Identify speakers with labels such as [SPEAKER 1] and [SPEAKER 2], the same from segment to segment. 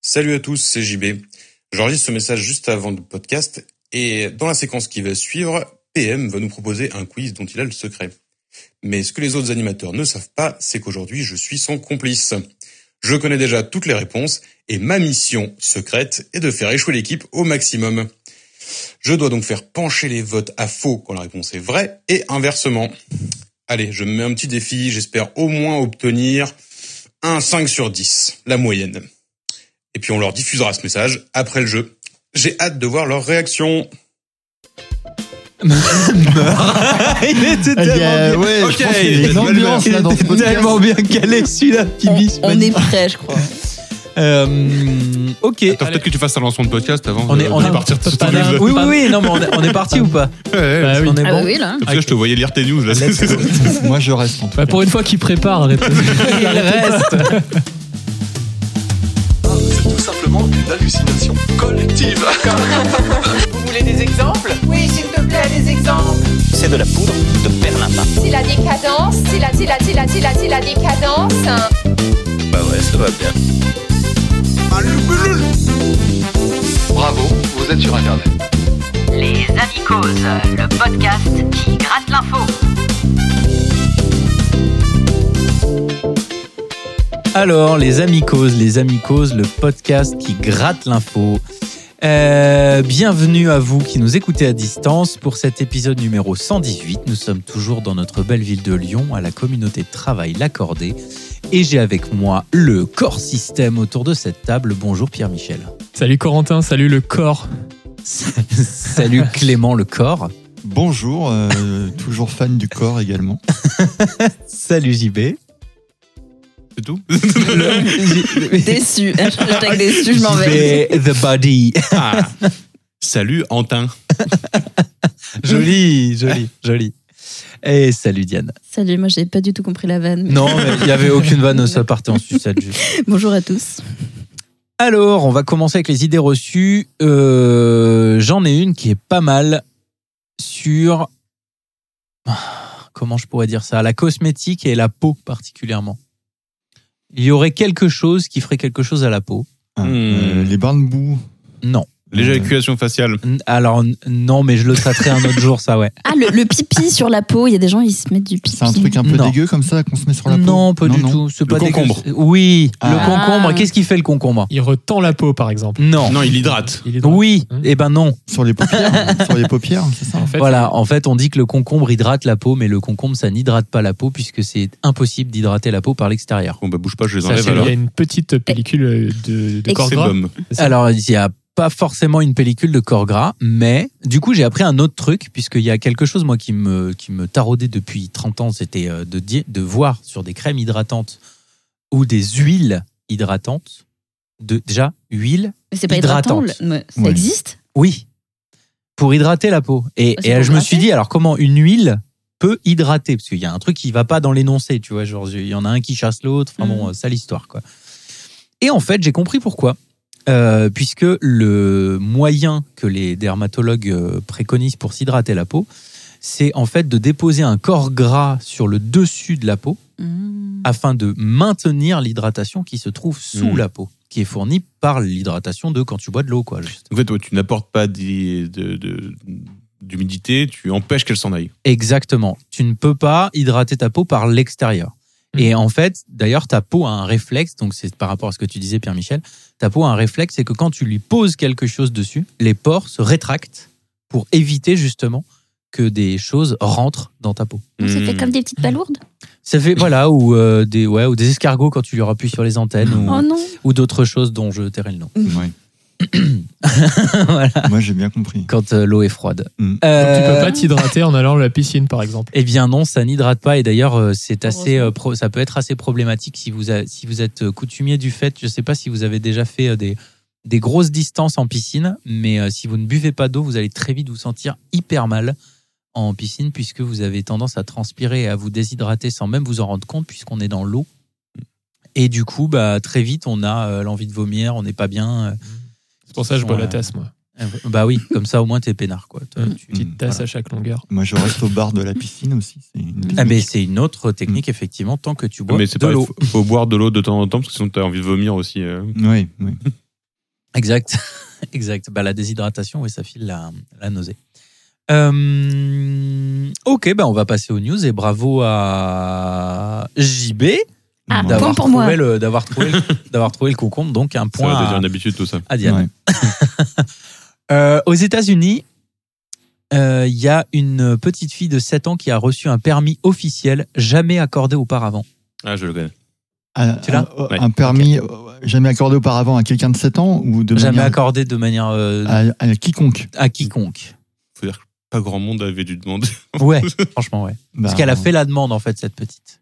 [SPEAKER 1] Salut à tous, c'est JB. J'enregistre ce message juste avant le podcast et dans la séquence qui va suivre, PM va nous proposer un quiz dont il a le secret. Mais ce que les autres animateurs ne savent pas, c'est qu'aujourd'hui je suis son complice. Je connais déjà toutes les réponses et ma mission secrète est de faire échouer l'équipe au maximum. Je dois donc faire pencher les votes à faux quand la réponse est vraie et inversement. Allez, je me mets un petit défi, j'espère au moins obtenir un 5 sur 10, la moyenne. Et puis on leur diffusera ce message après le jeu. J'ai hâte de voir leur réaction.
[SPEAKER 2] Il était
[SPEAKER 3] Ah, il y a-
[SPEAKER 2] tellement bien. Ok,
[SPEAKER 3] ouais, je pense qu'il y a
[SPEAKER 2] il
[SPEAKER 3] une
[SPEAKER 2] était-
[SPEAKER 3] ambiance
[SPEAKER 2] il
[SPEAKER 3] là dans ce
[SPEAKER 2] était
[SPEAKER 3] podcast.
[SPEAKER 2] tellement bien calé celui-là, Phoebe.
[SPEAKER 4] On, on est prêt, je crois.
[SPEAKER 2] Euh, ok.
[SPEAKER 5] Attends,
[SPEAKER 2] allez.
[SPEAKER 5] peut-être que tu fasses un lancement de podcast avant
[SPEAKER 2] On
[SPEAKER 5] de,
[SPEAKER 2] est, on
[SPEAKER 5] de
[SPEAKER 2] est
[SPEAKER 5] partir de ce
[SPEAKER 2] Pardon.
[SPEAKER 5] sujet.
[SPEAKER 2] Oui, oui, oui, non, mais on est, on est parti ou pas
[SPEAKER 5] Ouais, ouais.
[SPEAKER 2] Bah,
[SPEAKER 5] Parce
[SPEAKER 2] On est
[SPEAKER 4] Ah
[SPEAKER 2] bon.
[SPEAKER 4] bah oui, là.
[SPEAKER 5] que là, je te voyais lire tes news. Là.
[SPEAKER 2] Let's go.
[SPEAKER 3] Moi, je reste en tout
[SPEAKER 6] Bah, pour une fois qu'il prépare, arrêtez.
[SPEAKER 2] Il reste.
[SPEAKER 7] C'est tout simplement une hallucination collective.
[SPEAKER 8] Si la décadence, si la, si la, si la, si la, si la décadence.
[SPEAKER 7] Bravo, vous êtes sur Internet.
[SPEAKER 9] Les Amicoses, le podcast qui gratte l'info.
[SPEAKER 2] Alors, les Amicoses, les Amicoses, le podcast qui gratte l'info. Euh, bienvenue à vous qui nous écoutez à distance pour cet épisode numéro 118. Nous sommes toujours dans notre belle ville de Lyon, à la communauté de travail L'Accordé. Et j'ai avec moi le corps système autour de cette table. Bonjour Pierre-Michel.
[SPEAKER 6] Salut Corentin, salut le corps.
[SPEAKER 2] Salut Clément le corps.
[SPEAKER 3] Bonjour, euh, toujours fan du corps également.
[SPEAKER 2] Salut JB.
[SPEAKER 5] C'est tout
[SPEAKER 4] Déçu. Hashtag déçu, je m'en vais.
[SPEAKER 2] JB, The body.
[SPEAKER 5] Ah. Salut, Antin.
[SPEAKER 2] Joli, joli, joli. Et Eh, salut Diane.
[SPEAKER 4] Salut, moi j'ai pas du tout compris la vanne. mais-
[SPEAKER 2] Non, mais il n'y avait aucune vanne, ça partait en sucette juste.
[SPEAKER 4] Bonjour à tous.
[SPEAKER 2] Alors, on va commencer avec les idées reçues. Euh, J'en ai une qui est pas mal sur. Comment je pourrais dire ça La cosmétique et la peau particulièrement. Il y aurait quelque chose qui ferait quelque chose à la peau
[SPEAKER 3] Hein,
[SPEAKER 5] Hmm.
[SPEAKER 3] euh, les bains de boue.
[SPEAKER 2] Non.
[SPEAKER 5] L'éjaculation faciale.
[SPEAKER 2] N- Alors, n- non, mais je le traiterai un autre jour, ça, ouais.
[SPEAKER 4] Ah, le, le pipi sur la peau, il y a des gens, ils se mettent du pipi.
[SPEAKER 3] C'est un truc un peu
[SPEAKER 2] Non.
[SPEAKER 3] dégueu comme ça qu'on se met sur la peau.
[SPEAKER 2] Non, pas du
[SPEAKER 3] non.
[SPEAKER 2] tout. C'est
[SPEAKER 5] Le
[SPEAKER 2] pas dégueu.
[SPEAKER 5] concombre.
[SPEAKER 2] Oui, le
[SPEAKER 3] Ah.
[SPEAKER 2] concombre. Qu'est-ce qui fait le concombre
[SPEAKER 6] Il retend la peau, par exemple.
[SPEAKER 2] Non.
[SPEAKER 5] Non, il hydrate.
[SPEAKER 6] Il est dans-
[SPEAKER 2] Oui,
[SPEAKER 6] Hein
[SPEAKER 2] eh ben non.
[SPEAKER 3] Sur les paupières. euh, sur les paupières, c'est ça.
[SPEAKER 6] En fait,
[SPEAKER 2] Voilà, en fait, on dit que le concombre hydrate la peau, mais le concombre, ça n'hydrate pas la peau puisque c'est impossible d'hydrater la peau par l'extérieur.
[SPEAKER 5] Bon, bah bouge pas, je les enlève
[SPEAKER 6] sachez, il
[SPEAKER 5] alors.
[SPEAKER 6] y a une petite pellicule de, de
[SPEAKER 4] Et-
[SPEAKER 6] corps gras.
[SPEAKER 5] Sébum.
[SPEAKER 6] C'est-
[SPEAKER 2] Alors, il n'y a pas forcément une pellicule de corps gras, mais du coup, j'ai appris un autre truc puisqu'il y a quelque chose, moi, qui me, qui me taraudait depuis 30 ans, c'était euh, de, di- de voir sur des crèmes hydratantes ou des huiles hydratantes. De, déjà, huile,
[SPEAKER 4] Mais c'est pas hydratant.
[SPEAKER 2] Hydratante.
[SPEAKER 4] le- mais Ça
[SPEAKER 3] Ouais.
[SPEAKER 4] existe
[SPEAKER 2] oui, pour hydrater la peau. Et,
[SPEAKER 4] Ah, c'est
[SPEAKER 2] et
[SPEAKER 4] pour
[SPEAKER 2] je me suis
[SPEAKER 4] hydrater
[SPEAKER 2] dit, alors comment une huile peut hydrater Parce qu'il y a un truc qui va pas dans l'énoncé, tu vois. Genre, il y en a un qui chasse l'autre. Enfin
[SPEAKER 4] Mm.
[SPEAKER 2] bon, sale histoire, quoi. Et en fait, j'ai compris pourquoi. Euh, puisque le moyen que les dermatologues euh, préconisent pour s'hydrater la peau, c'est en fait de déposer un corps gras sur le dessus de la peau
[SPEAKER 4] Mmh.
[SPEAKER 2] afin de maintenir l'hydratation qui se trouve sous
[SPEAKER 5] Mm.
[SPEAKER 2] la peau, qui est fournie par l'hydratation de quand tu bois de l'eau, quoi. juste.
[SPEAKER 5] En fait, ouais, tu n'apportes pas des- de- de- d'humidité, tu empêches qu'elle s'en aille.
[SPEAKER 2] Exactement. Tu ne peux pas hydrater ta peau par l'extérieur.
[SPEAKER 6] Mhm.
[SPEAKER 2] Et en fait, d'ailleurs, ta peau a un réflexe, donc c'est par rapport à ce que tu disais, Pierre-Michel, ta peau a un réflexe, c'est que quand tu lui poses quelque chose dessus, les pores se rétractent pour éviter justement que des choses rentrent dans ta peau.
[SPEAKER 4] Donc, Ça fait
[SPEAKER 5] Hmm.
[SPEAKER 4] comme des petites palourdes
[SPEAKER 2] Ça fait, voilà, ou, euh, des, ouais, ou des escargots quand tu leur appuies sur les antennes, ou,
[SPEAKER 4] Oh non
[SPEAKER 2] ou d'autres choses dont je tairai le nom,
[SPEAKER 3] Ouais. Moi, j'ai bien compris.
[SPEAKER 2] quand euh, l'eau est froide.
[SPEAKER 3] Mm.
[SPEAKER 2] Euh,
[SPEAKER 6] Mmh. Tu peux pas t'hydrater en allant à la piscine, par exemple.
[SPEAKER 2] Eh bien non, ça n'hydrate pas et d'ailleurs euh, c'est assez, euh, pro- ça peut être assez problématique si vous, a- si vous êtes euh, coutumier du fait. Je ne sais pas si vous avez déjà fait euh, des, des grosses distances en piscine, mais euh, si vous ne buvez pas d'eau, vous allez très vite vous sentir hyper mal en piscine puisque vous avez tendance à transpirer et à vous déshydrater sans même vous en rendre compte puisqu'on est dans l'eau. Et du coup, bah très vite, on a euh, l'envie de vomir, on n'est pas bien.
[SPEAKER 6] C'est pour ça que je bois
[SPEAKER 2] Ouais.
[SPEAKER 6] la tasse, moi.
[SPEAKER 2] euh, euh, bah oui, comme ça au moins t'es peinard quoi. Toi,
[SPEAKER 6] Mm.
[SPEAKER 2] tu-
[SPEAKER 6] Petite tasse à chaque longueur.
[SPEAKER 3] Moi, je reste au bar de la piscine aussi. C'est une technique.
[SPEAKER 2] Ah mais c'est une autre technique effectivement tant que tu bois
[SPEAKER 5] Mais c'est
[SPEAKER 2] de
[SPEAKER 5] pas,
[SPEAKER 2] l'eau.
[SPEAKER 5] faut, faut boire de l'eau de temps en temps parce que sinon t'as envie de vomir aussi. euh.
[SPEAKER 3] Oui, oui.
[SPEAKER 2] Exact, exact. Bah, la déshydratation, oui, ça file la, la nausée. Euh, ok, bah, on va passer aux news et bravo à JB
[SPEAKER 3] Moi.
[SPEAKER 4] Ah, point
[SPEAKER 2] d'avoir
[SPEAKER 4] pour moi.
[SPEAKER 2] trouvé, le- d'avoir trouvé, le- d'avoir trouvé le concombre, donc un
[SPEAKER 5] Ça
[SPEAKER 2] point
[SPEAKER 5] va
[SPEAKER 2] à,
[SPEAKER 5] devenir une habitude tout ça.
[SPEAKER 2] à Diane.
[SPEAKER 3] Ouais.
[SPEAKER 2] Euh, aux États-Unis, euh, il y a une petite fille de 7 ans qui a reçu un permis officiel jamais accordé auparavant.
[SPEAKER 5] Ah, je le connais.
[SPEAKER 3] Un,
[SPEAKER 2] Tu l'as
[SPEAKER 3] un-
[SPEAKER 5] Ouais.
[SPEAKER 3] Ah, un permis euh, jamais accordé auparavant à quelqu'un de 7 ans ou de
[SPEAKER 2] jamais
[SPEAKER 3] manière Ah.
[SPEAKER 2] accordé de manière euh,
[SPEAKER 3] à, à quiconque.
[SPEAKER 2] à quiconque.
[SPEAKER 5] Faut dire que pas grand monde avait dû demander.
[SPEAKER 2] Ouais, franchement, ouais. Parce
[SPEAKER 3] Bah,
[SPEAKER 2] qu'elle a fait la demande, en fait, cette petite.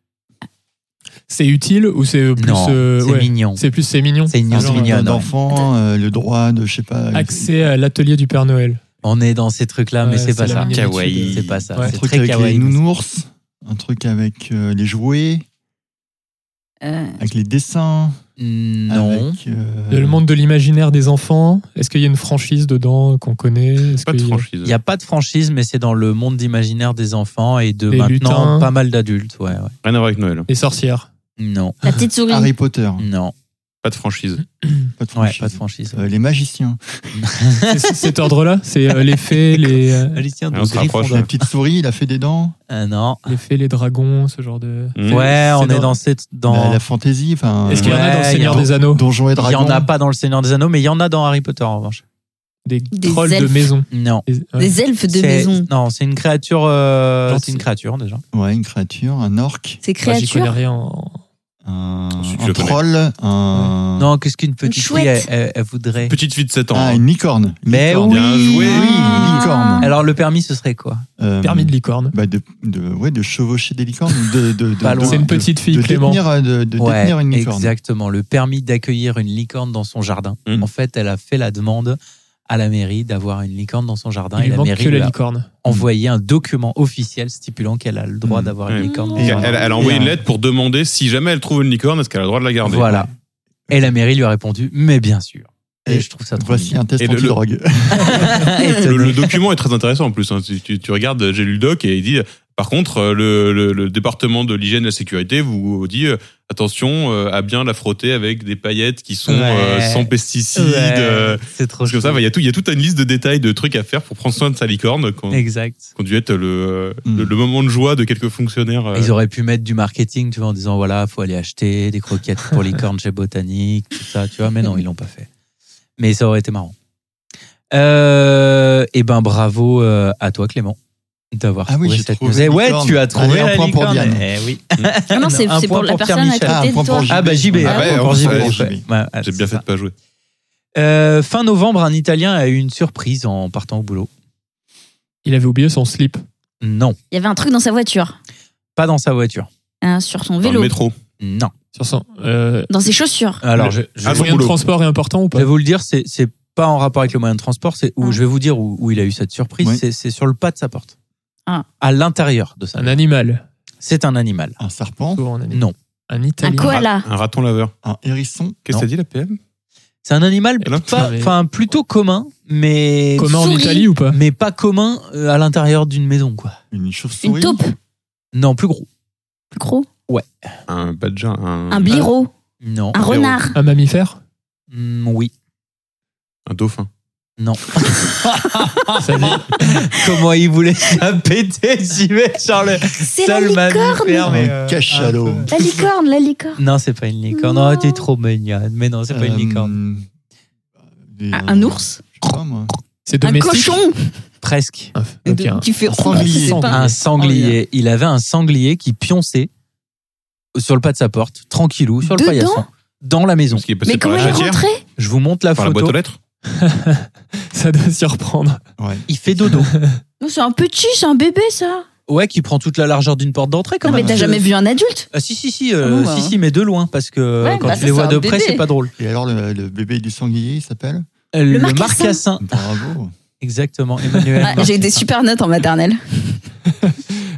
[SPEAKER 6] C'est utile ou c'est plus.
[SPEAKER 2] non,
[SPEAKER 6] euh,
[SPEAKER 2] c'est
[SPEAKER 6] ouais.
[SPEAKER 2] mignon.
[SPEAKER 6] C'est plus, c'est mignon. Ah,
[SPEAKER 2] C'est une
[SPEAKER 3] un
[SPEAKER 2] news
[SPEAKER 6] Genre,
[SPEAKER 3] droit
[SPEAKER 2] mignonne. ouais.
[SPEAKER 3] d'enfant, euh, le droit de je sais pas.
[SPEAKER 2] Ah,
[SPEAKER 6] Accès à l'atelier du Père Noël.
[SPEAKER 2] On est dans ces trucs-là, Ah, mais
[SPEAKER 6] Ouais,
[SPEAKER 2] c'est pas
[SPEAKER 6] la
[SPEAKER 2] ça.
[SPEAKER 6] mignonitude.
[SPEAKER 5] Kawaii.
[SPEAKER 2] C'est pas ça.
[SPEAKER 6] Ouais.
[SPEAKER 3] un
[SPEAKER 2] C'est
[SPEAKER 3] truc
[SPEAKER 2] très
[SPEAKER 3] avec
[SPEAKER 2] kawaii.
[SPEAKER 3] les nounours, un truc avec euh, les jouets,
[SPEAKER 4] Euh,
[SPEAKER 3] avec les dessins,
[SPEAKER 2] Non.
[SPEAKER 3] avec euh,
[SPEAKER 6] De Le monde de l'imaginaire des enfants. Est-ce qu'il y a une franchise dedans qu'on connaît Est-ce
[SPEAKER 5] Pas de
[SPEAKER 6] qu'il y a-
[SPEAKER 5] franchise.
[SPEAKER 2] Il n'y a pas de franchise, mais c'est dans le monde d'imaginaire des enfants et de
[SPEAKER 6] Les
[SPEAKER 2] maintenant
[SPEAKER 6] lutins.
[SPEAKER 2] pas mal d'adultes. Ouais, ouais.
[SPEAKER 5] Rien à voir avec Noël.
[SPEAKER 6] Les sorcières.
[SPEAKER 2] Non,
[SPEAKER 4] La petite souris.
[SPEAKER 3] Harry Potter.
[SPEAKER 2] non.
[SPEAKER 5] Pas de franchise.
[SPEAKER 3] Pas de
[SPEAKER 2] Mm. Ouais,
[SPEAKER 3] franchise.
[SPEAKER 2] pas de franchise.
[SPEAKER 3] Euh, les magiciens.
[SPEAKER 6] C'est- c'est- Cet ordre-là, c'est euh, les fées, les, euh,
[SPEAKER 2] Alicien de
[SPEAKER 5] On se rapproche,
[SPEAKER 2] Gryffondor.
[SPEAKER 5] là.
[SPEAKER 3] La petite souris, il a fait des dents.
[SPEAKER 2] Ah, non.
[SPEAKER 6] les fées, les dragons, ce genre de.
[SPEAKER 5] Mmh.
[SPEAKER 2] Ouais,
[SPEAKER 6] C'est
[SPEAKER 2] on est
[SPEAKER 6] dans-
[SPEAKER 2] dans cette. Dans...
[SPEAKER 3] Bah, La, la fantaisie, enfin. euh,
[SPEAKER 6] Est-ce qu'il y en a
[SPEAKER 2] Ouais,
[SPEAKER 6] dans
[SPEAKER 2] il y
[SPEAKER 6] le
[SPEAKER 2] a
[SPEAKER 6] Seigneur
[SPEAKER 2] un-
[SPEAKER 6] des Anneaux
[SPEAKER 3] Donjons et
[SPEAKER 2] Il
[SPEAKER 3] dragons.
[SPEAKER 2] n'y en a pas dans Le Seigneur des Anneaux, mais il y en a dans Harry Potter en revanche.
[SPEAKER 6] Des
[SPEAKER 4] Des
[SPEAKER 6] trolls de
[SPEAKER 4] elfes.
[SPEAKER 6] maison.
[SPEAKER 2] Non.
[SPEAKER 6] Des- ouais.
[SPEAKER 4] Des elfes de
[SPEAKER 2] C'est-
[SPEAKER 4] maison.
[SPEAKER 2] Non, c'est une créature. euh,
[SPEAKER 6] Genre,
[SPEAKER 2] C'est une
[SPEAKER 6] c'est-
[SPEAKER 2] créature déjà.
[SPEAKER 3] Ouais, une créature, un orque,
[SPEAKER 4] Ces
[SPEAKER 6] Moi, J'y connais
[SPEAKER 4] créatures.
[SPEAKER 6] rien. en-
[SPEAKER 3] un,
[SPEAKER 5] Ensuite,
[SPEAKER 3] un
[SPEAKER 5] je connais.
[SPEAKER 3] troll, un.
[SPEAKER 2] Non, qu'est-ce qu'une petite fille elle,
[SPEAKER 4] chouette.
[SPEAKER 2] elle- elle voudrait
[SPEAKER 5] Petite fille de 7 ans. hein.
[SPEAKER 3] Ah, une licorne.
[SPEAKER 2] Mais
[SPEAKER 3] Licorne.
[SPEAKER 2] oui. Ah,
[SPEAKER 5] Bien joué.
[SPEAKER 3] Oui, une licorne.
[SPEAKER 2] Alors le permis, ce serait quoi
[SPEAKER 3] Euh,
[SPEAKER 6] Permis de licorne.
[SPEAKER 3] bah de, de, ouais, de chevaucher des licornes. ou De, de, de,
[SPEAKER 2] Pas
[SPEAKER 3] de-
[SPEAKER 2] loin.
[SPEAKER 6] C'est une
[SPEAKER 3] de-
[SPEAKER 6] petite fille,
[SPEAKER 3] De
[SPEAKER 6] Clément.
[SPEAKER 3] détenir, euh, de, de détenir une licorne.
[SPEAKER 2] exactement. Le permis d'accueillir une licorne dans son jardin.
[SPEAKER 5] Mm.
[SPEAKER 2] En fait, elle a fait la demande à la mairie d'avoir une licorne dans son jardin
[SPEAKER 6] Il
[SPEAKER 2] et
[SPEAKER 6] lui
[SPEAKER 2] la
[SPEAKER 6] manque
[SPEAKER 2] mairie
[SPEAKER 6] que
[SPEAKER 2] lui
[SPEAKER 6] la
[SPEAKER 2] a
[SPEAKER 6] licorne.
[SPEAKER 2] envoyé un document officiel stipulant qu'elle a le droit
[SPEAKER 3] Mm.
[SPEAKER 2] d'avoir
[SPEAKER 5] Ouais.
[SPEAKER 2] une licorne. dans
[SPEAKER 3] Et
[SPEAKER 2] son
[SPEAKER 5] Elle,
[SPEAKER 2] jardin.
[SPEAKER 5] elle a envoyé
[SPEAKER 3] Et
[SPEAKER 5] une
[SPEAKER 3] un-
[SPEAKER 5] lettre pour demander si jamais elle trouve une licorne, est-ce qu'elle a le droit de la garder
[SPEAKER 2] Voilà. Et la mairie lui a répondu, mais bien sûr. Et,
[SPEAKER 3] Et
[SPEAKER 2] je trouve ça trop
[SPEAKER 3] Voici
[SPEAKER 2] mignon.
[SPEAKER 3] un test
[SPEAKER 5] Et le-
[SPEAKER 3] anti-drogue.
[SPEAKER 5] Le, le document est très intéressant en plus. hein. Tu, tu- tu regardes, j'ai lu le doc et il dit. Par contre, euh, le, le- le département de l'hygiène et de la sécurité vous dit euh, attention euh, à bien la frotter avec des paillettes qui sont
[SPEAKER 2] Ouais.
[SPEAKER 5] euh, sans pesticides.
[SPEAKER 2] Ouais,
[SPEAKER 5] euh,
[SPEAKER 2] c'est trop
[SPEAKER 5] parce que ça,
[SPEAKER 2] chou.
[SPEAKER 5] il y a tout, il y a toute une liste de détails, de trucs à faire pour prendre soin de sa licorne quand,
[SPEAKER 2] Exact.
[SPEAKER 5] quand dû être le,
[SPEAKER 3] Mm.
[SPEAKER 5] le, le moment de joie de quelques fonctionnaires. euh,
[SPEAKER 2] Hmm. Ils auraient pu mettre du marketing, tu vois, en disant voilà, faut aller acheter des croquettes pour les cornes chez Botanique, tout ça, tu vois. Mais non, ils l'ont pas fait. Mais ça aurait été marrant. Euh, et ben bravo euh, à toi Clément d'avoir
[SPEAKER 3] Ah oui,
[SPEAKER 2] trouvé
[SPEAKER 3] j'ai
[SPEAKER 2] cette
[SPEAKER 3] trouvé
[SPEAKER 2] news. Eh
[SPEAKER 3] la
[SPEAKER 2] Ouais,
[SPEAKER 3] licorne.
[SPEAKER 2] tu as trouvé
[SPEAKER 3] Allez, un
[SPEAKER 2] la
[SPEAKER 3] point pour
[SPEAKER 2] licorne.
[SPEAKER 3] Diane.
[SPEAKER 2] Eh oui.
[SPEAKER 4] Ah non, c'est
[SPEAKER 2] Un
[SPEAKER 4] c'est
[SPEAKER 2] point
[SPEAKER 4] pour la
[SPEAKER 2] pour
[SPEAKER 4] personne à
[SPEAKER 2] Pierre-Michel.
[SPEAKER 3] Ah,
[SPEAKER 4] côté
[SPEAKER 3] un
[SPEAKER 4] de
[SPEAKER 3] point
[SPEAKER 4] toi.
[SPEAKER 3] pour J.
[SPEAKER 2] Ah bah JB.
[SPEAKER 3] Ah
[SPEAKER 2] hein,
[SPEAKER 5] ouais,
[SPEAKER 2] encore
[SPEAKER 5] on-
[SPEAKER 2] JB.
[SPEAKER 5] ouais,
[SPEAKER 2] ouais.
[SPEAKER 3] JB.
[SPEAKER 2] Ouais, ouais,
[SPEAKER 5] J'ai bien
[SPEAKER 2] c'est
[SPEAKER 5] fait
[SPEAKER 2] ça.
[SPEAKER 5] de pas jouer.
[SPEAKER 2] Euh, fin novembre, un Italien a eu une surprise en partant au boulot.
[SPEAKER 6] Il avait oublié son slip.
[SPEAKER 2] Non,
[SPEAKER 4] Il y avait un truc dans sa voiture,
[SPEAKER 2] pas dans sa voiture.
[SPEAKER 4] hein, sur son
[SPEAKER 5] Dans le
[SPEAKER 4] vélo,
[SPEAKER 5] métro.
[SPEAKER 2] Non.
[SPEAKER 6] Sur son. euh,
[SPEAKER 4] dans ses chaussures.
[SPEAKER 2] Alors je,
[SPEAKER 6] le-
[SPEAKER 5] à
[SPEAKER 6] le
[SPEAKER 5] son
[SPEAKER 6] moyen de
[SPEAKER 5] boulot.
[SPEAKER 6] transport est important ou
[SPEAKER 2] Je
[SPEAKER 6] pas
[SPEAKER 2] vais vous le dire, c'est c'est pas en rapport avec le moyen de transport, c'est où
[SPEAKER 4] Ah.
[SPEAKER 2] je vais vous dire où, où il a eu cette surprise,
[SPEAKER 3] Oui.
[SPEAKER 2] c'est- c'est sur le pas de sa porte.
[SPEAKER 4] Ah.
[SPEAKER 2] À l'intérieur de sa
[SPEAKER 6] Un animal.
[SPEAKER 2] C'est un animal.
[SPEAKER 3] Un serpent,
[SPEAKER 6] Souvent, un animal.
[SPEAKER 2] Non.
[SPEAKER 6] Un
[SPEAKER 4] Un
[SPEAKER 6] italien.
[SPEAKER 4] koala.
[SPEAKER 5] Un raton laveur.
[SPEAKER 3] un hérisson,
[SPEAKER 5] Qu'est-ce
[SPEAKER 2] Non.
[SPEAKER 5] que t'as dit la PM
[SPEAKER 2] C'est un animal
[SPEAKER 5] Et là,
[SPEAKER 2] pas,
[SPEAKER 6] tu l'avais-
[SPEAKER 2] enfin plutôt commun, mais
[SPEAKER 6] Commun en
[SPEAKER 4] Souris.
[SPEAKER 6] Italie ou pas
[SPEAKER 2] mais pas commun euh, à l'intérieur d'une maison quoi.
[SPEAKER 3] une
[SPEAKER 4] Une
[SPEAKER 3] chauve-souris,
[SPEAKER 4] taupe,
[SPEAKER 2] Non, plus gros.
[SPEAKER 4] plus gros.
[SPEAKER 5] Un badger. Un,
[SPEAKER 4] Un blaireau.
[SPEAKER 2] Non.
[SPEAKER 4] Un
[SPEAKER 5] blaireau.
[SPEAKER 4] renard.
[SPEAKER 6] Un mammifère
[SPEAKER 2] Mm, oui.
[SPEAKER 5] Un dauphin.
[SPEAKER 2] Non.
[SPEAKER 6] Ça dit-
[SPEAKER 2] Comment il voulait la péter, j'y vais, Charles.
[SPEAKER 4] C'est la
[SPEAKER 2] Seul mammifère,
[SPEAKER 4] licorne.
[SPEAKER 2] mais,
[SPEAKER 3] Un
[SPEAKER 2] euh,
[SPEAKER 3] cachalot.
[SPEAKER 2] un peu.
[SPEAKER 4] La licorne, la licorne.
[SPEAKER 2] Non, c'est pas une licorne. Oh,
[SPEAKER 4] Non.
[SPEAKER 2] t'es trop mignonne. Mais non, c'est pas une licorne.
[SPEAKER 3] Euh, des-
[SPEAKER 4] Ah, Un ours.
[SPEAKER 3] Je sais pas moi.
[SPEAKER 6] C'est
[SPEAKER 4] Un
[SPEAKER 6] domestique.
[SPEAKER 4] cochon.
[SPEAKER 2] Presque.
[SPEAKER 6] Un-
[SPEAKER 5] hein.
[SPEAKER 6] ok, hein. un-
[SPEAKER 4] Tu fais
[SPEAKER 3] un
[SPEAKER 4] oh,
[SPEAKER 3] sanglier.
[SPEAKER 4] c'est pas-
[SPEAKER 2] un sanglier. Il avait un sanglier qui pionçait sur le pas de sa porte, tranquillou, sur le
[SPEAKER 4] Dedans
[SPEAKER 2] paillasson, dans la maison.
[SPEAKER 5] Ce qui est passé
[SPEAKER 4] Mais
[SPEAKER 5] par
[SPEAKER 4] comment
[SPEAKER 5] la
[SPEAKER 4] il est
[SPEAKER 5] chatière.
[SPEAKER 4] rentré
[SPEAKER 2] Je vous montre la
[SPEAKER 5] Par la
[SPEAKER 2] photo.
[SPEAKER 5] boîte aux lettres.
[SPEAKER 6] Ça doit surprendre.
[SPEAKER 3] Ouais.
[SPEAKER 2] il fait dodo.
[SPEAKER 4] Non, c'est un petit, c'est un bébé ça.
[SPEAKER 2] ouais, qui prend toute la largeur d'une porte d'entrée quand
[SPEAKER 4] Non, mais
[SPEAKER 2] même.
[SPEAKER 4] t'as jamais vu un adulte
[SPEAKER 2] Ah si si si, euh,
[SPEAKER 4] Ah bon, bah,
[SPEAKER 2] si si, mais de loin parce que
[SPEAKER 4] Ouais,
[SPEAKER 2] quand
[SPEAKER 4] bah,
[SPEAKER 2] tu
[SPEAKER 4] ça,
[SPEAKER 2] les vois
[SPEAKER 4] c'est
[SPEAKER 2] de
[SPEAKER 4] un
[SPEAKER 2] près,
[SPEAKER 4] bébé.
[SPEAKER 2] c'est pas drôle.
[SPEAKER 3] Et alors le, le bébé du sanglier, il s'appelle
[SPEAKER 2] Euh, Le,
[SPEAKER 4] marcassin.
[SPEAKER 2] marcassin,
[SPEAKER 3] Bravo.
[SPEAKER 2] exactement. Emmanuel.
[SPEAKER 4] Ah, J'ai eu des super notes en maternelle.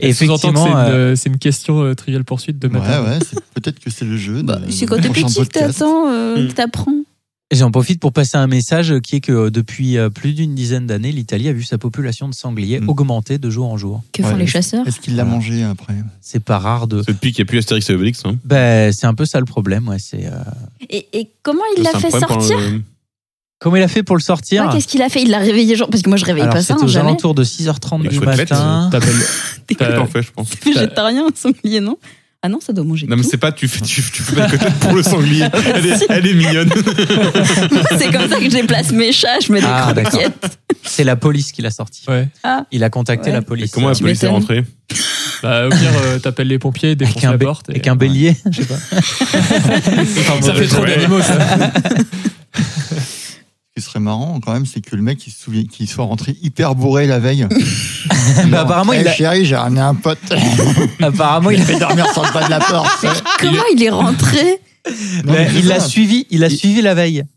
[SPEAKER 2] Et
[SPEAKER 6] Sous-entend que c'est
[SPEAKER 2] effectivement,
[SPEAKER 6] une,
[SPEAKER 2] euh,
[SPEAKER 6] euh, c'est une question euh, trivial poursuite de
[SPEAKER 3] Ouais,
[SPEAKER 6] matin.
[SPEAKER 3] ouais, c'est- peut-être que c'est le jeu.
[SPEAKER 4] Bah,
[SPEAKER 3] de-
[SPEAKER 4] c'est
[SPEAKER 3] du
[SPEAKER 4] quand t'es
[SPEAKER 3] prochain
[SPEAKER 4] petit que
[SPEAKER 3] podcast.
[SPEAKER 4] t'attends, euh,
[SPEAKER 5] Mm.
[SPEAKER 4] que t'apprends.
[SPEAKER 2] j'en profite pour passer un message qui est que euh, depuis euh, plus d'une dizaine d'années, l'Italie a vu sa population de sangliers
[SPEAKER 3] Mm.
[SPEAKER 2] augmenter de jour en jour.
[SPEAKER 4] Que
[SPEAKER 3] Ouais.
[SPEAKER 4] font les chasseurs
[SPEAKER 3] Est-ce qu'il l'a
[SPEAKER 2] Voilà.
[SPEAKER 3] mangé après
[SPEAKER 2] C'est pas rare de.
[SPEAKER 5] C'est depuis qu'il n'y a plus Astérix et Obélix. Hein.
[SPEAKER 2] Ben, c'est un peu ça le problème, ouais. C'est euh,
[SPEAKER 4] et, et comment il
[SPEAKER 5] C'est
[SPEAKER 4] l'a
[SPEAKER 5] un
[SPEAKER 4] fait
[SPEAKER 5] problème
[SPEAKER 4] sortir
[SPEAKER 5] pendant le-
[SPEAKER 2] Comment il a fait pour le sortir
[SPEAKER 4] Ouais, Qu'est-ce qu'il a fait Il l'a réveillé, genre, parce que moi je réveille
[SPEAKER 2] Alors,
[SPEAKER 4] pas ça,
[SPEAKER 2] c'était
[SPEAKER 4] hein,
[SPEAKER 2] aux
[SPEAKER 4] jamais.
[SPEAKER 2] alentours de 6h30
[SPEAKER 5] La
[SPEAKER 2] du
[SPEAKER 5] chouette-lette,
[SPEAKER 2] matin.
[SPEAKER 6] T'appelles-
[SPEAKER 5] Tout
[SPEAKER 6] t'as-
[SPEAKER 5] en fait, je pense.
[SPEAKER 4] C'est végétarien, un sanglier, non Ah non, ça doit manger.
[SPEAKER 5] Euh. Non, mais
[SPEAKER 4] tout.
[SPEAKER 5] c'est pas, tu fais, tu, tu fais pas de côté pour le sanglier. Elle est, elle est mignonne.
[SPEAKER 4] c'est comme ça que je déplace mes chats, je mets des
[SPEAKER 2] Ah, d'accord.
[SPEAKER 4] croquettes.
[SPEAKER 2] C'est la police qui l'a sorti.
[SPEAKER 6] ouais.
[SPEAKER 2] Il a contacté
[SPEAKER 4] Ouais.
[SPEAKER 2] la
[SPEAKER 5] Et
[SPEAKER 2] police.
[SPEAKER 5] comment la
[SPEAKER 4] Tu
[SPEAKER 5] police est
[SPEAKER 4] m'étonnes.
[SPEAKER 5] rentrée
[SPEAKER 6] Bah, au pire, euh, t'appelles les pompiers, défonce
[SPEAKER 2] avec un,
[SPEAKER 6] la
[SPEAKER 2] bé-
[SPEAKER 6] porte. et-
[SPEAKER 2] avec un bélier.
[SPEAKER 6] Je sais pas.
[SPEAKER 2] Enfin,
[SPEAKER 6] Ça
[SPEAKER 2] bon,
[SPEAKER 6] fait trop
[SPEAKER 5] Ouais.
[SPEAKER 6] d'animaux, ça.
[SPEAKER 3] Ce qui serait marrant quand même, c'est que le mec il se souvient qu'il soit rentré hyper bourré la veille.
[SPEAKER 2] Bah, apparemment,
[SPEAKER 3] Eh,
[SPEAKER 2] il a-
[SPEAKER 3] chérie, j'ai ramené un pote.
[SPEAKER 2] Apparemment, il
[SPEAKER 3] Il
[SPEAKER 2] a-
[SPEAKER 3] fait dormir sur le pas de la porte.
[SPEAKER 4] Comment il est rentré
[SPEAKER 2] mais
[SPEAKER 3] Non, mais
[SPEAKER 2] il
[SPEAKER 3] c'est
[SPEAKER 2] l'a
[SPEAKER 3] ça.
[SPEAKER 2] suivi, il a
[SPEAKER 3] Il-
[SPEAKER 2] suivi la veille.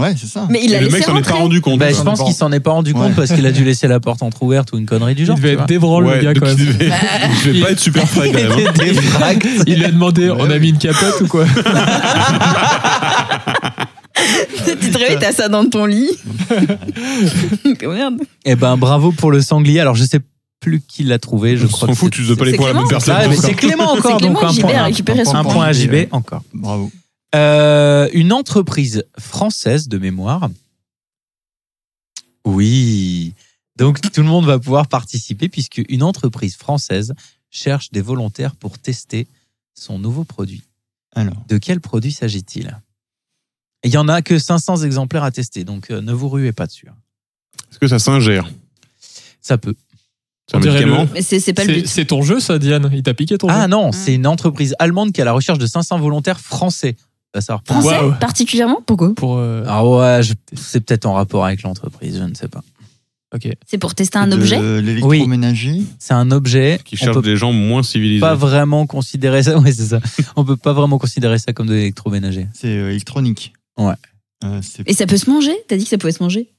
[SPEAKER 3] Ouais, c'est ça.
[SPEAKER 4] Mais il
[SPEAKER 5] Et
[SPEAKER 4] l'a
[SPEAKER 5] Le mec
[SPEAKER 4] laissé
[SPEAKER 5] s'en est
[SPEAKER 4] rentrer.
[SPEAKER 5] pas rendu compte. hein.
[SPEAKER 2] Bah,
[SPEAKER 3] Ouais.
[SPEAKER 2] je pense qu'il s'en est pas rendu compte
[SPEAKER 3] Ouais.
[SPEAKER 2] parce qu'il a dû laisser la porte entrouverte ou une connerie du genre.
[SPEAKER 6] Il devait
[SPEAKER 2] tu
[SPEAKER 6] être
[SPEAKER 2] vois.
[SPEAKER 6] débranle,
[SPEAKER 5] Ouais,
[SPEAKER 6] le gars,
[SPEAKER 5] donc
[SPEAKER 6] quand
[SPEAKER 5] il
[SPEAKER 6] même.
[SPEAKER 5] devait- Je vais pas être super frais quand même. hein.
[SPEAKER 2] Des frags.
[SPEAKER 6] Il lui a demandé,
[SPEAKER 3] Ouais,
[SPEAKER 6] on a
[SPEAKER 3] ouais.
[SPEAKER 6] mis une capote ou quoi
[SPEAKER 4] tu te réveilles, t'as ça dans ton lit. Mais merde.
[SPEAKER 2] Eh ben, bravo pour le sanglier. Alors, je sais plus qui l'a trouvé. Je
[SPEAKER 5] On
[SPEAKER 2] crois
[SPEAKER 5] s'en
[SPEAKER 2] que
[SPEAKER 5] fout,
[SPEAKER 2] c'est-
[SPEAKER 5] tu ne pas les
[SPEAKER 4] c'est
[SPEAKER 5] points à la bonne
[SPEAKER 4] Clément.
[SPEAKER 5] personne.
[SPEAKER 2] Ah, mais
[SPEAKER 5] donc,
[SPEAKER 2] c'est Clément
[SPEAKER 4] C'est
[SPEAKER 2] encore,
[SPEAKER 4] Clément
[SPEAKER 2] donc un
[SPEAKER 4] JB a
[SPEAKER 2] point,
[SPEAKER 4] récupéré son
[SPEAKER 2] un
[SPEAKER 3] point.
[SPEAKER 2] point à JB encore.
[SPEAKER 3] Bravo.
[SPEAKER 2] Euh, une entreprise française de mémoire. Oui. Donc tout le monde va pouvoir participer puisque une entreprise française cherche des volontaires pour tester son nouveau produit.
[SPEAKER 3] Alors,
[SPEAKER 2] De quel produit s'agit-il Il y en a que 500 exemplaires à tester, donc euh, ne vous ruez pas dessus. Ah,
[SPEAKER 5] Est-ce que ça s'ingère
[SPEAKER 2] Ça peut.
[SPEAKER 5] C'est un
[SPEAKER 6] On dirait
[SPEAKER 5] médicament
[SPEAKER 4] Mais c'est c'est pas le
[SPEAKER 6] C'est
[SPEAKER 4] but.
[SPEAKER 6] c'est ton jeu, ça, Diane Il t'a piqué ton
[SPEAKER 2] Ah
[SPEAKER 6] jeu
[SPEAKER 2] non, c'est une entreprise allemande qui est à la recherche de 500 volontaires français. On va savoir pourquoi.
[SPEAKER 4] Français
[SPEAKER 6] Waouh.
[SPEAKER 4] particulièrement Pourquoi
[SPEAKER 6] Pour, euh,
[SPEAKER 2] Ah ouais, je- c'est peut-être en rapport avec l'entreprise, je ne sais pas.
[SPEAKER 4] C'est pour tester un objet
[SPEAKER 3] de L'électroménager.
[SPEAKER 2] C'est un objet.
[SPEAKER 5] qui
[SPEAKER 2] on
[SPEAKER 5] cherche
[SPEAKER 2] peut
[SPEAKER 5] des gens moins civilisés.
[SPEAKER 2] pas vraiment considérer ça. Ouais, c'est ça. On peut pas vraiment considérer ça comme de l'électroménager.
[SPEAKER 3] C'est euh, électronique.
[SPEAKER 2] Ouais.
[SPEAKER 3] Euh, c'est
[SPEAKER 4] Et ça peut se manger T'as dit que ça pouvait se manger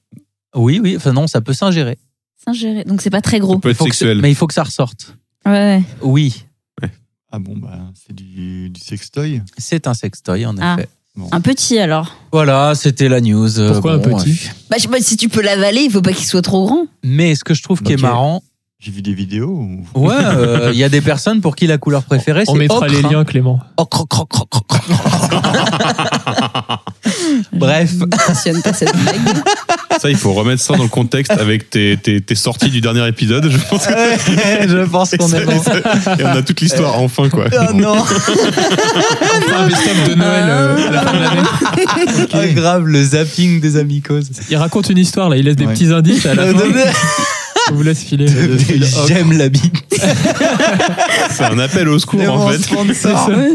[SPEAKER 2] Oui, oui. Enfin non, ça peut s'ingérer.
[SPEAKER 4] S'ingérer. Donc c'est pas très gros.
[SPEAKER 5] peut être
[SPEAKER 2] Faut que
[SPEAKER 5] sexuel.
[SPEAKER 2] ça- Mais il faut que ça ressorte.
[SPEAKER 4] Ouais, ouais.
[SPEAKER 2] Oui,
[SPEAKER 3] ah bon bah c'est du, du sextoy.
[SPEAKER 2] c'est un sextoy en
[SPEAKER 4] Ah.
[SPEAKER 2] effet.
[SPEAKER 4] Un petit alors.
[SPEAKER 2] Voilà, c'était la news. Euh,
[SPEAKER 6] Pourquoi
[SPEAKER 2] bon,
[SPEAKER 6] un petit
[SPEAKER 2] euh,
[SPEAKER 4] Bah, je sais pas, si tu peux l'avaler, il faut pas qu'il soit trop grand.
[SPEAKER 2] Mais ce que je trouve qui est
[SPEAKER 3] Ok.
[SPEAKER 2] marrant,
[SPEAKER 3] J'ai vu des vidéos. où-
[SPEAKER 2] ouais, euh, il y a des personnes pour qui la couleur préférée c'est
[SPEAKER 6] On mettra
[SPEAKER 2] ocre,
[SPEAKER 6] les
[SPEAKER 2] hein.
[SPEAKER 6] liens, Clément.
[SPEAKER 2] Ocre, ocre, ocre, ocre, ocre. Bref,
[SPEAKER 4] Je ne passionne pas cette blague.
[SPEAKER 5] Ça, il faut remettre ça dans le contexte avec tes, tes, tes sorties du dernier épisode, je pense.
[SPEAKER 2] je pense qu'on est bon.
[SPEAKER 5] Et on a toute l'histoire, enfin, quoi.
[SPEAKER 2] Oh non,
[SPEAKER 6] Enfin, un best-of de Noël euh, à la fin de l'année.
[SPEAKER 2] Ah, grave le zapping des amicoses.
[SPEAKER 6] Il raconte une histoire, là. Il laisse des
[SPEAKER 3] Ouais.
[SPEAKER 6] petits indices à la fin. On vous laisse filer.
[SPEAKER 2] J'aime la bite.
[SPEAKER 5] C'est un appel au secours, en fait.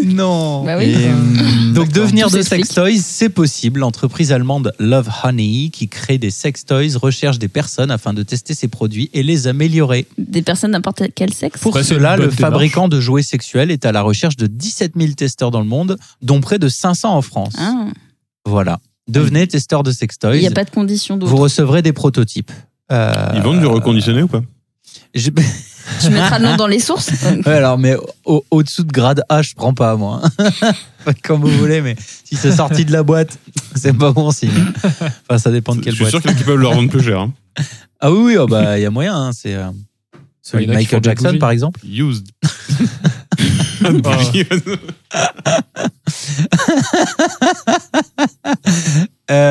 [SPEAKER 2] Non.
[SPEAKER 4] bah oui.
[SPEAKER 3] Et, euh,
[SPEAKER 2] Donc devenir
[SPEAKER 4] Tout
[SPEAKER 2] de
[SPEAKER 4] s'explique.
[SPEAKER 2] sextoys, c'est possible. L'entreprise allemande Love Honey, qui crée des sextoys, recherche des personnes afin de tester ses produits et les améliorer.
[SPEAKER 4] Des personnes n'importe quel sexe.
[SPEAKER 2] Pour
[SPEAKER 6] Bah, c'est
[SPEAKER 2] cela,
[SPEAKER 6] une bonne
[SPEAKER 2] le
[SPEAKER 6] démarche.
[SPEAKER 2] fabricant de jouets sexuels est à la recherche de 17 000 testeurs dans le monde, dont près de 500 en France.
[SPEAKER 4] Ah.
[SPEAKER 2] Voilà. Devenez testeur de sextoys.
[SPEAKER 4] Il n'y a pas de condition
[SPEAKER 2] Vous
[SPEAKER 4] d'autre.
[SPEAKER 2] recevrez des prototypes. Euh,
[SPEAKER 5] Ils vendent du reconditionné ou pas
[SPEAKER 2] j'ai-
[SPEAKER 4] Tu mettras le nom dans les sources
[SPEAKER 2] Ouais, alors, mais au- au-dessous de grade A, je prends pas, moi. hein. Comme vous voulez, mais si c'est sorti de la boîte, c'est pas bon signe. Enfin, ça dépend de
[SPEAKER 5] Je
[SPEAKER 2] quelle
[SPEAKER 5] suis
[SPEAKER 2] boîte.
[SPEAKER 5] sûr qu'il y en a qui peuvent leur vendre plus cher. hein.
[SPEAKER 2] Ah oui, oui, oh, bah, il y a moyen. hein, c'est euh, celui
[SPEAKER 6] Il
[SPEAKER 2] de
[SPEAKER 6] y en a qui font
[SPEAKER 2] Michael
[SPEAKER 6] des
[SPEAKER 2] Jackson,
[SPEAKER 6] bougies.
[SPEAKER 2] par exemple.
[SPEAKER 5] Used.
[SPEAKER 2] Ah.
[SPEAKER 5] Est-ce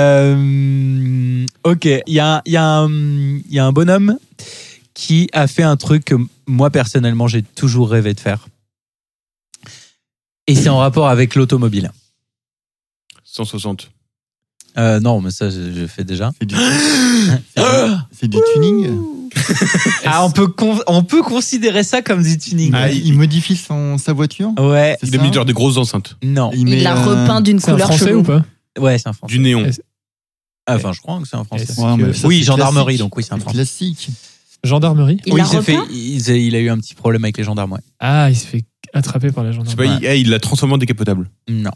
[SPEAKER 2] Euh, ok, il y a, il y, a un- il y a un bonhomme qui a fait un truc que moi, personnellement, j'ai toujours rêvé de faire. Et c'est en rapport avec l'automobile.
[SPEAKER 5] 160.
[SPEAKER 2] Euh, non, mais ça, je, je fais déjà.
[SPEAKER 3] C'est du, c'est du- c'est du tuning.
[SPEAKER 2] Ah, on peut, con- on peut considérer ça comme du tuning.
[SPEAKER 5] Ah,
[SPEAKER 3] il, il modifie son, sa voiture.
[SPEAKER 2] Ouais,
[SPEAKER 3] C'est
[SPEAKER 5] Il a
[SPEAKER 3] ça
[SPEAKER 5] mis genre des grosses enceintes.
[SPEAKER 2] non.
[SPEAKER 4] Il
[SPEAKER 3] met,
[SPEAKER 4] l'a
[SPEAKER 3] euh,
[SPEAKER 4] repeint d'une
[SPEAKER 6] C'est un
[SPEAKER 4] couleur
[SPEAKER 6] français
[SPEAKER 4] chelou.
[SPEAKER 6] ou pas
[SPEAKER 2] Ouais, c'est un français.
[SPEAKER 5] Du néon.
[SPEAKER 6] Est-ce-
[SPEAKER 2] Ah, Enfin, je crois que c'est un français.
[SPEAKER 6] Est-ce-
[SPEAKER 3] Ouais, mais ça,
[SPEAKER 2] Oui,
[SPEAKER 3] c'est
[SPEAKER 2] gendarmerie,
[SPEAKER 3] classique.
[SPEAKER 2] donc oui, c'est un
[SPEAKER 3] C'est
[SPEAKER 2] français.
[SPEAKER 3] Classique.
[SPEAKER 6] Gendarmerie
[SPEAKER 4] Il
[SPEAKER 2] oui,
[SPEAKER 4] l'a
[SPEAKER 2] il, s'est fait,
[SPEAKER 4] repeint
[SPEAKER 2] il, s'est- il a eu un petit problème avec les gendarmes, ouais.
[SPEAKER 6] Ah, il se fait attraper par la
[SPEAKER 5] Je sais
[SPEAKER 6] gendarmerie.
[SPEAKER 5] pas, il- eh, il l'a transformé en décapotable.
[SPEAKER 2] Non.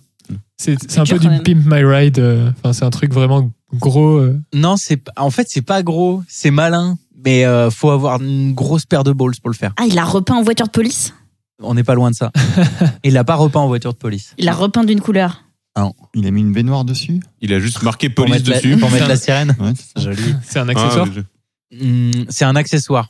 [SPEAKER 6] C'est c'est un
[SPEAKER 4] dur
[SPEAKER 6] peu
[SPEAKER 4] quand
[SPEAKER 6] du
[SPEAKER 4] même.
[SPEAKER 6] Pimp My Ride. euh, Enfin, c'est un truc vraiment gros. euh,
[SPEAKER 2] Non, c'est pas- en fait, c'est pas gros, c'est malin, mais euh, faut avoir une grosse paire de balls pour le faire.
[SPEAKER 4] Ah, il l'a repeint en voiture de police
[SPEAKER 2] On n'est pas loin de ça. il l'a pas repeint en voiture de police.
[SPEAKER 4] Il l'a repeint d'une couleur.
[SPEAKER 3] Il a mis une baignoire dessus.
[SPEAKER 5] Il a juste marqué
[SPEAKER 2] Pour
[SPEAKER 5] police
[SPEAKER 2] mettre la-
[SPEAKER 5] dessus.
[SPEAKER 2] pour mettre la sirène.
[SPEAKER 3] Ouais, c'est ça.
[SPEAKER 2] Joli.
[SPEAKER 6] C'est un
[SPEAKER 5] Ah,
[SPEAKER 6] accessoire.
[SPEAKER 5] je-
[SPEAKER 2] Hmm, c'est un accessoire.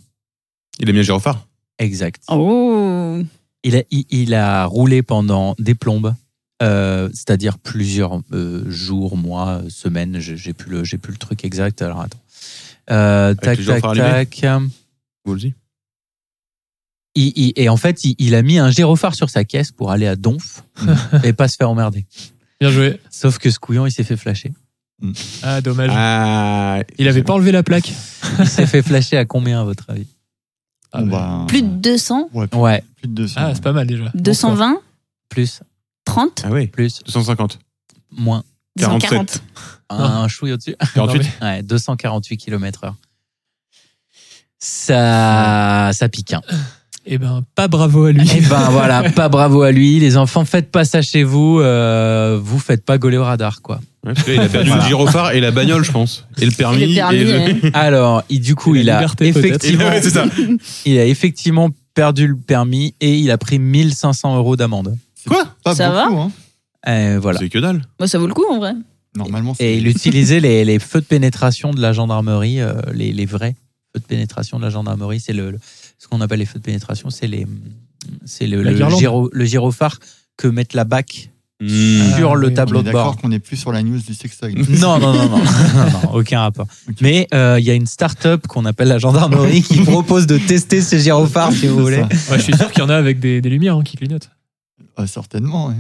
[SPEAKER 5] il a mis un gyrophare.
[SPEAKER 2] Exact.
[SPEAKER 4] Oh
[SPEAKER 2] Il a, il, il a roulé pendant des plombes euh, c'est-à-dire plusieurs euh, jours, mois, semaines. J'ai j'ai plus le, j'ai plus le truc exact. Alors attends. Euh, tac,
[SPEAKER 5] les
[SPEAKER 2] tac,
[SPEAKER 5] gyrophares
[SPEAKER 2] tac.
[SPEAKER 5] Vous le dites
[SPEAKER 2] Il- il- et en fait, il, il a mis un gyrophare sur sa caisse pour aller à Donf et pas se faire emmerder.
[SPEAKER 6] Bien joué.
[SPEAKER 2] Sauf que ce couillon, il s'est fait flasher.
[SPEAKER 6] Ah, dommage.
[SPEAKER 5] Ah,
[SPEAKER 6] Il avait pas enlevé la plaque.
[SPEAKER 2] Il s'est fait flasher à combien, à votre avis
[SPEAKER 6] Ah, ouais.
[SPEAKER 3] bah,
[SPEAKER 4] Plus de 200,
[SPEAKER 3] ouais, plus,
[SPEAKER 2] Ouais,
[SPEAKER 3] plus de 200.
[SPEAKER 6] Ah, c'est pas mal déjà.
[SPEAKER 4] 220,
[SPEAKER 2] plus,
[SPEAKER 4] 30,
[SPEAKER 5] Ah oui,
[SPEAKER 2] plus,
[SPEAKER 5] 250.
[SPEAKER 2] moins.
[SPEAKER 4] 240.
[SPEAKER 2] Un chouille au-dessus.
[SPEAKER 5] 48.
[SPEAKER 6] Non, mais-
[SPEAKER 2] Ouais, 248 km heure. Ça, ça pique. Hein.
[SPEAKER 6] Eh ben, pas bravo à lui.
[SPEAKER 2] Eh ben voilà, pas bravo à lui. Les enfants, faites pas ça chez vous. Euh, vous faites pas gauler au radar, quoi.
[SPEAKER 5] Ouais, parce que là, il a perdu
[SPEAKER 2] Voilà.
[SPEAKER 5] le gyrophare et la bagnole, je pense. Et le permis.
[SPEAKER 4] Et le permis,
[SPEAKER 5] le-
[SPEAKER 4] ouais.
[SPEAKER 2] Alors, il- du coup,
[SPEAKER 6] Et la
[SPEAKER 2] il a,
[SPEAKER 6] liberté, peut-être.
[SPEAKER 2] effectivement,
[SPEAKER 5] Ouais, c'est ça.
[SPEAKER 2] il a effectivement perdu le permis et il a pris 1500 euros d'amende.
[SPEAKER 5] Quoi
[SPEAKER 3] Pas
[SPEAKER 4] Ça
[SPEAKER 3] beaucoup, hein.
[SPEAKER 2] Euh, voilà.
[SPEAKER 5] C'est que dalle.
[SPEAKER 4] Moi, ça vaut le coup en vrai.
[SPEAKER 3] Normalement, c'est-
[SPEAKER 2] Et il utilisait les, les feux de pénétration de la gendarmerie, euh, les, les vrais feux de pénétration de la gendarmerie. C'est le, le- ce qu'on appelle les feux de pénétration, c'est les, c'est le,
[SPEAKER 6] La
[SPEAKER 2] le,
[SPEAKER 6] guirlande.
[SPEAKER 2] gyro- le gyrophare que mettent la BAC
[SPEAKER 5] Mmh.
[SPEAKER 2] sur
[SPEAKER 6] Ah,
[SPEAKER 2] le
[SPEAKER 6] oui.
[SPEAKER 3] on
[SPEAKER 2] tableau
[SPEAKER 3] est
[SPEAKER 2] de bord.
[SPEAKER 3] d'accord qu'on n'est plus sur la news du sextoy.
[SPEAKER 2] Non, non, non, non, Non, non, aucun rapport.
[SPEAKER 3] Ok.
[SPEAKER 2] Mais euh, il y a une start-up qu'on appelle la gendarmerie qui propose de tester ces gyrophares, si vous
[SPEAKER 3] C'est
[SPEAKER 2] voulez.
[SPEAKER 3] ça.
[SPEAKER 6] Ouais, je suis sûr qu'il y en a avec des, des lumières hein, qui clignotent.
[SPEAKER 3] Ah, certainement, ouais.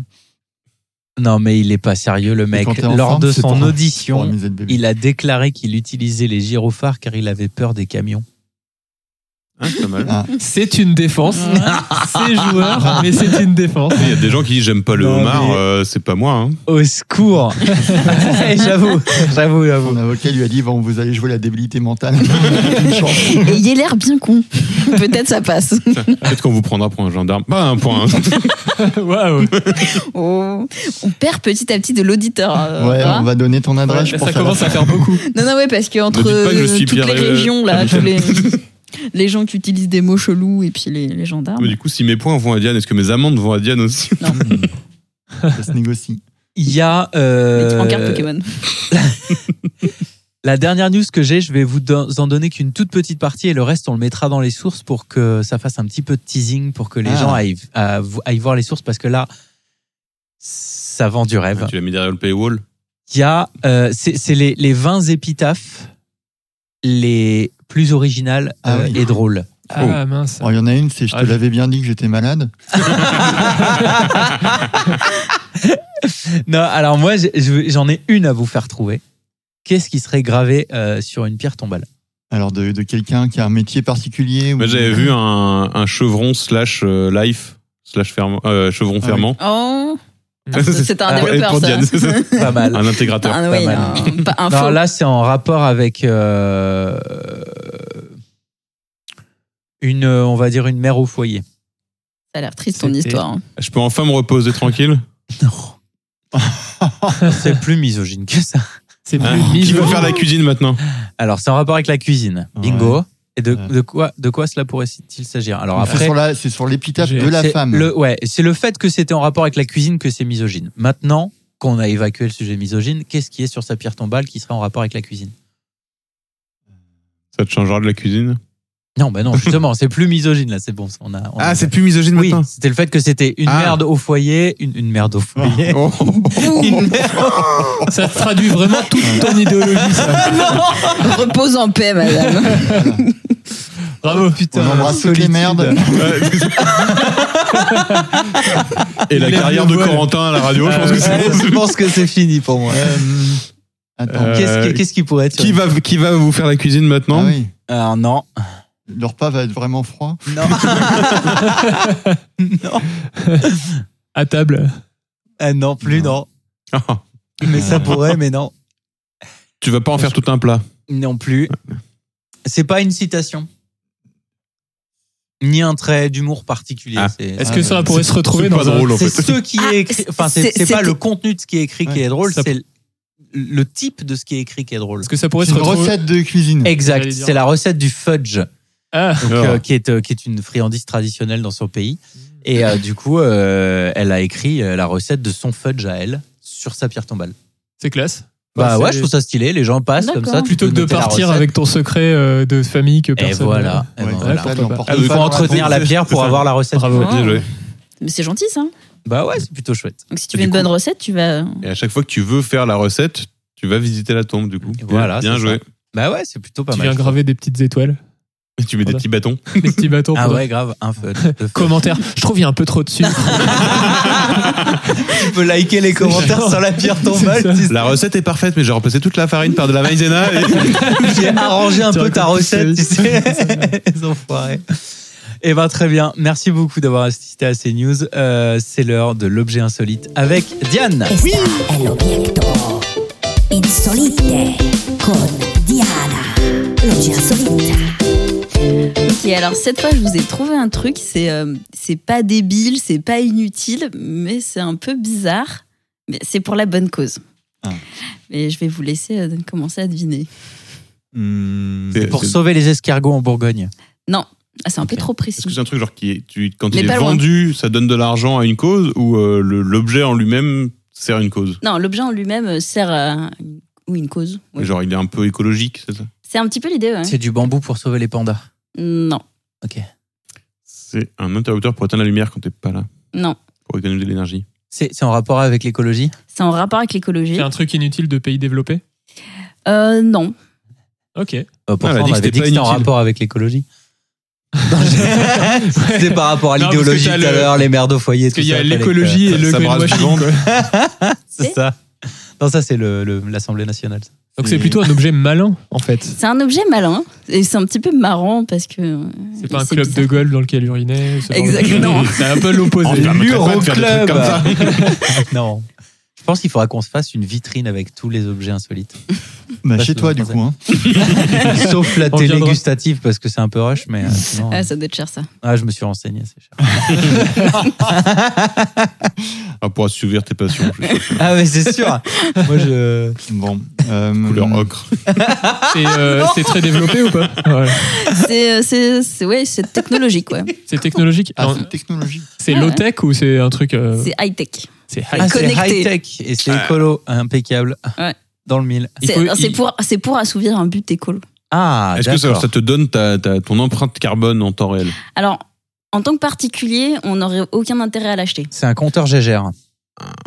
[SPEAKER 2] Non, mais il est pas sérieux, le mec.
[SPEAKER 3] quand t'es en
[SPEAKER 2] Lors
[SPEAKER 3] forme,
[SPEAKER 2] de
[SPEAKER 3] c'est
[SPEAKER 2] son
[SPEAKER 3] pour- Pour
[SPEAKER 2] audition,
[SPEAKER 3] amuser le bébé.
[SPEAKER 2] il a déclaré qu'il utilisait les gyrophares car il avait peur des camions.
[SPEAKER 5] Hein, c'est pas mal.
[SPEAKER 3] Ah,
[SPEAKER 6] C'est une défense. c'est joueur, mais c'est une défense.
[SPEAKER 5] Il y a des gens qui disent j'aime pas le
[SPEAKER 2] Non,
[SPEAKER 5] homard,
[SPEAKER 2] mais-
[SPEAKER 5] euh, c'est pas moi. hein.
[SPEAKER 2] Au secours Eh, J'avoue, j'avoue,
[SPEAKER 3] Son
[SPEAKER 2] j'avoue.
[SPEAKER 3] avocat lui a dit bon, vous allez jouer la débilité mentale. Une chance.
[SPEAKER 4] Et il a l'air bien con. Peut-être ça passe.
[SPEAKER 5] Peut-être qu'on vous prendra pour un gendarme. Pas un point. hein.
[SPEAKER 6] Waouh.
[SPEAKER 4] Oh. On perd petit à petit de l'auditeur. euh,
[SPEAKER 3] Ouais,
[SPEAKER 4] hein.
[SPEAKER 3] on va donner ton adresse. je
[SPEAKER 6] Ouais,
[SPEAKER 3] pense
[SPEAKER 6] ça commence à faire beaucoup.
[SPEAKER 4] Non, non, ouais, parce que entre
[SPEAKER 5] Ne dites pas que je
[SPEAKER 4] euh,
[SPEAKER 5] suis
[SPEAKER 4] toutes les
[SPEAKER 5] Pierre, euh,
[SPEAKER 4] régions, là, tous
[SPEAKER 5] Pierre
[SPEAKER 4] les, les gens qui utilisent des mots chelous et puis les, les
[SPEAKER 5] Mais
[SPEAKER 4] gendarmes.
[SPEAKER 5] du coup, si mes points vont à Diane, est-ce que mes amendes vont à Diane aussi
[SPEAKER 3] à- Ça se négocie.
[SPEAKER 2] Il y a. euh,
[SPEAKER 4] Mais tu prends carte Pokémon.
[SPEAKER 2] La dernière news que j'ai, je vais vous don- en donner qu'une toute petite partie et le reste, on le mettra dans les sources pour que ça fasse un petit peu de teasing, pour que les
[SPEAKER 3] Ah.
[SPEAKER 2] gens aillent, à- aillent voir les sources parce que là, ça vend du rêve.
[SPEAKER 5] Ah, Tu l'as mis derrière le paywall.
[SPEAKER 2] Il y a, euh, c'est c'est les, les 20 épitaphes les plus originales
[SPEAKER 3] Ah
[SPEAKER 2] euh,
[SPEAKER 3] oui.
[SPEAKER 2] et drôles.
[SPEAKER 6] Ah mince.
[SPEAKER 3] Oh, Il y en a une, c'est je
[SPEAKER 6] Ah,
[SPEAKER 3] te
[SPEAKER 6] je-
[SPEAKER 3] l'avais bien dit que j'étais malade.
[SPEAKER 2] Non, alors moi, j'ai- je- j'en ai une à vous faire trouver. Qu'est-ce qui serait gravé euh, sur une pierre tombale
[SPEAKER 3] Alors, de, de quelqu'un qui a un métier particulier. ou-
[SPEAKER 5] Moi, j'avais vu un, un chevron slash euh, life slash fermant, euh, chevron
[SPEAKER 3] Ah
[SPEAKER 5] fermant.
[SPEAKER 4] Oh,
[SPEAKER 5] Ça, c'est-
[SPEAKER 4] c'est un
[SPEAKER 2] Ah,
[SPEAKER 5] pour-
[SPEAKER 4] développeur,
[SPEAKER 5] pour
[SPEAKER 4] ça. Ah.
[SPEAKER 5] Diane, c'est ça.
[SPEAKER 2] Pas mal.
[SPEAKER 5] un intégrateur.
[SPEAKER 4] Un, oui,
[SPEAKER 2] mal.
[SPEAKER 4] un, pas un
[SPEAKER 2] Non,
[SPEAKER 4] faux.
[SPEAKER 2] là, c'est en rapport avec euh, une, euh, on va dire, une mère au foyer.
[SPEAKER 4] Ça a l'air triste ton
[SPEAKER 6] C'était-
[SPEAKER 4] histoire. hein.
[SPEAKER 5] Je peux enfin me reposer tranquille.
[SPEAKER 2] Non. c'est plus misogyne que ça.
[SPEAKER 6] C'est plus
[SPEAKER 5] Hein
[SPEAKER 6] mis
[SPEAKER 5] Qui va faire la cuisine maintenant
[SPEAKER 2] Alors, c'est en rapport avec la cuisine. Bingo. Et de,
[SPEAKER 3] Ouais.
[SPEAKER 2] de quoi, de quoi cela pourrait-il s'agir Alors
[SPEAKER 3] C'est
[SPEAKER 2] après,
[SPEAKER 3] sur la- c'est sur l'épitaphe
[SPEAKER 6] J'ai-
[SPEAKER 3] de la
[SPEAKER 2] c'est
[SPEAKER 3] femme.
[SPEAKER 2] le, ouais, c'est le fait que c'était en rapport avec la cuisine que c'est misogyne. Maintenant qu'on a évacué le sujet misogyne, qu'est-ce qui est sur sa pierre tombale qui serait en rapport avec la cuisine
[SPEAKER 5] Ça te changera de la cuisine
[SPEAKER 2] Non, bah non, justement, c'est plus misogyne là. Ah, C'est bon, on a. on a-
[SPEAKER 5] Ah, plus misogyne
[SPEAKER 2] Oui, c'était le fait que c'était une
[SPEAKER 5] Ah.
[SPEAKER 2] merde au foyer, une, une merde au foyer.
[SPEAKER 5] Oh.
[SPEAKER 2] Une merde-
[SPEAKER 6] Ça traduit vraiment toute ton idéologie. Ça.
[SPEAKER 4] Repose en paix, madame.
[SPEAKER 6] Bravo.
[SPEAKER 3] On embrasse toutes les
[SPEAKER 6] Solitude.
[SPEAKER 3] merdes.
[SPEAKER 5] Et la
[SPEAKER 6] Il a
[SPEAKER 5] carrière
[SPEAKER 6] mis
[SPEAKER 5] de
[SPEAKER 6] le voile.
[SPEAKER 5] Corentin à la radio, je pense que
[SPEAKER 3] Ah,
[SPEAKER 5] c'est bon.
[SPEAKER 2] Je pense que c'est fini pour moi.
[SPEAKER 3] Euh, Attends.
[SPEAKER 5] Euh,
[SPEAKER 2] Qu'est-ce qui- qu'est-ce qui pourrait être sur-
[SPEAKER 5] Qui va, qui va vous faire la cuisine maintenant
[SPEAKER 3] Ah oui.
[SPEAKER 2] Alors non,
[SPEAKER 3] Le repas va être vraiment froid.
[SPEAKER 2] non, non,
[SPEAKER 6] À table.
[SPEAKER 2] Ah, non plus non.
[SPEAKER 5] Ah,
[SPEAKER 2] Mais ça pourrait, mais non,
[SPEAKER 5] Tu vas pas en faire tout un plat.
[SPEAKER 2] non plus. C'est pas une citation, ni un trait d'humour particulier.
[SPEAKER 5] Ah.
[SPEAKER 2] c'est-
[SPEAKER 6] Est-ce
[SPEAKER 3] Ah,
[SPEAKER 6] que ça
[SPEAKER 3] ouais.
[SPEAKER 6] pourrait se retrouver
[SPEAKER 5] C'est
[SPEAKER 6] dans
[SPEAKER 5] pas
[SPEAKER 6] un...
[SPEAKER 5] drôle en
[SPEAKER 2] C'est
[SPEAKER 5] fait.
[SPEAKER 2] ce qui
[SPEAKER 4] Ah,
[SPEAKER 2] est écrit. Enfin, c'est
[SPEAKER 4] c'est-
[SPEAKER 2] c'est pas
[SPEAKER 4] c'était-
[SPEAKER 2] le contenu de ce qui est écrit qui
[SPEAKER 3] Ouais,
[SPEAKER 2] est drôle,
[SPEAKER 6] ça-
[SPEAKER 2] c'est le- le type de ce qui est écrit qui est drôle.
[SPEAKER 6] Est-ce que ça pourrait
[SPEAKER 3] C'est
[SPEAKER 6] se
[SPEAKER 3] une
[SPEAKER 6] retrouver
[SPEAKER 3] recette de cuisine.
[SPEAKER 2] Exact,
[SPEAKER 6] J'allais dire.
[SPEAKER 2] c'est la recette du fudge.
[SPEAKER 6] Ah,
[SPEAKER 2] donc,
[SPEAKER 5] Alors.
[SPEAKER 2] euh, qui, est, euh, qui est une friandise traditionnelle dans son pays. Et euh, du coup, euh, elle a écrit euh, la recette de son fudge à elle sur sa pierre tombale.
[SPEAKER 6] c'est classe.
[SPEAKER 2] Bah
[SPEAKER 6] c'est-
[SPEAKER 2] ouais, je trouve ça stylé. Les gens passent comme
[SPEAKER 4] D'accord.
[SPEAKER 2] ça. tu
[SPEAKER 6] Plutôt que
[SPEAKER 2] peux
[SPEAKER 6] de
[SPEAKER 2] noter la
[SPEAKER 6] partir
[SPEAKER 2] recette.
[SPEAKER 6] avec ton secret euh, de famille que
[SPEAKER 2] Et
[SPEAKER 6] personne.
[SPEAKER 2] voilà. Et ben
[SPEAKER 3] Ouais,
[SPEAKER 2] voilà.
[SPEAKER 3] ça,
[SPEAKER 6] pourquoi pas.
[SPEAKER 3] l'emporte
[SPEAKER 5] Ah,
[SPEAKER 2] Il faut
[SPEAKER 3] pas dans
[SPEAKER 2] entretenir la
[SPEAKER 5] pompe.
[SPEAKER 2] pierre pour
[SPEAKER 5] C'est ça.
[SPEAKER 2] avoir la recette. Mmh.
[SPEAKER 6] Bravo.
[SPEAKER 4] Ah.
[SPEAKER 5] Bien joué.
[SPEAKER 4] Mais c'est gentil, ça.
[SPEAKER 2] Bah ouais, c'est plutôt chouette.
[SPEAKER 4] Donc si tu
[SPEAKER 5] Et
[SPEAKER 4] veux
[SPEAKER 5] du
[SPEAKER 4] une
[SPEAKER 5] coup-
[SPEAKER 4] bonne recette, tu vas.
[SPEAKER 5] Et à chaque fois que tu veux faire la recette, tu vas visiter la tombe, du coup.
[SPEAKER 2] Et voilà,
[SPEAKER 5] Bien
[SPEAKER 2] c'est
[SPEAKER 5] joué.
[SPEAKER 2] Bah ouais, c'est plutôt pas
[SPEAKER 6] tu
[SPEAKER 2] mal.
[SPEAKER 6] viens
[SPEAKER 2] je trouve.
[SPEAKER 6] graver des petites étoiles,
[SPEAKER 5] Et tu mets des
[SPEAKER 6] Voilà.
[SPEAKER 5] petits bâtons.
[SPEAKER 6] des petits bâtons.
[SPEAKER 2] Ah
[SPEAKER 6] pour-
[SPEAKER 2] ouais, grave. Un feu, de feu.
[SPEAKER 6] Commentaire. Je trouve il y a un peu trop de sucre.
[SPEAKER 2] tu peux liker les commentaires
[SPEAKER 6] genre-
[SPEAKER 2] sur la pierre tombale
[SPEAKER 6] C'est ça.
[SPEAKER 2] tu sais.
[SPEAKER 5] La recette est parfaite, mais j'ai remplacé toute la farine par de la maïzena. Et-
[SPEAKER 2] J'ai arrangé un
[SPEAKER 6] Tu
[SPEAKER 2] peu ta
[SPEAKER 6] racontes
[SPEAKER 2] recette,
[SPEAKER 6] tout
[SPEAKER 2] tu
[SPEAKER 6] seul.
[SPEAKER 2] sais. Les enfoirés. Eh ben très bien. Merci beaucoup d'avoir assisté à ces news. Euh, c'est l'heure de l'objet insolite avec Diane.
[SPEAKER 10] Está el objeto insolite con Diana. L'objet insolite.
[SPEAKER 4] Ok, alors cette fois, je vous ai trouvé un truc. C'est euh, c'est pas débile, c'est pas inutile, mais c'est un peu bizarre. Mais c'est pour la bonne cause.
[SPEAKER 3] Ah.
[SPEAKER 4] Et je vais vous laisser euh, commencer à deviner.
[SPEAKER 3] Hmm,
[SPEAKER 5] C'est-
[SPEAKER 2] Pour
[SPEAKER 5] c'est-
[SPEAKER 2] sauver les escargots en Bourgogne.
[SPEAKER 4] Ah, c'est un peu trop précis.
[SPEAKER 5] Est-ce que c'est un truc genre qui est, tu, quand
[SPEAKER 4] Mais
[SPEAKER 5] il est
[SPEAKER 4] pas loin.
[SPEAKER 5] vendu, ça donne de l'argent à une cause ou euh, le- l'objet en lui-même sert à une cause
[SPEAKER 4] Non, l'objet en lui-même euh, sert à une- ou une cause. ouais.
[SPEAKER 5] Genre il est un peu écologique, c'est ça
[SPEAKER 4] C'est un petit peu l'idée. ouais.
[SPEAKER 2] C'est du bambou pour sauver les pandas.
[SPEAKER 4] Non,
[SPEAKER 5] C'est un interrupteur pour éteindre la lumière quand t'es pas là,
[SPEAKER 4] non.
[SPEAKER 5] pour économiser de l'énergie.
[SPEAKER 2] C'est c'est en rapport avec l'écologie.
[SPEAKER 4] C'est en rapport avec l'écologie.
[SPEAKER 6] C'est un truc inutile de pays développés.
[SPEAKER 4] Euh, non.
[SPEAKER 6] Ok.
[SPEAKER 2] Euh, pourtant,
[SPEAKER 5] Ah, elle a dit
[SPEAKER 2] on
[SPEAKER 5] que
[SPEAKER 2] avait
[SPEAKER 5] c'était
[SPEAKER 2] dit que
[SPEAKER 5] pas
[SPEAKER 2] c'était en
[SPEAKER 5] inutile.
[SPEAKER 2] rapport avec l'écologie. Non, j'ai- C'était par rapport à
[SPEAKER 6] Non, parce que
[SPEAKER 2] l'idéologie
[SPEAKER 6] t'as
[SPEAKER 2] tout à
[SPEAKER 6] le-
[SPEAKER 2] l'heure, les mères de foyer.
[SPEAKER 6] Parce
[SPEAKER 2] tout
[SPEAKER 6] qu'il y
[SPEAKER 2] ça,
[SPEAKER 6] a
[SPEAKER 2] fallait que-
[SPEAKER 6] l'écologie et
[SPEAKER 5] ça-
[SPEAKER 6] le
[SPEAKER 5] ça brasse du
[SPEAKER 6] greenwashing.
[SPEAKER 5] monde.
[SPEAKER 6] quoi.
[SPEAKER 2] C'est ça. Non, ça, c'est le- le- l'Assemblée nationale. ça.
[SPEAKER 6] Donc c'est plutôt un objet malin en fait.
[SPEAKER 4] C'est un objet malin. Et c'est un petit peu marrant parce que. euh,
[SPEAKER 6] C'est pas un
[SPEAKER 4] c'est
[SPEAKER 6] club
[SPEAKER 4] bizarre.
[SPEAKER 6] de golf dans lequel uriner. ce genre de choses.
[SPEAKER 4] Exactement.
[SPEAKER 6] C'est un peu l'opposé.
[SPEAKER 5] On se permettrait pas de faire des trucs
[SPEAKER 2] L'Euroclub.
[SPEAKER 5] comme ça.
[SPEAKER 2] Eh bah. Non. Je pense qu'il faudra qu'on se fasse une vitrine avec tous les objets insolites.
[SPEAKER 3] bah,
[SPEAKER 2] Pas
[SPEAKER 3] chez toi,
[SPEAKER 2] souvent
[SPEAKER 3] du coup. Hein.
[SPEAKER 2] Sauf la
[SPEAKER 6] On
[SPEAKER 2] télé
[SPEAKER 6] viendra.
[SPEAKER 2] gustative parce que c'est un peu rush, mais euh, sinon, euh,
[SPEAKER 4] Ah, ça doit être cher ça.
[SPEAKER 2] ah, je me suis renseigné, c'est cher.
[SPEAKER 5] Ah, pour assouvir tes passions, plus,
[SPEAKER 2] Ah, mais c'est sûr. Moi, je.
[SPEAKER 3] Bon. euh,
[SPEAKER 5] couleur ocre.
[SPEAKER 6] C'est euh, c'est très développé ou pas Ouais.
[SPEAKER 4] C'est, euh, c'est, c'est- ouais, c'est technologique, ouais.
[SPEAKER 6] C'est technologique.
[SPEAKER 3] Ah,
[SPEAKER 6] Alors,
[SPEAKER 3] c'est technologique.
[SPEAKER 6] C'est low tech ou c'est un truc euh,
[SPEAKER 4] C'est high tech.
[SPEAKER 6] C'est high
[SPEAKER 2] Ah, c'est
[SPEAKER 4] Connecté.
[SPEAKER 2] high tech et c'est écolo, impeccable.
[SPEAKER 4] Ouais.
[SPEAKER 2] Dans le mille.
[SPEAKER 6] Il
[SPEAKER 4] C'est,
[SPEAKER 6] faut-
[SPEAKER 4] non, c'est
[SPEAKER 6] il-
[SPEAKER 4] pour, c'est pour assouvir un but écolo.
[SPEAKER 2] Ah,
[SPEAKER 5] Est-ce que ça,
[SPEAKER 2] d'accord.
[SPEAKER 5] ça te donne ta, ta- ton empreinte carbone en temps réel
[SPEAKER 4] Alors, en tant que particulier, on n'aurait aucun intérêt à l'acheter.
[SPEAKER 2] C'est un compteur Gégère.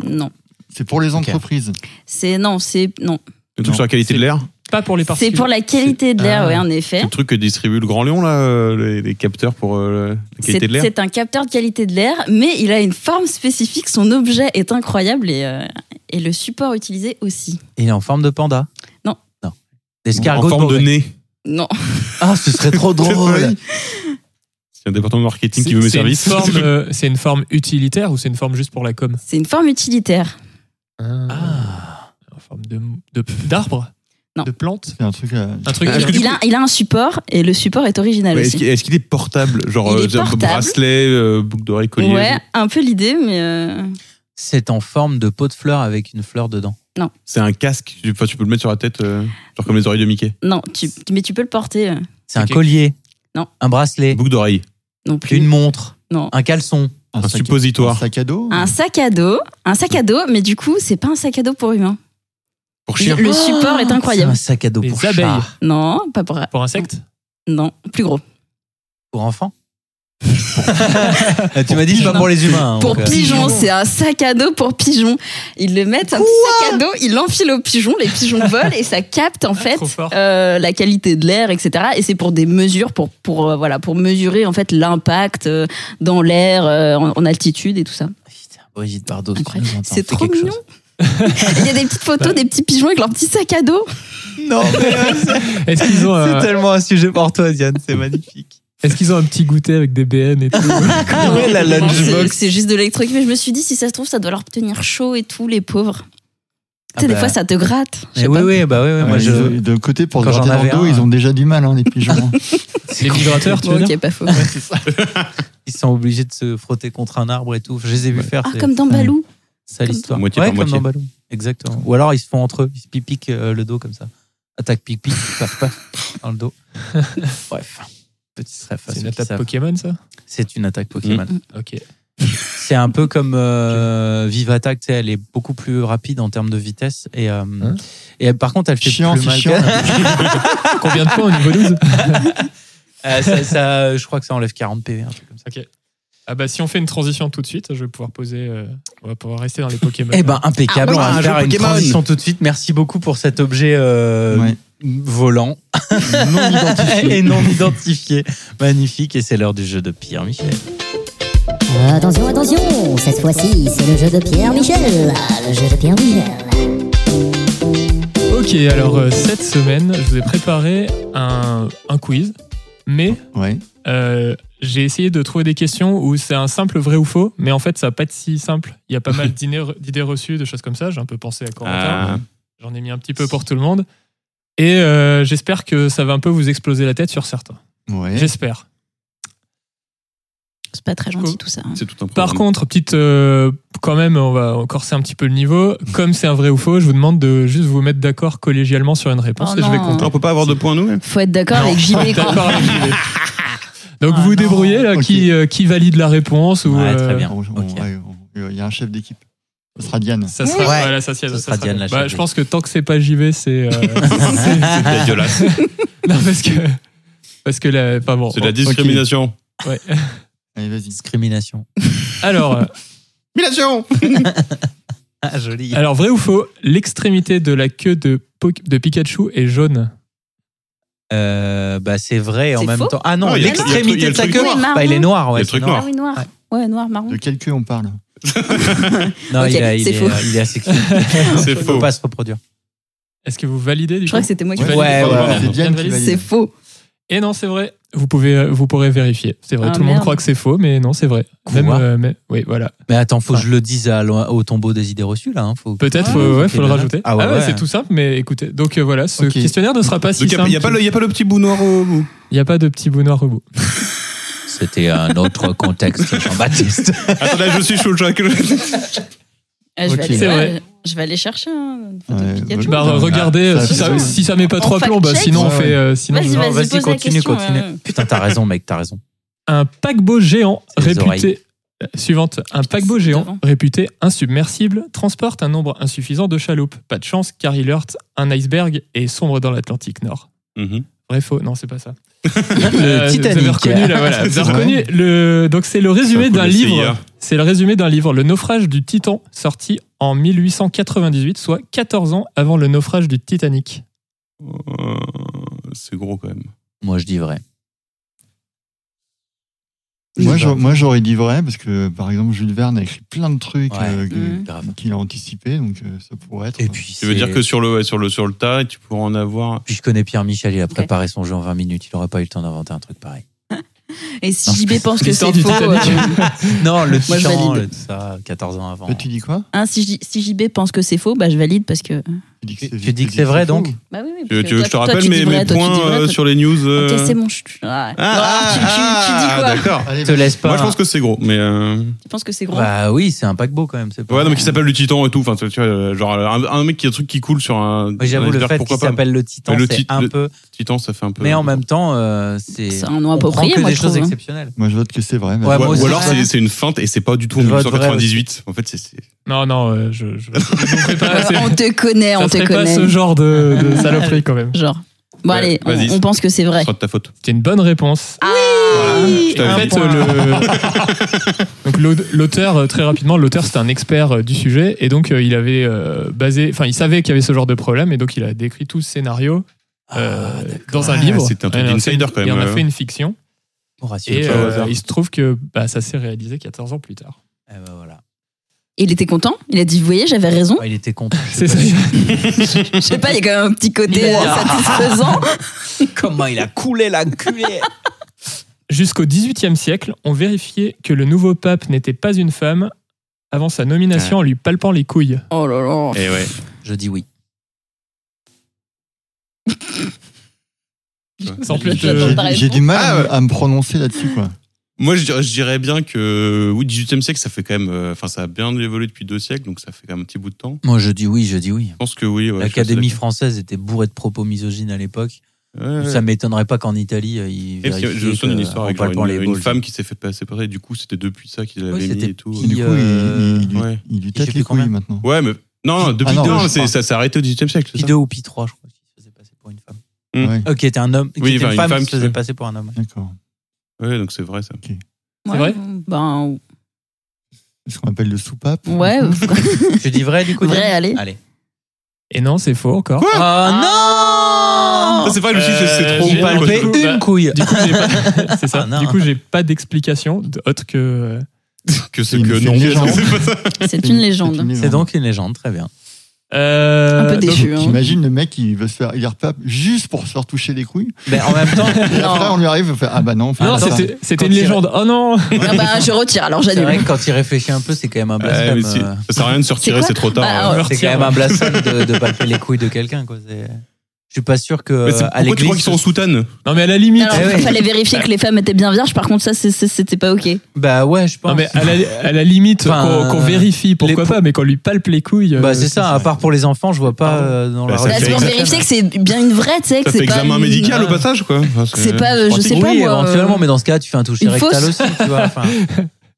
[SPEAKER 4] Non.
[SPEAKER 3] C'est pour les entreprises.
[SPEAKER 4] C'est, non, c'est, non.
[SPEAKER 5] Le truc
[SPEAKER 3] Non.
[SPEAKER 5] sur la qualité de
[SPEAKER 6] C'est-
[SPEAKER 5] l'air
[SPEAKER 6] Pas pour les
[SPEAKER 4] C'est
[SPEAKER 6] particuliers.
[SPEAKER 4] pour la qualité de l'air,
[SPEAKER 6] Ah.
[SPEAKER 4] ouais, en effet.
[SPEAKER 5] C'est le truc que distribue le Grand Lion, là, euh, les, les capteurs pour euh, la qualité
[SPEAKER 4] C'est
[SPEAKER 5] de l'air
[SPEAKER 4] c'est un capteur de qualité de l'air, mais il a une forme spécifique. Son objet est incroyable et, euh, et le support utilisé aussi.
[SPEAKER 2] Il est en forme de panda
[SPEAKER 4] Non.
[SPEAKER 2] Non.
[SPEAKER 5] En
[SPEAKER 2] D'escargot
[SPEAKER 5] forme de
[SPEAKER 2] Beauvais.
[SPEAKER 5] nez.
[SPEAKER 4] Non,
[SPEAKER 2] Ah, ce serait trop drôle.
[SPEAKER 5] C'est un département marketing qui
[SPEAKER 6] C'est
[SPEAKER 5] veut mes
[SPEAKER 6] c'est une,
[SPEAKER 5] services.
[SPEAKER 6] forme, euh, c'est une forme utilitaire ou c'est une forme juste pour la com
[SPEAKER 4] c'est une forme utilitaire.
[SPEAKER 6] Ah. En forme de de- d'arbre
[SPEAKER 4] Non.
[SPEAKER 6] De plante
[SPEAKER 3] C'est un truc. euh,
[SPEAKER 6] Un truc.
[SPEAKER 5] Ah, est-ce que du
[SPEAKER 4] Il a, il a un support et le support est original
[SPEAKER 5] Ouais, Est-ce
[SPEAKER 4] aussi.
[SPEAKER 5] qu'il est-ce qu'il est portable Genre
[SPEAKER 4] Il est
[SPEAKER 5] euh, genre
[SPEAKER 4] portable.
[SPEAKER 5] bracelet, euh, boucle d'oreille, collier
[SPEAKER 4] Ouais, un peu l'idée, mais euh,
[SPEAKER 2] C'est en forme de pot de fleur avec une fleur dedans.
[SPEAKER 5] C'est un casque, tu, enfin, tu peux le mettre sur la tête, euh, genre comme les oreilles de Mickey.
[SPEAKER 4] non, tu, mais tu peux le porter euh,
[SPEAKER 2] C'est un
[SPEAKER 6] Ok.
[SPEAKER 2] collier.
[SPEAKER 4] Non.
[SPEAKER 2] Un bracelet.
[SPEAKER 5] Boucle d'oreille,
[SPEAKER 4] non plus.
[SPEAKER 2] Une montre.
[SPEAKER 4] Non.
[SPEAKER 2] Un caleçon.
[SPEAKER 5] un
[SPEAKER 3] sac-
[SPEAKER 5] suppositoire
[SPEAKER 3] Un sac à dos.
[SPEAKER 4] Un sac à dos, un sac à dos, mais du coup, c'est pas un sac à dos pour humain.
[SPEAKER 5] pour chien.
[SPEAKER 4] Le support est
[SPEAKER 2] Oh, Ah, C'est un
[SPEAKER 4] incroyable.
[SPEAKER 2] sac à dos
[SPEAKER 6] Les
[SPEAKER 2] pour
[SPEAKER 6] abeilles.
[SPEAKER 2] chat.
[SPEAKER 4] Non, pas pour
[SPEAKER 6] Pour insectes
[SPEAKER 4] non, plus gros.
[SPEAKER 2] Pour enfants. Ah, tu m'as dit c'est pas pour les humains. hein,
[SPEAKER 4] pour
[SPEAKER 2] donc, euh,
[SPEAKER 4] pigeons, c'est un sac à dos pour pigeons. Ils le mettent un petit sac à dos, ils l'enfilent aux pigeons, les pigeons volent et ça capte en fait
[SPEAKER 6] Trop fort.
[SPEAKER 4] euh, la qualité de l'air, etc. Et c'est pour des mesures, pour pour euh, voilà, pour mesurer en fait l'impact euh, dans l'air, euh, en, en altitude et tout ça.
[SPEAKER 2] Ah, Putain, Brigitte Bardot. tu
[SPEAKER 4] Incroyable.
[SPEAKER 2] nous entends,
[SPEAKER 4] C'est
[SPEAKER 2] fais
[SPEAKER 4] trop
[SPEAKER 2] quelque
[SPEAKER 4] mignon.
[SPEAKER 2] chose.
[SPEAKER 4] Il y a des petites photos des petits pigeons avec leur petit sac à dos.
[SPEAKER 2] Non, mais là, c'est-
[SPEAKER 6] Est-ce qu'ils ont,
[SPEAKER 2] c'est
[SPEAKER 6] un-
[SPEAKER 2] tellement un sujet pour toi, Diane. C'est magnifique.
[SPEAKER 6] est-ce qu'ils ont un petit goûter avec des BN et tout
[SPEAKER 2] Ah ouais, la
[SPEAKER 4] Non, c'est-
[SPEAKER 2] lunchbox.
[SPEAKER 4] C'est juste de l'électrique, mais je me suis dit si ça se trouve ça doit leur tenir chaud et tout les pauvres. Tu sais,
[SPEAKER 2] Ah
[SPEAKER 4] des
[SPEAKER 2] bah.
[SPEAKER 4] fois ça te gratte. je sais
[SPEAKER 2] Mais oui,
[SPEAKER 4] pas.
[SPEAKER 2] oui, bah oui, oui, moi
[SPEAKER 3] Ouais,
[SPEAKER 2] je.
[SPEAKER 3] ils- De côté, pour
[SPEAKER 2] Quand
[SPEAKER 3] se gratter
[SPEAKER 2] j'en
[SPEAKER 3] dans le
[SPEAKER 2] avais
[SPEAKER 3] dos,
[SPEAKER 2] un,
[SPEAKER 3] ils ont déjà du mal, hein, les pigeons.
[SPEAKER 6] Les migrateurs, tu
[SPEAKER 4] Bon,
[SPEAKER 6] veux dire
[SPEAKER 4] ok, pas faux.
[SPEAKER 2] Ils sont obligés de se frotter contre un arbre et tout. Je les ai vus faire.
[SPEAKER 4] Ah,
[SPEAKER 2] c'est-
[SPEAKER 4] comme dans Balou.
[SPEAKER 2] C'est ça
[SPEAKER 4] Comme
[SPEAKER 2] l'histoire.
[SPEAKER 5] toi. Moitié
[SPEAKER 2] Ouais,
[SPEAKER 5] par
[SPEAKER 2] comme
[SPEAKER 5] moitié.
[SPEAKER 2] dans Baloo. Exactement. Ou alors ils se font entre eux, ils se pipiquent euh, le dos comme ça. Attaque pic pic, paf paf, dans le dos. Bref. Petit rêve. à
[SPEAKER 6] C'est une
[SPEAKER 2] ceux qui
[SPEAKER 6] attaque
[SPEAKER 2] savent.
[SPEAKER 6] Pokémon, ça
[SPEAKER 2] C'est une attaque Pokémon.
[SPEAKER 6] Ok.
[SPEAKER 2] C'est un peu comme euh, Vive Attack, tu sais, elle est beaucoup plus rapide en termes de vitesse. Et, euh, et par contre, elle fait
[SPEAKER 3] Chiant,
[SPEAKER 2] plus
[SPEAKER 3] c'est
[SPEAKER 2] mal.
[SPEAKER 3] chiant.
[SPEAKER 2] que-
[SPEAKER 6] Combien de points au niveau 12
[SPEAKER 2] Euh, ça, ça, je crois que ça enlève 40 PV, un truc comme ça.
[SPEAKER 6] Ok. Ah bah si on fait une transition tout de suite, je vais pouvoir poser. euh, on va pouvoir rester dans les Pokémon.
[SPEAKER 2] Eh ben impeccable,
[SPEAKER 11] Ah,
[SPEAKER 2] on va
[SPEAKER 11] un
[SPEAKER 2] faire
[SPEAKER 11] jeu
[SPEAKER 2] une
[SPEAKER 11] Pokémon.
[SPEAKER 2] transition tout de suite. Merci beaucoup pour cet objet euh,
[SPEAKER 3] Ouais.
[SPEAKER 2] volant
[SPEAKER 3] Non identifié.
[SPEAKER 2] et non identifié. Magnifique et c'est l'heure du jeu de Pierre Michel.
[SPEAKER 10] Attention, attention, cette fois-ci, c'est le jeu de Pierre Michel. Le jeu de Pierre Michel.
[SPEAKER 6] Ok, alors euh, cette semaine, je vous ai préparé un, un quiz, mais
[SPEAKER 3] Ouais.
[SPEAKER 6] euh, j'ai essayé de trouver des questions où c'est un simple vrai ou faux, mais en fait ça va pas être si simple. Il y a pas mal d'idées d'idées reçues, de choses comme ça. J'ai un peu pensé à Corentin.
[SPEAKER 5] Ah.
[SPEAKER 6] J'en ai mis un petit peu pour tout le monde. Et euh, j'espère que ça va un peu vous exploser la tête sur certains.
[SPEAKER 3] Ouais.
[SPEAKER 6] J'espère.
[SPEAKER 4] C'est pas très gentil tout ça. hein.
[SPEAKER 5] C'est tout un
[SPEAKER 6] Par
[SPEAKER 5] programme.
[SPEAKER 6] contre, petite, euh, quand même, on va corser un petit peu le niveau. Comme c'est un vrai ou faux, je vous demande de juste vous mettre d'accord collégialement sur une réponse
[SPEAKER 4] Oh
[SPEAKER 6] et je vais
[SPEAKER 4] non.
[SPEAKER 6] compter.
[SPEAKER 5] on peut pas avoir de points nous même
[SPEAKER 4] Faut être d'accord
[SPEAKER 6] Non,
[SPEAKER 4] avec JB. quoi.
[SPEAKER 6] D'accord avec JB. Donc
[SPEAKER 4] Ah
[SPEAKER 6] vous vous
[SPEAKER 4] non.
[SPEAKER 6] débrouillez là, qui, euh, qui valide la réponse ou
[SPEAKER 2] Ouais, très
[SPEAKER 6] euh,
[SPEAKER 2] bien.
[SPEAKER 3] On- on-
[SPEAKER 2] Ok.
[SPEAKER 3] Oh, ouais, on- Il y a un chef d'équipe. Ce sera Diane.
[SPEAKER 6] Ça sera,
[SPEAKER 2] Ouais.
[SPEAKER 6] voilà, ça, ça,
[SPEAKER 2] Ça sera Diane, la
[SPEAKER 6] Bah,
[SPEAKER 2] chef
[SPEAKER 6] je pense que tant que c'est pas JB, c'est. euh, c'est-
[SPEAKER 5] C'est dégueulasse.
[SPEAKER 6] non, parce que. Parce que là. Enfin bon.
[SPEAKER 5] C'est de la discrimination.
[SPEAKER 6] Ouais.
[SPEAKER 3] Allez, vas-y.
[SPEAKER 2] Discrimination.
[SPEAKER 6] Alors, euh,
[SPEAKER 2] Ah, joli.
[SPEAKER 6] alors, vrai ou faux, l'extrémité de la queue de, Po- de Pikachu est jaune.
[SPEAKER 2] Euh, bah, c'est vrai et en
[SPEAKER 4] C'est
[SPEAKER 2] même
[SPEAKER 4] faux
[SPEAKER 2] temps. Ah non,
[SPEAKER 5] Non, il y a le truc- il y
[SPEAKER 2] l'extrémité
[SPEAKER 5] a
[SPEAKER 2] de
[SPEAKER 5] le
[SPEAKER 2] sa
[SPEAKER 5] truc
[SPEAKER 2] queue.
[SPEAKER 4] noir.
[SPEAKER 2] Bah, il est noir, ouais.
[SPEAKER 5] Le truc
[SPEAKER 2] c'est
[SPEAKER 5] noir.
[SPEAKER 4] Ah oui, noir. Ouais, noir, marron.
[SPEAKER 3] De quel queue on parle
[SPEAKER 2] Non,
[SPEAKER 4] Ok,
[SPEAKER 2] il, a- il
[SPEAKER 4] c'est
[SPEAKER 2] est,
[SPEAKER 4] faux.
[SPEAKER 2] euh, il est asexué.
[SPEAKER 5] C'est
[SPEAKER 2] Il peut
[SPEAKER 5] faux.
[SPEAKER 2] pas se reproduire.
[SPEAKER 6] Est-ce que vous validez
[SPEAKER 4] Je
[SPEAKER 6] du coup
[SPEAKER 4] crois que c'était moi qui
[SPEAKER 2] Ouais,
[SPEAKER 4] valide.
[SPEAKER 2] ouais,
[SPEAKER 5] Pardon,
[SPEAKER 2] ouais.
[SPEAKER 5] pardon.
[SPEAKER 3] C'est Diane qui
[SPEAKER 6] Valide.
[SPEAKER 4] C'est
[SPEAKER 3] valide.
[SPEAKER 4] faux.
[SPEAKER 6] Et non, c'est vrai. Vous pouvez, euh, vous pourrez vérifier. C'est vrai.
[SPEAKER 4] Ah,
[SPEAKER 6] Tout le monde
[SPEAKER 4] merde.
[SPEAKER 6] croit que c'est faux, mais non, c'est vrai.
[SPEAKER 2] Quoi
[SPEAKER 6] Même, euh, mais- oui, voilà.
[SPEAKER 2] Mais attends, faut que
[SPEAKER 6] Ouais.
[SPEAKER 2] je le dise à lo- au tombeau des idées reçues, là. hein, Faut...
[SPEAKER 6] Peut-être,
[SPEAKER 2] Ah,
[SPEAKER 6] faut, ouais,
[SPEAKER 2] ok,
[SPEAKER 6] faut le
[SPEAKER 2] là, là.
[SPEAKER 6] rajouter.
[SPEAKER 2] Ah ouais, ouais.
[SPEAKER 6] c'est tout simple, mais écoutez. Donc euh, voilà, ce
[SPEAKER 3] Ok.
[SPEAKER 6] questionnaire ne sera pas si
[SPEAKER 5] Donc il
[SPEAKER 6] simple.
[SPEAKER 5] n'y a, pas le- y a pas le petit bout noir au bout.
[SPEAKER 6] Il y a pas de petit bout noir au bout.
[SPEAKER 2] C'était un autre contexte, Jean-Baptiste.
[SPEAKER 5] Attendez, je suis chaud, Jacques. Mhm.
[SPEAKER 4] Ah, je,
[SPEAKER 3] Ok.
[SPEAKER 4] vais aller,
[SPEAKER 6] C'est
[SPEAKER 4] ouais,
[SPEAKER 6] vrai.
[SPEAKER 4] je vais aller chercher hein, une photo
[SPEAKER 3] Ouais,
[SPEAKER 4] de Pikachu.
[SPEAKER 3] bah,
[SPEAKER 6] Bah,
[SPEAKER 3] Putain,
[SPEAKER 6] euh, regardez,
[SPEAKER 3] ça,
[SPEAKER 6] si,
[SPEAKER 3] ça,
[SPEAKER 6] ça,
[SPEAKER 3] ça.
[SPEAKER 6] si ça met pas
[SPEAKER 4] On
[SPEAKER 6] trois plombs, bah,
[SPEAKER 4] fact-check.
[SPEAKER 6] sinon on
[SPEAKER 3] Ouais, ouais.
[SPEAKER 6] fait. euh, sinon,
[SPEAKER 4] Vas-y,
[SPEAKER 6] je-
[SPEAKER 4] vas-y, pose la
[SPEAKER 2] continue,
[SPEAKER 4] question,
[SPEAKER 2] continue.
[SPEAKER 4] euh.
[SPEAKER 2] Putain, t'as raison, mec, t'as raison.
[SPEAKER 6] Un paquebot géant
[SPEAKER 2] C'est les
[SPEAKER 6] réputé.
[SPEAKER 2] oreilles.
[SPEAKER 6] Euh, Suivante. Un
[SPEAKER 4] Putain,
[SPEAKER 6] paquebot
[SPEAKER 4] c'est
[SPEAKER 6] géant
[SPEAKER 4] devant.
[SPEAKER 6] réputé insubmersible transporte un nombre insuffisant de chaloupes. Pas de chance, car il heurte un iceberg et sombre dans l'Atlantique Nord. Vrai faux, non, c'est pas ça. Euh,
[SPEAKER 2] Titanic.
[SPEAKER 6] Vous avez reconnu, là, voilà. Vous avez reconnu le. Donc, c'est le
[SPEAKER 5] C'est
[SPEAKER 6] résumé
[SPEAKER 5] un peu
[SPEAKER 6] d'un
[SPEAKER 5] le
[SPEAKER 6] livre.
[SPEAKER 5] CIA.
[SPEAKER 6] C'est le résumé d'un livre, Le naufrage du Titan, sorti en 1898, soit 14 ans avant le naufrage du Titanic.
[SPEAKER 5] Euh, C'est gros quand même.
[SPEAKER 2] Moi, je dis vrai.
[SPEAKER 3] Moi, j'aurais- moi, j'aurais dit vrai parce que, par exemple, Jules Verne a écrit plein de trucs
[SPEAKER 2] Ouais.
[SPEAKER 3] euh, que-
[SPEAKER 4] Mhm.
[SPEAKER 2] Grave.
[SPEAKER 3] qu'il a anticipé, donc euh, ça pourrait être.
[SPEAKER 2] Et puis,
[SPEAKER 5] Tu veux
[SPEAKER 2] c'est-
[SPEAKER 5] dire que sur le, ouais, sur le, sur le tas, tu pourras en avoir.
[SPEAKER 2] Puis je connais Pierre Michel, il a préparé son jeu en 20 minutes, il aurait pas eu le temps d'inventer un truc pareil.
[SPEAKER 4] Et si JB pense que c'est
[SPEAKER 6] L'histoire du
[SPEAKER 4] faux.
[SPEAKER 6] Titanic.
[SPEAKER 4] euh,
[SPEAKER 2] Non, le
[SPEAKER 4] Moi, je
[SPEAKER 2] titan,
[SPEAKER 4] valide.
[SPEAKER 2] le- ça, 14 ans avant.
[SPEAKER 3] Toi, tu dis quoi
[SPEAKER 4] hein, si, J- si JB pense que c'est faux, bah, je valide parce que.
[SPEAKER 3] Tu dis
[SPEAKER 2] Tu- tu dis que c'est vrai, donc
[SPEAKER 4] Bah oui, oui.
[SPEAKER 5] Tu, tu veux que je te rappelle mes, mes points euh, sur les news euh,
[SPEAKER 4] Ok, c'est bon. Je... Ah,
[SPEAKER 5] Ah,
[SPEAKER 4] alors, tu, tu- tu
[SPEAKER 5] ah,
[SPEAKER 4] dis quoi
[SPEAKER 5] D'accord.
[SPEAKER 3] Allez,
[SPEAKER 2] te laisse pas.
[SPEAKER 5] Moi, je pense que c'est gros, mais. euh,
[SPEAKER 4] Tu penses que c'est gros
[SPEAKER 2] Bah oui, c'est un paquebot quand même. c'est pas-
[SPEAKER 5] Ouais, non, mais qui s'appelle le Titan et tout. Enfin, tu vois, euh, genre, un, un mec qui a un truc qui coule sur un.
[SPEAKER 2] Ouais, J'avoue,
[SPEAKER 5] un
[SPEAKER 2] le
[SPEAKER 5] iceberg,
[SPEAKER 2] fait
[SPEAKER 5] pourquoi
[SPEAKER 2] qu'il
[SPEAKER 5] pas.
[SPEAKER 2] s'appelle le titan,
[SPEAKER 5] Mais le
[SPEAKER 2] c'est
[SPEAKER 5] tit-
[SPEAKER 2] un
[SPEAKER 5] le-
[SPEAKER 2] peu.
[SPEAKER 5] Titan, ça fait un peu.
[SPEAKER 2] Mais en même temps, euh, c'est.
[SPEAKER 4] C'est un nom
[SPEAKER 2] on prend
[SPEAKER 4] approprié,
[SPEAKER 2] que
[SPEAKER 4] moi,
[SPEAKER 2] des
[SPEAKER 4] je
[SPEAKER 2] choses
[SPEAKER 4] trouve. hein.
[SPEAKER 2] exceptionnelles.
[SPEAKER 3] Moi, je vote que c'est vrai. mais-
[SPEAKER 2] Ouais,
[SPEAKER 5] Ou-
[SPEAKER 2] moi
[SPEAKER 5] ou
[SPEAKER 2] aussi,
[SPEAKER 5] alors
[SPEAKER 2] je
[SPEAKER 5] c'est
[SPEAKER 2] vote.
[SPEAKER 5] c'est une feinte et c'est pas du tout en
[SPEAKER 2] Je vote vrai
[SPEAKER 5] 1998. En fait, c'est- c'est
[SPEAKER 6] Non, non, euh, je. je... je ferai pas, c'est-
[SPEAKER 4] On te connaît,
[SPEAKER 6] ça
[SPEAKER 4] on te
[SPEAKER 6] serait pas
[SPEAKER 4] connaît.
[SPEAKER 6] ce genre de, de saloperie quand même.
[SPEAKER 4] Genre. Bon,
[SPEAKER 5] Ouais,
[SPEAKER 4] allez,
[SPEAKER 5] vas-y.
[SPEAKER 4] on, on pense que c'est
[SPEAKER 5] ce
[SPEAKER 4] vrai.
[SPEAKER 5] sera de ta faute.
[SPEAKER 6] C'est une bonne réponse.
[SPEAKER 5] Oui.
[SPEAKER 6] En fait,
[SPEAKER 5] euh,
[SPEAKER 6] euh, le- donc, l'aud- l'auteur, euh, très rapidement, l'auteur, c'était un expert euh, du sujet. Et donc, euh, il avait euh, basé. Enfin, il savait qu'il y avait ce genre de problème. Et donc, il a décrit tout ce scénario euh,
[SPEAKER 2] Ah, d'accord.
[SPEAKER 6] dans un
[SPEAKER 5] Ah,
[SPEAKER 6] livre.
[SPEAKER 5] c'était un truc
[SPEAKER 6] Il en a
[SPEAKER 5] d'insider,
[SPEAKER 6] fait-
[SPEAKER 5] quand même,
[SPEAKER 6] Il en a
[SPEAKER 5] euh.
[SPEAKER 6] fait une fiction.
[SPEAKER 2] Pour rassurer.
[SPEAKER 6] Et
[SPEAKER 5] pas au
[SPEAKER 6] euh,
[SPEAKER 5] hasard.
[SPEAKER 6] il se trouve que bah, ça s'est réalisé 14 ans plus tard.
[SPEAKER 2] Eh ben voilà.
[SPEAKER 4] Il était content Il a dit, vous voyez, j'avais raison.
[SPEAKER 2] Ah, il était content.
[SPEAKER 6] C'est ça.
[SPEAKER 4] Je sais pas, il y a quand même un petit côté euh,
[SPEAKER 5] ah.
[SPEAKER 4] satisfaisant.
[SPEAKER 2] Comment il a coulé la culée
[SPEAKER 6] Jusqu'au XVIIIe siècle, on vérifiait que le nouveau pape n'était pas une femme avant sa nomination en lui palpant les couilles.
[SPEAKER 4] Oh là là.
[SPEAKER 5] Et ouais.
[SPEAKER 2] Je dis oui.
[SPEAKER 6] Sans plus
[SPEAKER 4] J'adore
[SPEAKER 6] de-
[SPEAKER 4] ta
[SPEAKER 3] J'ai- J'ai
[SPEAKER 4] réponse.
[SPEAKER 3] du mal
[SPEAKER 5] Ah, ouais.
[SPEAKER 3] à me prononcer là-dessus, quoi.
[SPEAKER 5] Moi, je dirais, je dirais bien que oui, 18e siècle, ça fait quand même, euh, enfin, ça a bien évolué depuis deux siècles, donc ça fait quand même un petit bout de temps.
[SPEAKER 2] Moi, je dis oui, je dis oui.
[SPEAKER 5] Je pense que oui. ouais,
[SPEAKER 2] L'Académie
[SPEAKER 5] je suis
[SPEAKER 2] française était bourrée de propos misogynes à l'époque.
[SPEAKER 5] assez d'accord. Ouais,
[SPEAKER 2] Ça
[SPEAKER 5] ouais.
[SPEAKER 2] m'étonnerait pas qu'en Italie, euh, ils
[SPEAKER 5] Et parce que
[SPEAKER 2] vérifient
[SPEAKER 5] je me souviens d'une histoire avec genre, une, une femme
[SPEAKER 2] femmes
[SPEAKER 5] qui s'est fait passer par et du coup, c'était depuis ça qu'ils
[SPEAKER 2] Oui,
[SPEAKER 5] l'avaient mis
[SPEAKER 2] c'était
[SPEAKER 5] et tout.
[SPEAKER 2] pire.
[SPEAKER 3] Et Du coup,
[SPEAKER 2] euh,
[SPEAKER 3] il- il- il
[SPEAKER 5] ouais.
[SPEAKER 3] lui- il lui
[SPEAKER 2] fait
[SPEAKER 3] tâte les
[SPEAKER 2] combien
[SPEAKER 3] couilles maintenant.
[SPEAKER 5] Ouais, mais non, non depuis
[SPEAKER 3] Ah non,
[SPEAKER 5] deux
[SPEAKER 3] ouais,
[SPEAKER 5] ans,
[SPEAKER 3] je
[SPEAKER 5] c'est-
[SPEAKER 3] crois.
[SPEAKER 5] ça s'est arrêté au 18e siècle. c'est
[SPEAKER 2] Pi
[SPEAKER 5] ça
[SPEAKER 2] 2 ou Pi 3, je crois, qui se faisait passer pour une femme.
[SPEAKER 5] Mm.
[SPEAKER 3] Ouais,
[SPEAKER 2] Ok, t'es un homme.
[SPEAKER 5] Oui,
[SPEAKER 2] qui était
[SPEAKER 5] enfin,
[SPEAKER 2] une,
[SPEAKER 5] une
[SPEAKER 2] femme
[SPEAKER 5] femme
[SPEAKER 2] qui
[SPEAKER 5] qui
[SPEAKER 2] se faisait
[SPEAKER 5] se-
[SPEAKER 2] passer pour un homme.
[SPEAKER 3] d'accord.
[SPEAKER 5] Ouais, donc c'est vrai ça.
[SPEAKER 6] C'est vrai
[SPEAKER 4] Ben,
[SPEAKER 3] ce qu'on appelle le soupape.
[SPEAKER 4] ouais.
[SPEAKER 2] Tu dis vrai, du coup
[SPEAKER 4] Vrai,
[SPEAKER 2] Diane
[SPEAKER 4] allez.
[SPEAKER 2] Allez.
[SPEAKER 6] Et non, c'est faux encore.
[SPEAKER 2] Oh non Ah.
[SPEAKER 5] Ça, c'est pas le chiffre, c'est- c'est
[SPEAKER 6] Euh,
[SPEAKER 5] trop
[SPEAKER 6] j'ai
[SPEAKER 5] ou pas le
[SPEAKER 6] loupé.
[SPEAKER 5] coup.
[SPEAKER 6] Bah,
[SPEAKER 2] une couille.
[SPEAKER 6] Du coup, j'ai pas... c'est ça.
[SPEAKER 2] Ah, non.
[SPEAKER 6] du coup, j'ai pas d'explication d- autre que euh,
[SPEAKER 5] que c'est
[SPEAKER 3] Il
[SPEAKER 5] que
[SPEAKER 3] me fait
[SPEAKER 5] non.
[SPEAKER 3] une légende.
[SPEAKER 5] C'est pas ça.
[SPEAKER 4] C'est une légende.
[SPEAKER 2] C'est donc une légende, très bien.
[SPEAKER 6] euh,
[SPEAKER 4] Un peu
[SPEAKER 6] donc,
[SPEAKER 4] déçu. hein.
[SPEAKER 3] J'imagine le mec, il veut se faire élire pape juste pour se faire toucher les couilles.
[SPEAKER 2] Mais en même temps,
[SPEAKER 3] Et après, on lui arrive, on fait Ah bah non, on fait
[SPEAKER 6] Non,
[SPEAKER 3] pas ça.
[SPEAKER 6] c'était- c'était
[SPEAKER 2] Quand
[SPEAKER 6] une
[SPEAKER 2] il-
[SPEAKER 6] légende. Oh non
[SPEAKER 4] Ah bah, je retire, alors
[SPEAKER 2] c'est vrai
[SPEAKER 4] j'annule.
[SPEAKER 2] que quand il réfléchit un peu, c'est quand même un
[SPEAKER 5] Ouais,
[SPEAKER 2] blasphème.
[SPEAKER 5] mais si.
[SPEAKER 2] euh,
[SPEAKER 5] Ça sert à rien de se retirer,
[SPEAKER 4] quoi
[SPEAKER 5] c'est trop
[SPEAKER 4] Bah,
[SPEAKER 5] tard.
[SPEAKER 4] ouais.
[SPEAKER 2] C'est quand même un blasphème de, de palper les couilles de quelqu'un. quoi. C'est- Je suis pas sûr que euh,
[SPEAKER 5] Mais c'est-
[SPEAKER 2] à
[SPEAKER 5] pourquoi tu
[SPEAKER 2] l'église.
[SPEAKER 5] crois qu'ils sont en soutane
[SPEAKER 6] Non, mais à la limite.
[SPEAKER 4] Alors,
[SPEAKER 2] Eh ouais.
[SPEAKER 4] fallait vérifier que les femmes étaient bien vierges, par contre, ça, c'est- c'est- c'était pas OK.
[SPEAKER 2] Bah ouais, je pense.
[SPEAKER 6] Non, mais à la, à la limite,
[SPEAKER 2] Enfin,
[SPEAKER 6] qu'on- qu'on
[SPEAKER 2] euh,
[SPEAKER 6] vérifie, pourquoi
[SPEAKER 2] les-
[SPEAKER 6] pas, mais qu'on lui palpe les couilles. euh,
[SPEAKER 2] Bah c'est ça, à part pour les enfants, je vois pas
[SPEAKER 6] Pardon.
[SPEAKER 2] euh, dans
[SPEAKER 5] Bah,
[SPEAKER 2] la
[SPEAKER 5] ça
[SPEAKER 4] Bah,
[SPEAKER 5] fait
[SPEAKER 4] c'est pour
[SPEAKER 5] examen.
[SPEAKER 4] vérifier que c'est bien une vraie, tu sais. que
[SPEAKER 5] Ça fait
[SPEAKER 4] c'est pas
[SPEAKER 5] examen
[SPEAKER 4] une-
[SPEAKER 5] médical au passage, quoi. Enfin,
[SPEAKER 4] C'est pas, euh, je sais
[SPEAKER 2] oui,
[SPEAKER 4] pas moi. euh,
[SPEAKER 2] éventuellement, mais dans ce cas, tu fais un toucher
[SPEAKER 4] une
[SPEAKER 2] rectal
[SPEAKER 4] fausse.
[SPEAKER 2] aussi, tu vois. enfin.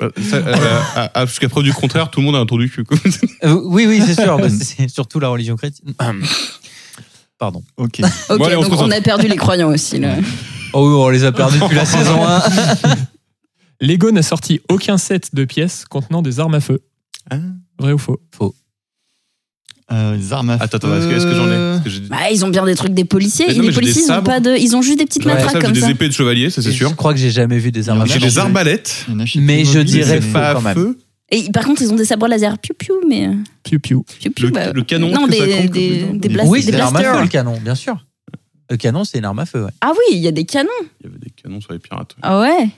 [SPEAKER 5] Euh, ça, euh, à- à- Jusqu'à preuve du contraire, tout le monde a un tour du cul. quoi.
[SPEAKER 2] Euh, oui, oui, c'est sûr. bah, c'est- c'est surtout la religion chrétienne. Pardon.
[SPEAKER 3] Ok.
[SPEAKER 4] Ok,
[SPEAKER 5] Bon, allez, on se
[SPEAKER 4] donc on
[SPEAKER 5] concentre.
[SPEAKER 4] a perdu les croyants aussi. Là.
[SPEAKER 2] Oh oui, on les a perdus depuis la saison 1.
[SPEAKER 6] Lego n'a sorti aucun set de pièces contenant des armes à feu.
[SPEAKER 5] Ah.
[SPEAKER 6] Vrai ou faux
[SPEAKER 3] Euh, les armes à
[SPEAKER 5] Attends, attends,
[SPEAKER 3] feu.
[SPEAKER 5] est-ce que, est-ce que j'en ai Est-ce que j'ai-
[SPEAKER 4] Bah, ils ont bien des trucs des policiers.
[SPEAKER 5] Mais
[SPEAKER 4] et
[SPEAKER 5] non, mais
[SPEAKER 4] les
[SPEAKER 5] j'ai des
[SPEAKER 4] policiers, ils ont
[SPEAKER 5] sabres.
[SPEAKER 4] pas de, ils ont juste des petites
[SPEAKER 5] J'en ai
[SPEAKER 4] matraques
[SPEAKER 5] ça,
[SPEAKER 4] comme
[SPEAKER 5] J'ai
[SPEAKER 4] ça.
[SPEAKER 5] des épées de chevalier, ça c'est sûr.
[SPEAKER 2] Je crois que j'ai jamais vu des armes à
[SPEAKER 3] Il y en
[SPEAKER 5] J'ai
[SPEAKER 3] a
[SPEAKER 2] feu.
[SPEAKER 5] des
[SPEAKER 3] j'en ai-
[SPEAKER 5] arbalètes,
[SPEAKER 3] Il y en a chez
[SPEAKER 2] Mais je
[SPEAKER 3] Playmobil,
[SPEAKER 2] dirais
[SPEAKER 3] mais-
[SPEAKER 5] pas
[SPEAKER 2] quand
[SPEAKER 5] à
[SPEAKER 2] même.
[SPEAKER 5] feu,
[SPEAKER 4] Et par contre, ils ont des sabres laser piou piou, mais euh,
[SPEAKER 6] Piu piu.
[SPEAKER 4] piou piou.
[SPEAKER 5] Le-
[SPEAKER 4] bah,
[SPEAKER 5] le canon,
[SPEAKER 4] Non,
[SPEAKER 5] est-ce que ça compte
[SPEAKER 4] des
[SPEAKER 5] comme
[SPEAKER 4] des
[SPEAKER 5] dedans
[SPEAKER 4] des
[SPEAKER 3] Des-
[SPEAKER 4] blas-
[SPEAKER 2] Oui,
[SPEAKER 4] des
[SPEAKER 2] c'est une arme à feu,
[SPEAKER 4] blasters.
[SPEAKER 2] le canon, bien sûr. Le canon, c'est une arme à feu, ouais.
[SPEAKER 4] Ah oui, il y a des canons.
[SPEAKER 5] Il y avait des canons sur les pirates.
[SPEAKER 4] Ah ouais.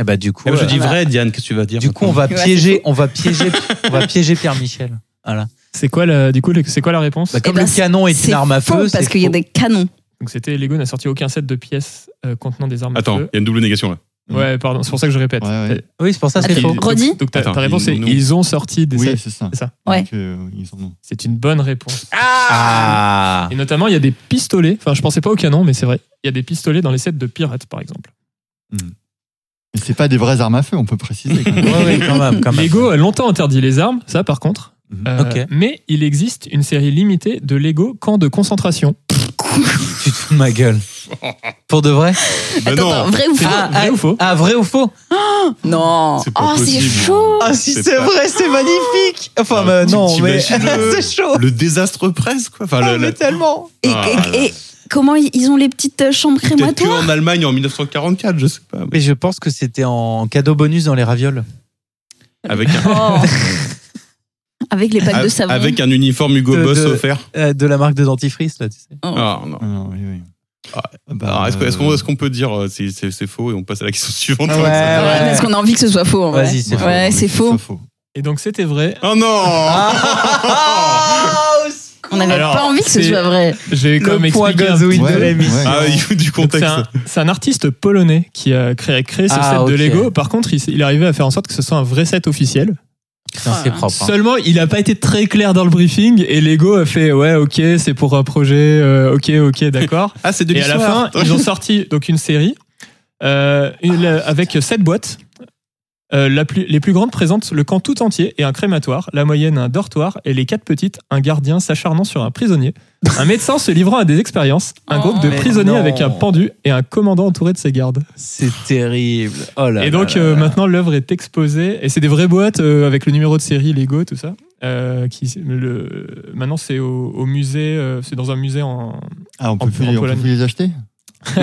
[SPEAKER 2] Et bah, du coup,
[SPEAKER 5] Eh ben, je
[SPEAKER 2] euh,
[SPEAKER 5] dis
[SPEAKER 4] bah.
[SPEAKER 5] vrai, Diane, qu'est-ce que tu vas dire
[SPEAKER 2] du coup, on va
[SPEAKER 4] Ouais, c'est
[SPEAKER 2] piéger, on va piéger, on va piéger Pierre Michel. Voilà.
[SPEAKER 6] C'est quoi la, du coup, le- c'est quoi la réponse
[SPEAKER 2] Bah, comme
[SPEAKER 4] ben,
[SPEAKER 2] le canon est
[SPEAKER 4] C'est
[SPEAKER 2] une arme à
[SPEAKER 4] faux,
[SPEAKER 2] feu, c'est
[SPEAKER 4] parce qu'il y a
[SPEAKER 2] faux.
[SPEAKER 4] des canons.
[SPEAKER 6] Donc c'était Lego n'a sorti aucun set de pièces euh, contenant des armes à
[SPEAKER 5] Attends,
[SPEAKER 6] feu.
[SPEAKER 5] il y a une double négation là.
[SPEAKER 6] Ouais, pardon, c'est pour ça que je répète.
[SPEAKER 3] Ouais, ouais.
[SPEAKER 2] Oui, c'est pour ça, c'est
[SPEAKER 4] Attends.
[SPEAKER 2] faux.
[SPEAKER 6] Donc-
[SPEAKER 4] Redis
[SPEAKER 6] Donc ta,
[SPEAKER 5] Attends,
[SPEAKER 6] ta réponse
[SPEAKER 5] ils-
[SPEAKER 6] est
[SPEAKER 5] nous-
[SPEAKER 6] ils ont sorti des
[SPEAKER 3] Oui,
[SPEAKER 6] sets.
[SPEAKER 3] c'est ça.
[SPEAKER 6] C'est ça.
[SPEAKER 4] Ouais.
[SPEAKER 3] Donc, euh, ils en ont.
[SPEAKER 6] C'est une bonne réponse.
[SPEAKER 2] Ah.
[SPEAKER 6] Et notamment, il y a des pistolets. Enfin, je pensais pas au canon, mais c'est vrai. Il y a des pistolets dans les sets de pirates, par exemple.
[SPEAKER 3] Mais c'est pas des vraies armes à feu, on peut préciser. quand même.
[SPEAKER 2] Ouais, ouais, quand même, quand même.
[SPEAKER 6] Lego a longtemps interdit les armes, ça par contre.
[SPEAKER 3] Mhm.
[SPEAKER 6] Euh,
[SPEAKER 2] Ok.
[SPEAKER 6] Mais il existe une série limitée de Lego camps de concentration.
[SPEAKER 2] Tu te fous de ma gueule. Pour de vrai
[SPEAKER 5] Bah
[SPEAKER 4] Attends, attends,
[SPEAKER 5] non,
[SPEAKER 4] vrai ou faux
[SPEAKER 2] Ah,
[SPEAKER 6] vrai
[SPEAKER 2] ah,
[SPEAKER 6] ou faux
[SPEAKER 2] Ah, vrai ou faux
[SPEAKER 4] Non.
[SPEAKER 5] c'est pas
[SPEAKER 4] Oh, c'est
[SPEAKER 5] possible.
[SPEAKER 4] chaud.
[SPEAKER 2] Ah, si
[SPEAKER 5] C'est
[SPEAKER 2] c'est
[SPEAKER 5] pas-
[SPEAKER 2] vrai, c'est magnifique Enfin,
[SPEAKER 5] Ah,
[SPEAKER 2] bah,
[SPEAKER 5] tu-
[SPEAKER 2] non, mais
[SPEAKER 5] t'imagines le-
[SPEAKER 2] c'est chaud
[SPEAKER 5] le désastre presse quoi. Enfin,
[SPEAKER 2] Ah,
[SPEAKER 5] le-
[SPEAKER 2] mais
[SPEAKER 5] le-
[SPEAKER 2] tellement
[SPEAKER 4] Et,
[SPEAKER 5] Ah,
[SPEAKER 4] et-
[SPEAKER 5] là.
[SPEAKER 4] et comment ils ils ont les petites euh, chambres
[SPEAKER 5] peut-être que
[SPEAKER 4] crématoires
[SPEAKER 5] en Allemagne en 1944, je sais pas. mais
[SPEAKER 2] Mais je pense que c'était en cadeau bonus dans les ravioles.
[SPEAKER 5] Avec un,
[SPEAKER 4] Oh. Avec les packs de savon.
[SPEAKER 5] avec un uniforme Hugo
[SPEAKER 2] De-
[SPEAKER 5] Boss
[SPEAKER 2] de-
[SPEAKER 5] offert.
[SPEAKER 2] Euh, de la marque de dentifrice, là, tu sais.
[SPEAKER 5] Ah, non.
[SPEAKER 3] Ah non, oui, oui.
[SPEAKER 5] Ah,
[SPEAKER 3] Bah,
[SPEAKER 5] Alors, est-ce que- est-ce qu'on
[SPEAKER 3] euh,
[SPEAKER 5] est-ce qu'on peut dire euh, si c'est c'est faux et on passe à la question suivante hein,
[SPEAKER 2] Ouais,
[SPEAKER 4] Ouais,
[SPEAKER 2] Ah ouais.
[SPEAKER 4] parce qu'on a envie que ce soit faux. en vrai.
[SPEAKER 2] Vas-y, c'est faux.
[SPEAKER 4] Ouais,
[SPEAKER 3] on
[SPEAKER 4] c'est
[SPEAKER 3] est
[SPEAKER 4] faux.
[SPEAKER 3] sur faux.
[SPEAKER 6] Et donc c'était vrai.
[SPEAKER 2] Ah.
[SPEAKER 5] Oh non
[SPEAKER 4] On n'avait
[SPEAKER 6] Alors,
[SPEAKER 4] pas envie que ce
[SPEAKER 6] c'est-
[SPEAKER 4] soit vrai.
[SPEAKER 6] J'ai comme
[SPEAKER 2] point
[SPEAKER 6] expliqué. un
[SPEAKER 2] gazouille
[SPEAKER 6] petit-
[SPEAKER 2] de
[SPEAKER 3] Ouais,
[SPEAKER 2] l'ami.
[SPEAKER 3] ouais.
[SPEAKER 5] Ah, il- du
[SPEAKER 6] Donc, C'est
[SPEAKER 5] contexte.
[SPEAKER 6] un, c'est un artiste polonais qui a créé, créé ce
[SPEAKER 2] Ah,
[SPEAKER 6] set
[SPEAKER 2] ok.
[SPEAKER 6] de Lego. Par contre, il, il arrivait à faire en sorte que ce soit un vrai set officiel.
[SPEAKER 2] Putain, c'est propre. hein.
[SPEAKER 6] Seulement, il n'a pas été très clair dans le briefing et Lego a fait ouais, ok, c'est pour un projet, euh, ok, ok, d'accord.
[SPEAKER 5] Ah, c'est de
[SPEAKER 6] et à la fin, ils ont sorti donc une série euh, une- la- avec sept boîtes. Euh, la plus- les plus grandes présentent le camp tout entier et un crématoire, la moyenne un dortoir et les quatre petites un gardien s'acharnant sur un prisonnier, un médecin se livrant à des expériences, un
[SPEAKER 4] Oh,
[SPEAKER 6] groupe de
[SPEAKER 2] mais
[SPEAKER 6] prisonniers
[SPEAKER 2] non.
[SPEAKER 6] avec un pendu et un commandant entouré de ses gardes.
[SPEAKER 2] C'est terrible. Oh là
[SPEAKER 6] Et
[SPEAKER 2] là
[SPEAKER 6] donc
[SPEAKER 2] là
[SPEAKER 6] euh,
[SPEAKER 2] là.
[SPEAKER 6] maintenant l'œuvre est exposée et c'est des vraies boîtes euh, avec le numéro de série Lego tout ça. euh, qui, le, maintenant c'est au, au musée, euh, c'est dans un musée en.
[SPEAKER 3] Ah, on peut,
[SPEAKER 6] en
[SPEAKER 3] plus, les- on peut
[SPEAKER 6] Pologne.
[SPEAKER 3] plus les acheter
[SPEAKER 2] Oh,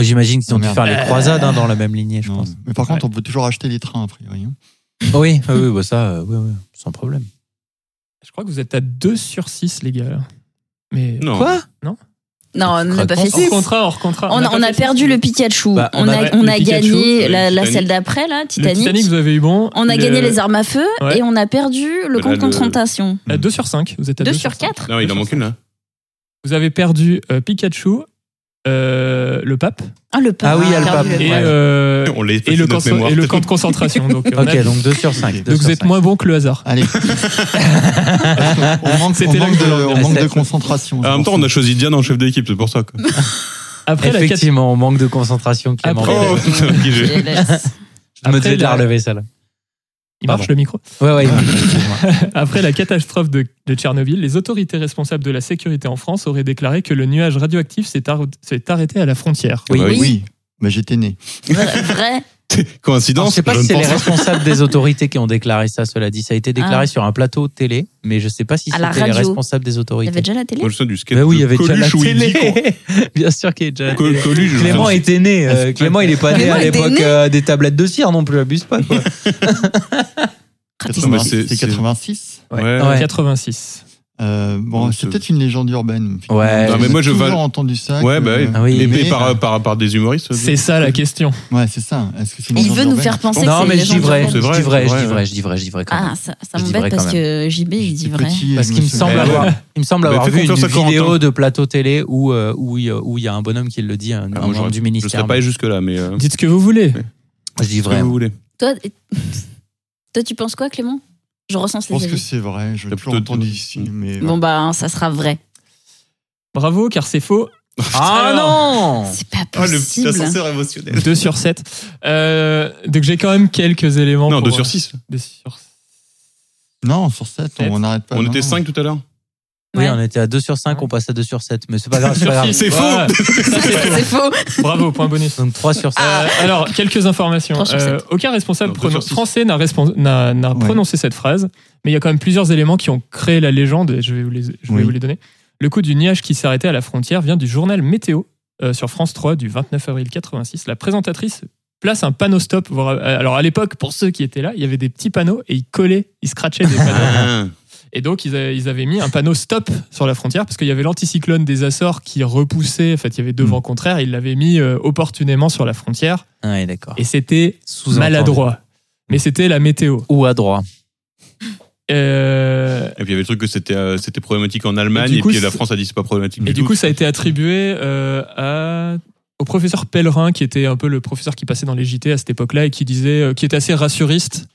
[SPEAKER 2] J'imagine qu'ils ont
[SPEAKER 3] Oh,
[SPEAKER 2] dû
[SPEAKER 3] merde.
[SPEAKER 2] faire les croisades hein, dans la même lignée, je
[SPEAKER 3] Non.
[SPEAKER 2] pense.
[SPEAKER 3] Mais par contre, on peut toujours acheter les trains, a priori. hein.
[SPEAKER 2] Oui, oui, oui, bah ça, euh, oui, oui, sans problème.
[SPEAKER 6] Je crois que vous êtes à 2 sur 6 les gars. là. Mais
[SPEAKER 5] Non.
[SPEAKER 2] Quoi
[SPEAKER 4] Non, on n'a pas fait
[SPEAKER 6] hors
[SPEAKER 4] six.
[SPEAKER 6] contrat, hors contrat.
[SPEAKER 4] Ah, On a,
[SPEAKER 6] pas
[SPEAKER 4] on a
[SPEAKER 6] fait six.
[SPEAKER 4] perdu le Pikachu.
[SPEAKER 2] Bah,
[SPEAKER 4] on,
[SPEAKER 2] on
[SPEAKER 4] a,
[SPEAKER 6] a-
[SPEAKER 4] on
[SPEAKER 6] le
[SPEAKER 4] a
[SPEAKER 6] Pikachu,
[SPEAKER 4] gagné
[SPEAKER 5] le
[SPEAKER 4] la, la
[SPEAKER 5] Titanic.
[SPEAKER 4] celle d'après, là,
[SPEAKER 6] Le
[SPEAKER 4] Titanic.
[SPEAKER 6] Titanic, vous avez eu bon.
[SPEAKER 4] On a
[SPEAKER 6] Le-
[SPEAKER 4] gagné les armes à feu
[SPEAKER 6] Ouais.
[SPEAKER 4] et on a perdu le
[SPEAKER 5] Là,
[SPEAKER 4] compte
[SPEAKER 5] le-
[SPEAKER 4] concentration.
[SPEAKER 6] à 2 sur 5. Vous êtes à
[SPEAKER 4] 2
[SPEAKER 6] 2
[SPEAKER 4] sur
[SPEAKER 6] cinq.
[SPEAKER 4] 4.
[SPEAKER 5] Non, il en manque une là.
[SPEAKER 6] Vous avez perdu euh, Pikachu, euh, le pape
[SPEAKER 4] Ah, le pape.
[SPEAKER 2] Ah oui, il y a le
[SPEAKER 4] On perdu
[SPEAKER 2] pape.
[SPEAKER 6] et,
[SPEAKER 2] Ouais.
[SPEAKER 6] euh,
[SPEAKER 5] On les
[SPEAKER 6] et, le, camp, et le camp de concentration. Donc, on a-
[SPEAKER 2] Ok, donc 2 sur 5.
[SPEAKER 6] donc vous êtes moins bon que le hasard.
[SPEAKER 3] Allez. Parce qu'on- on manque,
[SPEAKER 6] C'était
[SPEAKER 3] on manque
[SPEAKER 6] l'acte de
[SPEAKER 3] de, on manque de
[SPEAKER 2] SF.
[SPEAKER 3] concentration.
[SPEAKER 5] En même temps, on a choisi Diane en chef d'équipe, c'est pour ça. Quoi.
[SPEAKER 6] Après la quatrième.
[SPEAKER 2] Effectivement, on manque de concentration, Clément.
[SPEAKER 6] Après,
[SPEAKER 5] Oh, putain, ok, j'ai-
[SPEAKER 4] Je laisse.
[SPEAKER 2] je me
[SPEAKER 6] après,
[SPEAKER 2] devais de
[SPEAKER 6] la-
[SPEAKER 2] la relever, celle-là.
[SPEAKER 6] Il marche
[SPEAKER 2] Pardon.
[SPEAKER 6] le micro.
[SPEAKER 2] Ouais, ouais, il marche, excuse-moi.
[SPEAKER 6] Après la catastrophe de, de Tchernobyl, les autorités responsables de la sécurité en France auraient déclaré que le nuage radioactif s'est ar- s'est arrêté à la frontière.
[SPEAKER 5] Oui.
[SPEAKER 3] Oui, mais Bah, j'étais né.
[SPEAKER 4] Vrai, vrai
[SPEAKER 5] Coïncidence
[SPEAKER 2] Alors, je sais pas si
[SPEAKER 5] je ne
[SPEAKER 2] c'est les
[SPEAKER 5] pense pas.
[SPEAKER 2] responsables des autorités qui ont déclaré ça, cela dit. Ça a été déclaré
[SPEAKER 4] Ah.
[SPEAKER 2] sur un plateau télé, mais je sais pas si
[SPEAKER 4] À la
[SPEAKER 2] c'était les
[SPEAKER 4] radio.
[SPEAKER 2] responsables des
[SPEAKER 4] Il y avait
[SPEAKER 2] autorités.
[SPEAKER 4] déjà la télé
[SPEAKER 5] Moi, je sais du skate
[SPEAKER 2] Ben oui, il y
[SPEAKER 5] de
[SPEAKER 2] avait déjà la
[SPEAKER 5] Coluche où il dit qu'on-
[SPEAKER 2] télé. Bien sûr qu'il y avait déjà la
[SPEAKER 5] Col-
[SPEAKER 2] télé.
[SPEAKER 5] Coluche, je
[SPEAKER 2] Clément
[SPEAKER 5] sais-
[SPEAKER 2] était né. euh, Clément, il est pas né
[SPEAKER 4] Clément
[SPEAKER 2] à
[SPEAKER 4] était
[SPEAKER 2] l'époque
[SPEAKER 4] né.
[SPEAKER 2] euh, des tablettes de cire non plus, abuse pas. Quoi.
[SPEAKER 5] Non, mais Ah, bah, c'est-
[SPEAKER 3] C'est
[SPEAKER 5] c'est-
[SPEAKER 3] 86.
[SPEAKER 5] Ouais.
[SPEAKER 2] Ouais.
[SPEAKER 6] 86.
[SPEAKER 3] Euh, bon,
[SPEAKER 5] Ouais,
[SPEAKER 3] c'est
[SPEAKER 5] c'est-
[SPEAKER 3] peut-être une légende urbaine.
[SPEAKER 2] Ouais.
[SPEAKER 5] Non, mais
[SPEAKER 3] J'ai
[SPEAKER 5] moi, je
[SPEAKER 3] toujours
[SPEAKER 5] val-
[SPEAKER 3] entendu ça.
[SPEAKER 5] Ouais,
[SPEAKER 3] que-
[SPEAKER 5] bah oui.
[SPEAKER 2] Ah oui.
[SPEAKER 5] Mais,
[SPEAKER 3] Mais- euh,
[SPEAKER 5] par, par, par des humoristes.
[SPEAKER 6] C'est ça la question.
[SPEAKER 3] Ouais, c'est ça. Est-ce que c'est une
[SPEAKER 4] Il
[SPEAKER 3] légende
[SPEAKER 4] veut nous
[SPEAKER 3] urbaine
[SPEAKER 4] faire penser que
[SPEAKER 2] Non,
[SPEAKER 4] c'est
[SPEAKER 2] mais
[SPEAKER 4] les
[SPEAKER 2] je dis
[SPEAKER 4] gens
[SPEAKER 2] vrai, je dis
[SPEAKER 5] C'est
[SPEAKER 2] vrai,
[SPEAKER 5] vrai,
[SPEAKER 2] je dis
[SPEAKER 5] ouais.
[SPEAKER 2] vrai, je dis vrai, je dis vrai quand
[SPEAKER 4] Ah,
[SPEAKER 2] même.
[SPEAKER 4] ça,
[SPEAKER 2] Je
[SPEAKER 4] ça
[SPEAKER 2] dis vrai
[SPEAKER 4] m'embête
[SPEAKER 2] quand
[SPEAKER 4] parce que JB, il dit
[SPEAKER 3] J'étais
[SPEAKER 4] vrai.
[SPEAKER 3] petit et
[SPEAKER 2] Parce
[SPEAKER 3] je
[SPEAKER 2] qu'il me
[SPEAKER 3] souviens-
[SPEAKER 2] semble
[SPEAKER 5] Mais-
[SPEAKER 2] avoir, il me semble
[SPEAKER 5] Mais
[SPEAKER 2] avoir
[SPEAKER 5] Bah, fais
[SPEAKER 2] vu une
[SPEAKER 5] confiance à Corentin.
[SPEAKER 2] vidéo de plateau télé où euh, où il y a- où il y a un bonhomme qui le dit, un
[SPEAKER 5] Ah,
[SPEAKER 2] un
[SPEAKER 5] moi, j'aurais-
[SPEAKER 2] membre du
[SPEAKER 5] Je ne
[SPEAKER 2] ministère.
[SPEAKER 5] serais pas allé jusque-là, mais. euh,
[SPEAKER 6] Dites ce que vous voulez.
[SPEAKER 2] Je dis
[SPEAKER 5] ce que
[SPEAKER 2] vrai.
[SPEAKER 5] vous voulez.
[SPEAKER 4] Toi, et- toi, tu penses quoi, Clément Je recense
[SPEAKER 3] Je
[SPEAKER 4] les
[SPEAKER 3] pense que
[SPEAKER 4] avis.
[SPEAKER 3] c'est vrai. Je l'ai
[SPEAKER 5] T'as
[SPEAKER 3] toujours
[SPEAKER 5] plutôt-
[SPEAKER 3] entendu ici. Mais
[SPEAKER 4] Bon, bah, hein, ça sera vrai.
[SPEAKER 6] Bravo, car c'est faux.
[SPEAKER 2] Ah non
[SPEAKER 4] C'est pas
[SPEAKER 3] Ah,
[SPEAKER 4] possible.
[SPEAKER 5] émotionnel.
[SPEAKER 6] 2 sur 7. Euh, donc j'ai quand même quelques éléments.
[SPEAKER 5] Non,
[SPEAKER 6] pour-
[SPEAKER 5] 2 sur 6.
[SPEAKER 6] Deux sur
[SPEAKER 3] euh, Non, sur 7, on n'arrête pas.
[SPEAKER 5] On
[SPEAKER 3] non,
[SPEAKER 5] était
[SPEAKER 3] non.
[SPEAKER 5] 5 tout à l'heure.
[SPEAKER 2] Oui,
[SPEAKER 4] Ouais.
[SPEAKER 2] on était à 2 sur 5, on passe à 2 sur 7, mais c'est pas grave, Bah, c'est pas grave.
[SPEAKER 5] C'est faux.
[SPEAKER 6] Voilà.
[SPEAKER 4] c'est faux.
[SPEAKER 6] Bravo, point bonus.
[SPEAKER 2] Donc 3 sur 7.
[SPEAKER 3] Ah.
[SPEAKER 6] Euh, alors, quelques informations.
[SPEAKER 4] Trois sur
[SPEAKER 6] Euh, aucun responsable
[SPEAKER 5] Non, deux
[SPEAKER 6] pronon-
[SPEAKER 5] sur six.
[SPEAKER 6] français n'a respons- n'a- n'a
[SPEAKER 3] Ouais.
[SPEAKER 6] prononcé cette phrase, mais il y a quand même plusieurs éléments qui ont créé la légende, et je vais vous les, je vais
[SPEAKER 3] Oui.
[SPEAKER 6] vous les donner. Le coup du niage qui s'arrêtait à la frontière vient du journal Météo euh, sur France 3 du 29 avril 86. La présentatrice place un panneau stop. voire, euh, alors, à l'époque, pour ceux qui étaient là, il y avait des petits panneaux et ils collaient, ils scratchaient des panneaux.
[SPEAKER 5] Ah.
[SPEAKER 6] Et donc, ils, a- ils avaient mis un panneau stop sur la frontière parce qu'il y avait l'anticyclone des Açores qui repoussait. En fait, il y avait
[SPEAKER 3] Mm.
[SPEAKER 6] deux vents contraires. Ils l'avaient mis euh, opportunément sur la frontière.
[SPEAKER 2] Ah ouais, d'accord.
[SPEAKER 6] Et c'était
[SPEAKER 2] Sous-entendu.
[SPEAKER 6] maladroit. Mais c'était la météo.
[SPEAKER 2] Ou à droit.
[SPEAKER 6] Euh,
[SPEAKER 5] Et puis il y avait le truc que c'était euh, c'était problématique en Allemagne,
[SPEAKER 6] Et du
[SPEAKER 5] et,
[SPEAKER 6] coup,
[SPEAKER 5] puis la
[SPEAKER 6] c'est-
[SPEAKER 5] France a dit c'est pas problématique
[SPEAKER 6] et
[SPEAKER 5] du
[SPEAKER 6] du
[SPEAKER 5] tout.
[SPEAKER 6] coup, ça a été attribué euh, à- au professeur Pellerin, qui était un peu le professeur qui passait dans les JT à cette époque-là et qui disait, euh, qui était assez rassuriste.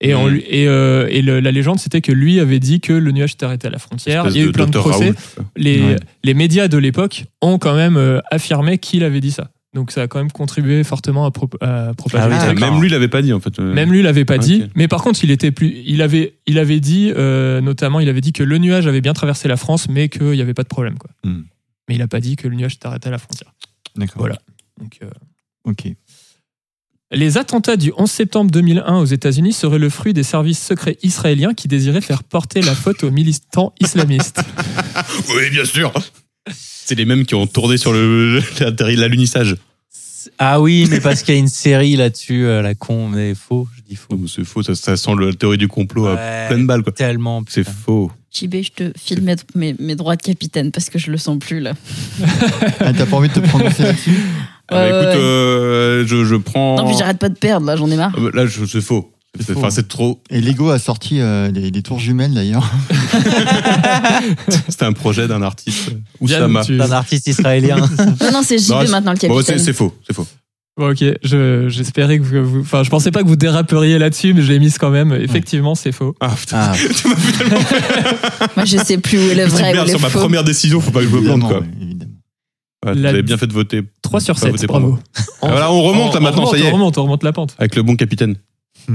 [SPEAKER 6] Et, on
[SPEAKER 5] Mhm.
[SPEAKER 6] lui- et, euh, et le- la légende, c'était que lui avait dit que le nuage s'était arrêté à la frontière.
[SPEAKER 5] Espèce
[SPEAKER 6] Il y a eu plein de
[SPEAKER 5] Dr
[SPEAKER 6] procès.
[SPEAKER 5] Raoul.
[SPEAKER 6] les,
[SPEAKER 3] Ouais.
[SPEAKER 6] les médias de l'époque ont quand même euh, affirmé qu'il avait dit ça. Donc ça a quand même contribué fortement à, pro- à propager.
[SPEAKER 2] Ah oui,
[SPEAKER 6] le truc.
[SPEAKER 2] d'accord.
[SPEAKER 5] Même lui, il l'avait pas dit en fait. Euh,
[SPEAKER 6] Même lui, il l'avait pas
[SPEAKER 5] Ok.
[SPEAKER 6] dit. Mais par contre, il était plus, il avait, il avait dit, euh, notamment, il avait dit que le nuage avait bien traversé la France, mais qu'il n'y avait pas de problème. Quoi.
[SPEAKER 3] Hmm.
[SPEAKER 6] Mais il n'a pas dit que le nuage s'était arrêté à la frontière.
[SPEAKER 3] D'accord.
[SPEAKER 6] Voilà. Donc, euh,
[SPEAKER 3] Ok.
[SPEAKER 6] les attentats du 11 septembre 2001 aux États-Unis seraient le fruit des services secrets israéliens qui désiraient faire porter la faute aux militants islamistes.
[SPEAKER 5] Oui, bien sûr. C'est les mêmes qui ont tourné sur le l'atterri- l'alunissage.
[SPEAKER 2] Ah oui, mais parce qu'il y a une série là-dessus, euh, la con, mais faux, je dis faux.
[SPEAKER 5] Non, mais C'est faux, ça, ça sent le- la théorie du complot à
[SPEAKER 2] Ouais,
[SPEAKER 5] pleine balle quoi.
[SPEAKER 2] Tellement.
[SPEAKER 5] C'est
[SPEAKER 2] putain.
[SPEAKER 5] faux.
[SPEAKER 4] JB, je te file mes, mes, mes droits de capitaine parce que je le sens plus, là.
[SPEAKER 3] Ah, T'as pas envie de te prononcer là-dessus
[SPEAKER 5] Ah, bah,
[SPEAKER 4] Ouais, ouais,
[SPEAKER 5] écoute,
[SPEAKER 4] ouais.
[SPEAKER 5] euh, je, je prends.
[SPEAKER 4] Non, puis j'arrête pas de perdre, là, j'en ai marre.
[SPEAKER 5] Ah, bah, Là, je- c'est faux.
[SPEAKER 3] C'est
[SPEAKER 5] C'est-
[SPEAKER 3] faux.
[SPEAKER 5] Enfin, c'est trop.
[SPEAKER 3] Et Lego a sorti euh, les, les tours jumelles d'ailleurs.
[SPEAKER 5] C'était un projet d'un artiste. euh,
[SPEAKER 6] Yann,
[SPEAKER 5] Oussama.
[SPEAKER 6] tu-
[SPEAKER 2] D'un artiste israélien.
[SPEAKER 4] Non, non, c'est JB
[SPEAKER 5] Non, c'est-
[SPEAKER 4] maintenant le
[SPEAKER 5] Bon, c'est
[SPEAKER 4] capitaine.
[SPEAKER 5] c'est faux, c'est faux.
[SPEAKER 6] Bon, ok, je- j'espérais que vous. Enfin, je pensais pas que vous déraperiez là-dessus, mais je l'ai mise quand même. Effectivement, c'est faux.
[SPEAKER 5] Ah putain,
[SPEAKER 2] Ah,
[SPEAKER 4] Moi, je sais plus où est le
[SPEAKER 5] petite
[SPEAKER 4] vrai, où
[SPEAKER 5] merde
[SPEAKER 4] est le
[SPEAKER 5] sur ma
[SPEAKER 4] faux.
[SPEAKER 5] première décision, faut pas que je me plante
[SPEAKER 3] Évidemment,
[SPEAKER 5] quoi.
[SPEAKER 3] ouais, évidemment.
[SPEAKER 5] Ouais, Vous
[SPEAKER 6] La-
[SPEAKER 5] avez bien fait de voter.
[SPEAKER 6] 3 sur
[SPEAKER 5] Pas
[SPEAKER 6] 7,
[SPEAKER 5] voté pour
[SPEAKER 6] bravo.
[SPEAKER 5] moi. Ah, voilà, on remonte
[SPEAKER 6] on-
[SPEAKER 5] là maintenant,
[SPEAKER 6] on remonte,
[SPEAKER 5] ça y
[SPEAKER 6] On
[SPEAKER 5] est.
[SPEAKER 6] remonte, on remonte la pente.
[SPEAKER 5] Avec le bon capitaine.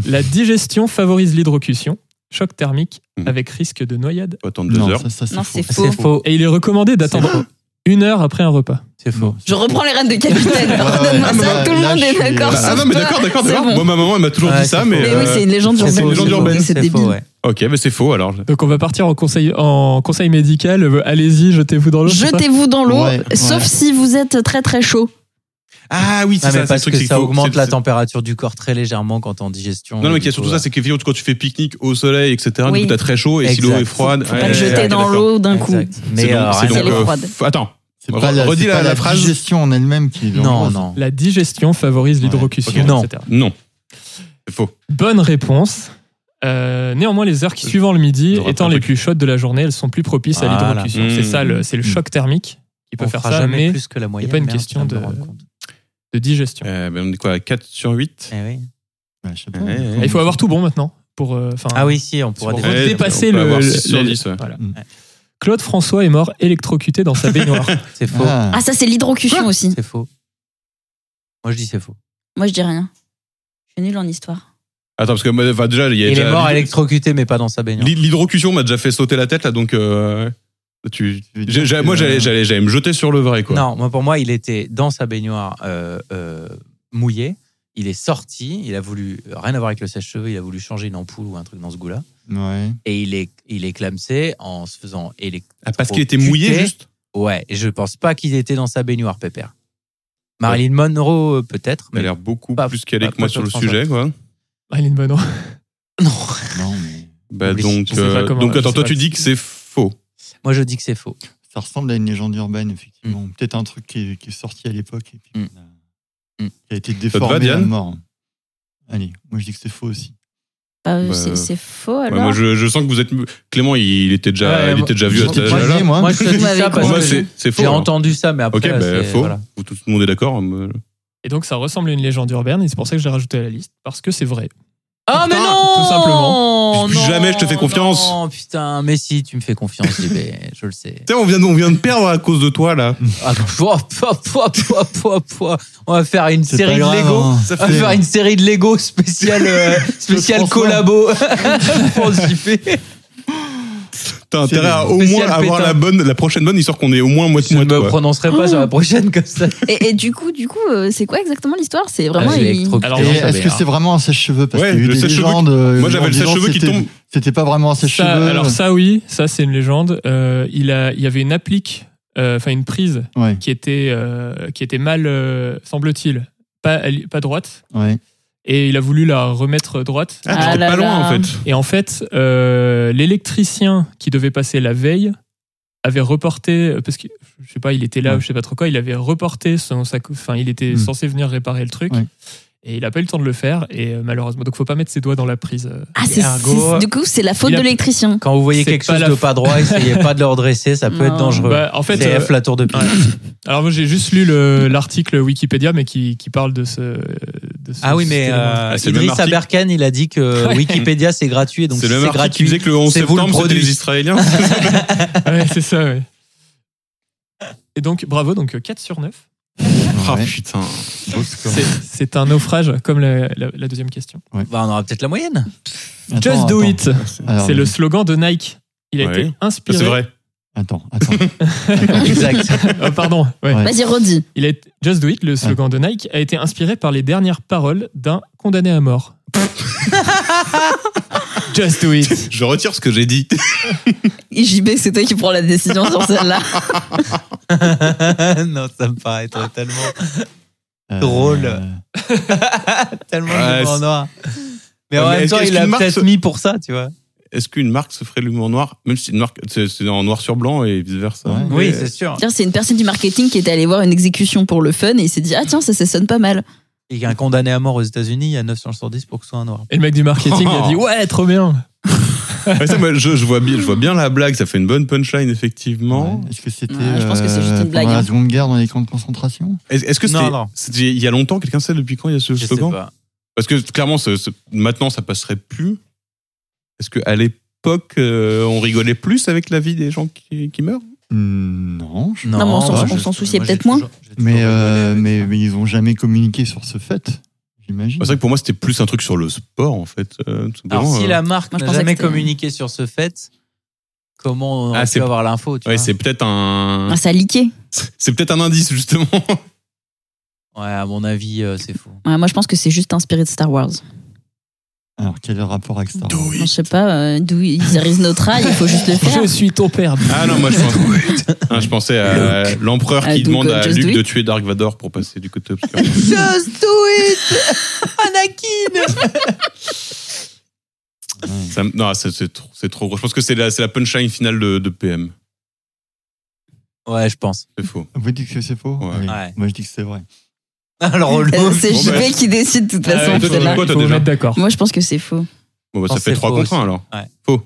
[SPEAKER 6] La digestion favorise l'hydrocution, choc thermique,
[SPEAKER 2] Hmm.
[SPEAKER 5] Mhm.
[SPEAKER 6] avec risque de noyade.
[SPEAKER 5] Faut attendre deux
[SPEAKER 3] Non,
[SPEAKER 5] heures.
[SPEAKER 3] ça, ça, c'est
[SPEAKER 4] Non,
[SPEAKER 3] faux.
[SPEAKER 4] c'est faux.
[SPEAKER 2] c'est faux.
[SPEAKER 6] Et il est recommandé d'attendre une heure après un repas.
[SPEAKER 2] C'est faux.
[SPEAKER 4] Je reprends les rênes de capitaine. Pardonne-moi
[SPEAKER 3] ouais,
[SPEAKER 4] ça,
[SPEAKER 3] ouais,
[SPEAKER 4] tout le
[SPEAKER 3] là,
[SPEAKER 4] monde
[SPEAKER 3] je
[SPEAKER 4] est
[SPEAKER 3] suis-
[SPEAKER 4] d'accord.
[SPEAKER 3] Bah,
[SPEAKER 4] sur
[SPEAKER 5] Ah non, mais
[SPEAKER 4] toi.
[SPEAKER 5] d'accord, d'accord,
[SPEAKER 4] C'est
[SPEAKER 5] d'accord.
[SPEAKER 4] bon.
[SPEAKER 5] Moi, ma maman, elle m'a toujours
[SPEAKER 2] Ouais,
[SPEAKER 5] dit ça,
[SPEAKER 2] c'est
[SPEAKER 5] mais.
[SPEAKER 2] faux.
[SPEAKER 4] Mais oui,
[SPEAKER 5] euh,
[SPEAKER 4] c'est une légende
[SPEAKER 2] C'est
[SPEAKER 4] urbaine.
[SPEAKER 2] faux,
[SPEAKER 5] une légende
[SPEAKER 2] c'est faux,
[SPEAKER 5] urbaine.
[SPEAKER 4] C'est
[SPEAKER 2] c'est
[SPEAKER 4] débile.
[SPEAKER 2] faux, ouais.
[SPEAKER 5] Ok, mais c'est faux alors.
[SPEAKER 6] Donc on va partir en conseil, en conseil médical. Euh, Allez-y, jetez-vous dans l'eau. je sais pas.
[SPEAKER 4] Jetez-vous dans l'eau,
[SPEAKER 3] Ouais, ouais.
[SPEAKER 4] sauf si vous êtes très très chaud.
[SPEAKER 5] Ah oui,
[SPEAKER 2] Non,
[SPEAKER 5] c'est
[SPEAKER 2] mais
[SPEAKER 5] ça, c'est le
[SPEAKER 2] parce
[SPEAKER 5] truc
[SPEAKER 2] que
[SPEAKER 5] c'est
[SPEAKER 2] ça
[SPEAKER 5] qu'il faut-
[SPEAKER 2] augmente
[SPEAKER 5] c'est-
[SPEAKER 2] la
[SPEAKER 5] c'est-
[SPEAKER 2] température du corps très légèrement quand t'es en digestion. euh,
[SPEAKER 5] Non, mais
[SPEAKER 2] et
[SPEAKER 5] il y
[SPEAKER 2] du
[SPEAKER 5] a surtout
[SPEAKER 2] coup,
[SPEAKER 5] ça, c'est que quand tu fais pique-nique au soleil, etc.,
[SPEAKER 4] Oui.
[SPEAKER 5] du coup, t'as très chaud, et si
[SPEAKER 2] Exact.
[SPEAKER 5] l'eau est froide.
[SPEAKER 4] Faut pas
[SPEAKER 5] ouais,
[SPEAKER 4] le jeter
[SPEAKER 5] ok,
[SPEAKER 4] dans
[SPEAKER 5] d'accord.
[SPEAKER 4] l'eau d'un coup.
[SPEAKER 2] Exact.
[SPEAKER 5] C'est
[SPEAKER 2] Mais
[SPEAKER 5] donc-
[SPEAKER 2] euh,
[SPEAKER 5] c'est
[SPEAKER 2] rien
[SPEAKER 5] donc,
[SPEAKER 2] à
[SPEAKER 4] elle est
[SPEAKER 5] euh,
[SPEAKER 4] froide.
[SPEAKER 5] f- Attends,
[SPEAKER 3] C'est
[SPEAKER 5] Re-
[SPEAKER 3] pas la,
[SPEAKER 5] redis
[SPEAKER 3] c'est
[SPEAKER 5] la-
[SPEAKER 3] pas
[SPEAKER 5] la
[SPEAKER 3] la
[SPEAKER 5] phrase.
[SPEAKER 3] digestion en elle-même qui est
[SPEAKER 2] voir. Non,
[SPEAKER 3] dangereuse.
[SPEAKER 2] non.
[SPEAKER 6] La digestion favorise l'hydrocution,
[SPEAKER 2] ok. Non.
[SPEAKER 6] etc.
[SPEAKER 5] non. C'est faux.
[SPEAKER 6] Bonne réponse. Euh, néanmoins, les heures qui suivent le midi,
[SPEAKER 5] J'aurais
[SPEAKER 6] étant
[SPEAKER 5] pas
[SPEAKER 6] les
[SPEAKER 5] cru.
[SPEAKER 6] plus chaudes de la journée, elles sont plus propices à
[SPEAKER 2] Voilà. Hmm.
[SPEAKER 6] l'hydrocution.
[SPEAKER 5] Mmh.
[SPEAKER 6] C'est ça, le- c'est le choc thermique qui peut
[SPEAKER 2] on
[SPEAKER 6] faire
[SPEAKER 2] fera
[SPEAKER 6] ça,
[SPEAKER 2] jamais
[SPEAKER 6] mais
[SPEAKER 2] plus que la moyenne.
[SPEAKER 6] pas une
[SPEAKER 2] merde,
[SPEAKER 6] question
[SPEAKER 2] je viens
[SPEAKER 6] de-
[SPEAKER 2] me rendre compte.
[SPEAKER 6] de digestion.
[SPEAKER 5] Euh, ben, on est quoi, à 4 sur 8
[SPEAKER 2] Eh oui.
[SPEAKER 3] Bah, je sais pas.
[SPEAKER 5] Ouais, ouais.
[SPEAKER 6] Il faut avoir tout bon maintenant pour. euh, 'fin,
[SPEAKER 2] Ah oui, si, on pourra
[SPEAKER 6] Pour
[SPEAKER 2] débattre.
[SPEAKER 5] Ouais,
[SPEAKER 6] dépasser
[SPEAKER 5] Eh, on peut
[SPEAKER 6] le-
[SPEAKER 5] avoir
[SPEAKER 6] le-
[SPEAKER 5] six sur
[SPEAKER 6] le-
[SPEAKER 5] dix, ouais.
[SPEAKER 6] voilà.
[SPEAKER 3] Mm.
[SPEAKER 6] Claude François est mort électrocuté dans sa baignoire.
[SPEAKER 2] C'est faux.
[SPEAKER 3] Ah.
[SPEAKER 4] Ah, ça, c'est l'hydrocution aussi.
[SPEAKER 2] C'est faux. Moi, je dis c'est faux.
[SPEAKER 4] Moi, je dis rien. Je suis nulle en histoire.
[SPEAKER 5] Attends, parce que moi, enfin, déjà, il y a
[SPEAKER 2] Il
[SPEAKER 5] déjà-
[SPEAKER 2] est mort électrocuté, mais pas dans sa baignoire.
[SPEAKER 5] l'hy- L'hydrocution m'a déjà fait sauter la tête, là, donc. euh, Tu...
[SPEAKER 3] Tu veux dire
[SPEAKER 5] j'ai- j'ai-
[SPEAKER 3] que- euh,
[SPEAKER 5] Moi, j'allais- j'allais j'allais me jeter sur le vrai, quoi.
[SPEAKER 2] Non, moi, pour moi, il était dans sa baignoire euh, euh, mouillée. Il est sorti, il a voulu rien à voir avec le sèche-cheveux, il a voulu changer une ampoule ou un truc dans ce goût-là.
[SPEAKER 3] Ouais.
[SPEAKER 2] Et il est, il est clamsé en se faisant élect-
[SPEAKER 5] Ah, parce qu'il était mouillé,
[SPEAKER 2] Cuté.
[SPEAKER 5] juste
[SPEAKER 2] Ouais, et je pense pas qu'il était dans sa baignoire, Pépère. Marilyn Monroe, euh, peut-être,
[SPEAKER 5] Il a
[SPEAKER 2] mais
[SPEAKER 5] l'air beaucoup
[SPEAKER 2] Pas-
[SPEAKER 5] plus calé
[SPEAKER 2] pas-
[SPEAKER 5] que moi
[SPEAKER 2] pas
[SPEAKER 5] sur le
[SPEAKER 2] sur le
[SPEAKER 5] sujet, quoi.
[SPEAKER 6] Marilyn Monroe.
[SPEAKER 2] non.
[SPEAKER 3] Non, mais
[SPEAKER 5] Bah,
[SPEAKER 2] Oublie.
[SPEAKER 5] donc,
[SPEAKER 6] Je sais
[SPEAKER 5] euh,
[SPEAKER 6] pas comment-
[SPEAKER 5] donc
[SPEAKER 6] je
[SPEAKER 5] attends,
[SPEAKER 6] sais
[SPEAKER 5] toi,
[SPEAKER 6] pas
[SPEAKER 5] tu
[SPEAKER 6] si-
[SPEAKER 5] dis que c'est faux.
[SPEAKER 2] Moi, je dis que c'est faux.
[SPEAKER 3] ça ressemble à une légende urbaine, effectivement. Peut-être un truc qui est, qui est sorti à l'époque et puis
[SPEAKER 2] Mm.
[SPEAKER 3] qu'on a-
[SPEAKER 2] Mm.
[SPEAKER 3] qui a été
[SPEAKER 5] te va,
[SPEAKER 3] déformé à
[SPEAKER 5] Diane
[SPEAKER 3] mort. Allez, moi je dis que c'est faux aussi.
[SPEAKER 4] Bah,
[SPEAKER 5] Bah,
[SPEAKER 4] c'est- c'est faux
[SPEAKER 5] Ouais,
[SPEAKER 4] alors.
[SPEAKER 5] moi, je, je sens que vous êtes. Clément, il, il était déjà,
[SPEAKER 2] Ouais,
[SPEAKER 5] il était déjà vu à
[SPEAKER 3] J'étais
[SPEAKER 5] cet
[SPEAKER 2] moi,
[SPEAKER 5] âge-là.
[SPEAKER 3] premier, moi.
[SPEAKER 2] Moi, je te dis
[SPEAKER 4] Vous
[SPEAKER 2] ça
[SPEAKER 4] m'avez
[SPEAKER 2] parce
[SPEAKER 5] Moi,
[SPEAKER 2] que
[SPEAKER 5] c'est c'est faux.
[SPEAKER 2] j'ai
[SPEAKER 5] alors.
[SPEAKER 2] entendu ça, mais
[SPEAKER 5] Ok,
[SPEAKER 2] après,
[SPEAKER 5] bah,
[SPEAKER 2] c'est-
[SPEAKER 5] faux.
[SPEAKER 2] voilà.
[SPEAKER 5] Vous- Tout le monde est d'accord. euh,
[SPEAKER 6] Et donc ça ressemble à une légende urbaine et c'est pour ça que je l'ai rajouté à la liste parce que c'est vrai.
[SPEAKER 2] Ah, mais
[SPEAKER 6] Putain,
[SPEAKER 2] non
[SPEAKER 6] tout simplement.
[SPEAKER 5] Plus
[SPEAKER 2] Non,
[SPEAKER 5] jamais je te fais confiance.
[SPEAKER 2] Non, putain, mais si, tu me fais confiance, JB, je le sais.
[SPEAKER 5] Putain, on vient, de, on vient de perdre à cause de toi, là.
[SPEAKER 2] Ah, pouah, pouah, pouah, pouah, pouah, pouah. On va faire une
[SPEAKER 3] C'est
[SPEAKER 2] série
[SPEAKER 3] pas
[SPEAKER 2] de
[SPEAKER 3] grave,
[SPEAKER 2] Lego.
[SPEAKER 3] hein.
[SPEAKER 2] On va faire une série de Lego spéciale, euh, spéciale
[SPEAKER 3] François.
[SPEAKER 2] collabo. France JP.
[SPEAKER 5] T'as intérêt à au moins
[SPEAKER 2] Spécial
[SPEAKER 5] avoir
[SPEAKER 2] pétain.
[SPEAKER 5] la bonne, la prochaine bonne, histoire qu'on ait au moins
[SPEAKER 2] Je
[SPEAKER 5] moitié
[SPEAKER 2] ne
[SPEAKER 5] moitié.
[SPEAKER 2] me prononcerai pas sur la prochaine comme ça.
[SPEAKER 4] Et, et du coup, du coup, euh, c'est quoi exactement l'histoire C'est vraiment.
[SPEAKER 2] Ah, je l'ai
[SPEAKER 4] il-
[SPEAKER 2] électrocuté,
[SPEAKER 6] Alors,
[SPEAKER 3] Et
[SPEAKER 2] j'en savais
[SPEAKER 3] est-ce que
[SPEAKER 2] rien.
[SPEAKER 3] c'est vraiment un sèche-cheveux Parce
[SPEAKER 5] Ouais,
[SPEAKER 3] qu'il y a eu
[SPEAKER 5] le
[SPEAKER 3] des
[SPEAKER 5] sèche-cheveux
[SPEAKER 3] légendes. euh,
[SPEAKER 5] Moi, j'avais
[SPEAKER 3] en
[SPEAKER 5] le
[SPEAKER 3] disant
[SPEAKER 5] sèche-cheveux qui
[SPEAKER 3] c'était-
[SPEAKER 5] tombe.
[SPEAKER 3] C'était pas vraiment un
[SPEAKER 6] Ça,
[SPEAKER 3] sèche-cheveux.
[SPEAKER 6] alors ça oui, ça c'est une légende. Euh, il, a, il y avait une applique, euh, enfin une prise
[SPEAKER 3] Ouais,
[SPEAKER 6] qui était, euh, qui était mal, euh, semble-t-il, pas, pas droite.
[SPEAKER 3] ouais.
[SPEAKER 6] Et il a voulu la remettre droite.
[SPEAKER 5] Ah,
[SPEAKER 4] Ah
[SPEAKER 5] t'étais
[SPEAKER 4] là
[SPEAKER 5] pas loin,
[SPEAKER 4] là.
[SPEAKER 5] en fait.
[SPEAKER 6] Et en fait, euh, l'électricien qui devait passer la veille avait reporté, euh, parce que je sais pas, il était là,
[SPEAKER 3] Ouais.
[SPEAKER 6] ou je sais pas trop quoi, il avait reporté son sac, enfin, il était
[SPEAKER 3] Mm.
[SPEAKER 6] censé venir réparer le truc.
[SPEAKER 3] Ouais.
[SPEAKER 6] Et il a pas eu le temps de le faire, et euh, malheureusement, donc faut pas mettre ses doigts dans la prise. euh.
[SPEAKER 4] Ah, c'est-
[SPEAKER 2] Ergo-
[SPEAKER 4] c'est- du coup, c'est la faute
[SPEAKER 6] Il a-
[SPEAKER 4] de l'électricien.
[SPEAKER 2] Quand vous voyez
[SPEAKER 6] C'est
[SPEAKER 2] quelque
[SPEAKER 6] pas
[SPEAKER 2] chose
[SPEAKER 6] la
[SPEAKER 2] de
[SPEAKER 6] f-
[SPEAKER 2] pas droit, essayez pas de le redresser, ça peut être
[SPEAKER 4] Non.
[SPEAKER 2] dangereux.
[SPEAKER 6] Bah, en fait, euh,
[SPEAKER 2] CF, la tour de pile.
[SPEAKER 6] ouais. alors moi j'ai juste lu le- l'article Wikipédia, mais qui, qui parle de ce. De ce
[SPEAKER 2] Ah oui, mais
[SPEAKER 6] système.
[SPEAKER 2] euh,
[SPEAKER 5] Ah, c'est le même
[SPEAKER 2] Idriss
[SPEAKER 5] article.
[SPEAKER 2] Aberkan, il a dit que Wikipédia, c'est gratuit, et donc
[SPEAKER 5] C'est
[SPEAKER 2] si
[SPEAKER 5] le
[SPEAKER 2] c'est
[SPEAKER 5] même article qui disait
[SPEAKER 2] gratuit.
[SPEAKER 5] que le 11
[SPEAKER 2] c'est vous le
[SPEAKER 5] septembre, c'était les
[SPEAKER 2] produit. Ah,
[SPEAKER 5] Israéliens.
[SPEAKER 6] Ouais, c'est ça, ouais. Et donc, bravo, donc euh, 4 sur 9.
[SPEAKER 5] Ah,
[SPEAKER 3] ouais.
[SPEAKER 5] putain.
[SPEAKER 6] C'est- C'est un naufrage, comme la, la- la deuxième question.
[SPEAKER 2] Bah, on aura peut-être la moyenne.
[SPEAKER 6] Just
[SPEAKER 3] Attends,
[SPEAKER 6] do
[SPEAKER 3] attends.
[SPEAKER 6] it.
[SPEAKER 3] Alors,
[SPEAKER 6] C'est le slogan de Nike. Il a
[SPEAKER 5] Ouais.
[SPEAKER 6] été
[SPEAKER 5] Ça,
[SPEAKER 6] inspiré.
[SPEAKER 5] Ah C'est vrai.
[SPEAKER 3] Attends, attends.
[SPEAKER 2] Exact.
[SPEAKER 6] Ah, pardon. ouais.
[SPEAKER 3] Ouais.
[SPEAKER 4] Vas-y, redis.
[SPEAKER 6] Il a été- Just do it,
[SPEAKER 2] Ah.
[SPEAKER 6] le slogan de Nike, a été inspiré par les dernières paroles d'un condamné à mort. Just do it.
[SPEAKER 5] Je retire ce que j'ai dit.
[SPEAKER 4] Et JB, c'est toi qui prends la décision sur celle-là.
[SPEAKER 2] non, ça me paraît être tellement,
[SPEAKER 3] Euh,
[SPEAKER 2] Drôle.
[SPEAKER 3] euh,
[SPEAKER 2] tellement
[SPEAKER 5] Ouais,
[SPEAKER 2] de en
[SPEAKER 5] c'est-
[SPEAKER 2] noir. Mais
[SPEAKER 5] Ouais,
[SPEAKER 2] en
[SPEAKER 5] mais
[SPEAKER 2] même
[SPEAKER 5] est-ce
[SPEAKER 2] temps,
[SPEAKER 5] que-
[SPEAKER 2] il
[SPEAKER 5] est-ce
[SPEAKER 2] l'a
[SPEAKER 5] qu'une marque
[SPEAKER 2] peut-être
[SPEAKER 5] se-
[SPEAKER 2] mis pour ça, tu vois.
[SPEAKER 5] Est-ce qu'une marque se ferait l'humour noir, même si une marque, c'est c'est en noir sur blanc et vice versa.
[SPEAKER 3] Ouais.
[SPEAKER 2] Oui, c'est sûr.
[SPEAKER 4] Tiens, C'est une personne du marketing qui était allée voir une exécution pour le fun et il s'est dit Ah, tiens, ça, ça sonne pas mal.
[SPEAKER 2] Il y a un condamné à mort aux États-Unis, il y a 9 sur 10 pour que ce soit un noir.
[SPEAKER 6] Et le mec du marketing a
[SPEAKER 5] Oh.
[SPEAKER 6] dit Ouais, trop bien.
[SPEAKER 5] Ouais, Ah, ça, moi, je, je vois bien, je vois bien la blague. Ça fait une bonne punchline, effectivement.
[SPEAKER 3] ouais. Est-ce que c'était.
[SPEAKER 4] Ouais, je pense que c'est juste
[SPEAKER 3] euh, pendant
[SPEAKER 4] une blague,
[SPEAKER 3] la
[SPEAKER 4] hein.
[SPEAKER 3] seconde guerre dans les camps de concentration
[SPEAKER 5] Est-ce est-ce que
[SPEAKER 2] Non,
[SPEAKER 5] c'était
[SPEAKER 2] non.
[SPEAKER 5] c'était il y a longtemps Quelqu'un sait depuis quand il y a ce
[SPEAKER 2] Je sais
[SPEAKER 5] slogan
[SPEAKER 2] pas.
[SPEAKER 5] Parce que clairement, ce- ce- maintenant, ça passerait plus. Est-ce que à l'époque, euh, on rigolait plus avec la vie des gens qui, qui meurent
[SPEAKER 3] Hmm, Non. je-
[SPEAKER 4] Non, mais on s'en-
[SPEAKER 2] moi,
[SPEAKER 4] on
[SPEAKER 2] je-
[SPEAKER 4] s'en souciait
[SPEAKER 2] moi, j'ai
[SPEAKER 4] peut-être moins.
[SPEAKER 2] toujours- j'ai toujours
[SPEAKER 3] Mais,
[SPEAKER 2] rigolé
[SPEAKER 3] euh,
[SPEAKER 2] avec
[SPEAKER 3] mais,
[SPEAKER 2] ça.
[SPEAKER 3] mais ils ont jamais communiqué sur ce fait, j'imagine.
[SPEAKER 5] C'est vrai que pour moi, c'était plus un truc sur le sport, en fait. euh, tout
[SPEAKER 2] Alors,
[SPEAKER 5] simplement,
[SPEAKER 2] si
[SPEAKER 5] euh.
[SPEAKER 2] la marque
[SPEAKER 4] Moi, je
[SPEAKER 2] n'a
[SPEAKER 4] pensais que
[SPEAKER 2] jamais
[SPEAKER 4] c'était-
[SPEAKER 2] communiqué sur ce fait, comment on
[SPEAKER 5] Ah,
[SPEAKER 2] aurait
[SPEAKER 5] c'est-
[SPEAKER 2] pu avoir l'info, tu
[SPEAKER 5] Ouais,
[SPEAKER 2] vois
[SPEAKER 5] c'est peut-être un,
[SPEAKER 4] Ah, ça liquait.
[SPEAKER 5] c'est peut-être un indice justement.
[SPEAKER 2] Ouais, à mon avis, euh, c'est faux.
[SPEAKER 4] Ouais, moi, je pense que c'est juste inspiré de Star Wars.
[SPEAKER 3] Alors, quel est le rapport avec Star Wars
[SPEAKER 4] Je sais pas euh, d'où there is no try, il faut juste le faire.
[SPEAKER 6] Je suis ton père.
[SPEAKER 5] Ah non, moi je pensais, Ah, je pensais à l'empereur
[SPEAKER 4] Ah,
[SPEAKER 5] qui
[SPEAKER 4] donc,
[SPEAKER 5] demande
[SPEAKER 4] euh,
[SPEAKER 5] à
[SPEAKER 4] just do
[SPEAKER 5] Luke
[SPEAKER 4] it.
[SPEAKER 5] de tuer Dark Vador pour passer du côté obscur.
[SPEAKER 2] Just do it Anakin
[SPEAKER 3] Ouais.
[SPEAKER 5] Ça me- non, c'est c'est trop, c'est trop gros. Je pense que c'est la, c'est la punchline finale de, de PM.
[SPEAKER 2] Ouais, je pense.
[SPEAKER 5] C'est faux.
[SPEAKER 3] Vous dites que c'est faux
[SPEAKER 5] Ouais.
[SPEAKER 3] Allez,
[SPEAKER 2] Ouais.
[SPEAKER 3] Moi, je dis que c'est vrai.
[SPEAKER 2] Alors, on
[SPEAKER 4] Euh,
[SPEAKER 2] l'ose.
[SPEAKER 4] c'est
[SPEAKER 5] Bon,
[SPEAKER 4] JB
[SPEAKER 5] bah.
[SPEAKER 4] qui décide de toute
[SPEAKER 5] Ah,
[SPEAKER 4] façon.
[SPEAKER 5] ouais, toi,
[SPEAKER 4] c'est
[SPEAKER 5] t'as
[SPEAKER 4] là.
[SPEAKER 5] dit quoi
[SPEAKER 6] Il faut vous
[SPEAKER 5] déjà
[SPEAKER 6] mettre d'accord.
[SPEAKER 4] Moi, je pense que c'est faux.
[SPEAKER 5] Bon,
[SPEAKER 2] Non,
[SPEAKER 5] bah, ça fait
[SPEAKER 2] c'est
[SPEAKER 5] 3
[SPEAKER 2] faux
[SPEAKER 5] contre 1
[SPEAKER 2] aussi.
[SPEAKER 5] alors.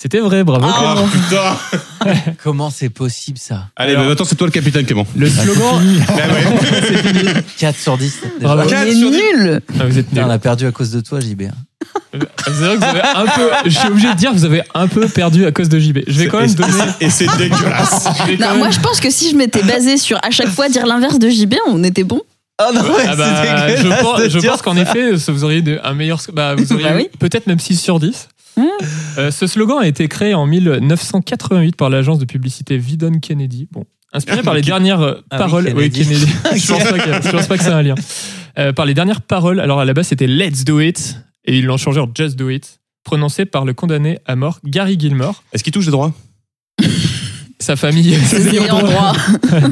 [SPEAKER 6] C'était vrai, bravo.
[SPEAKER 5] Ah putain
[SPEAKER 2] Comment c'est possible ça
[SPEAKER 5] Allez,
[SPEAKER 6] Alors-
[SPEAKER 5] bah, maintenant c'est toi le capitaine Clément.
[SPEAKER 6] Le slogan.
[SPEAKER 5] Ah, ouais.
[SPEAKER 2] 4 sur 10. déjà.
[SPEAKER 6] Bravo.
[SPEAKER 4] On
[SPEAKER 5] Quatre
[SPEAKER 4] est
[SPEAKER 5] sur dix.
[SPEAKER 4] nul
[SPEAKER 6] Ah, vous êtes nuls.
[SPEAKER 2] Putain, on a perdu à cause de toi, JB.
[SPEAKER 6] C'est vrai que vous avez un peu. Je suis obligé de dire, vous avez un peu perdu à cause de JB. Je vais quand même
[SPEAKER 5] Et-
[SPEAKER 6] donner.
[SPEAKER 5] Et c'est dégueulasse.
[SPEAKER 6] je vais quand
[SPEAKER 4] Non,
[SPEAKER 6] même-
[SPEAKER 4] moi, je pense que si je m'étais basé sur à chaque fois dire l'inverse de JB, on était bon.
[SPEAKER 2] Ah non, ouais,
[SPEAKER 6] Ah bah,
[SPEAKER 2] c'est
[SPEAKER 6] je
[SPEAKER 2] dégueulasse
[SPEAKER 6] pense,
[SPEAKER 2] de
[SPEAKER 6] je
[SPEAKER 2] dire
[SPEAKER 6] pense qu'en
[SPEAKER 2] ça.
[SPEAKER 6] effet, ça, vous auriez de- un meilleur. sc- Bah, vous auriez
[SPEAKER 4] Bah
[SPEAKER 6] eu
[SPEAKER 4] oui.
[SPEAKER 6] peut-être même 6 sur 10.
[SPEAKER 4] Hein
[SPEAKER 6] Euh, ce slogan a été créé en 1988 par l'agence de publicité Vidon Kennedy. Bon, inspiré par les dernières euh,
[SPEAKER 2] Ah oui,
[SPEAKER 6] paroles.
[SPEAKER 2] Kennedy.
[SPEAKER 6] je pense pas que, je pense pas que c'est un lien. euh, par les dernières paroles. Alors à la base, c'était Let's Do It, et ils l'ont changé en Just Do It, prononcé par le condamné à mort Gary Gilmore,
[SPEAKER 5] Est-ce qu'il touche des droits
[SPEAKER 6] sa famille, ses
[SPEAKER 4] Ses
[SPEAKER 6] ayants
[SPEAKER 4] ayants
[SPEAKER 6] droit.
[SPEAKER 4] droit.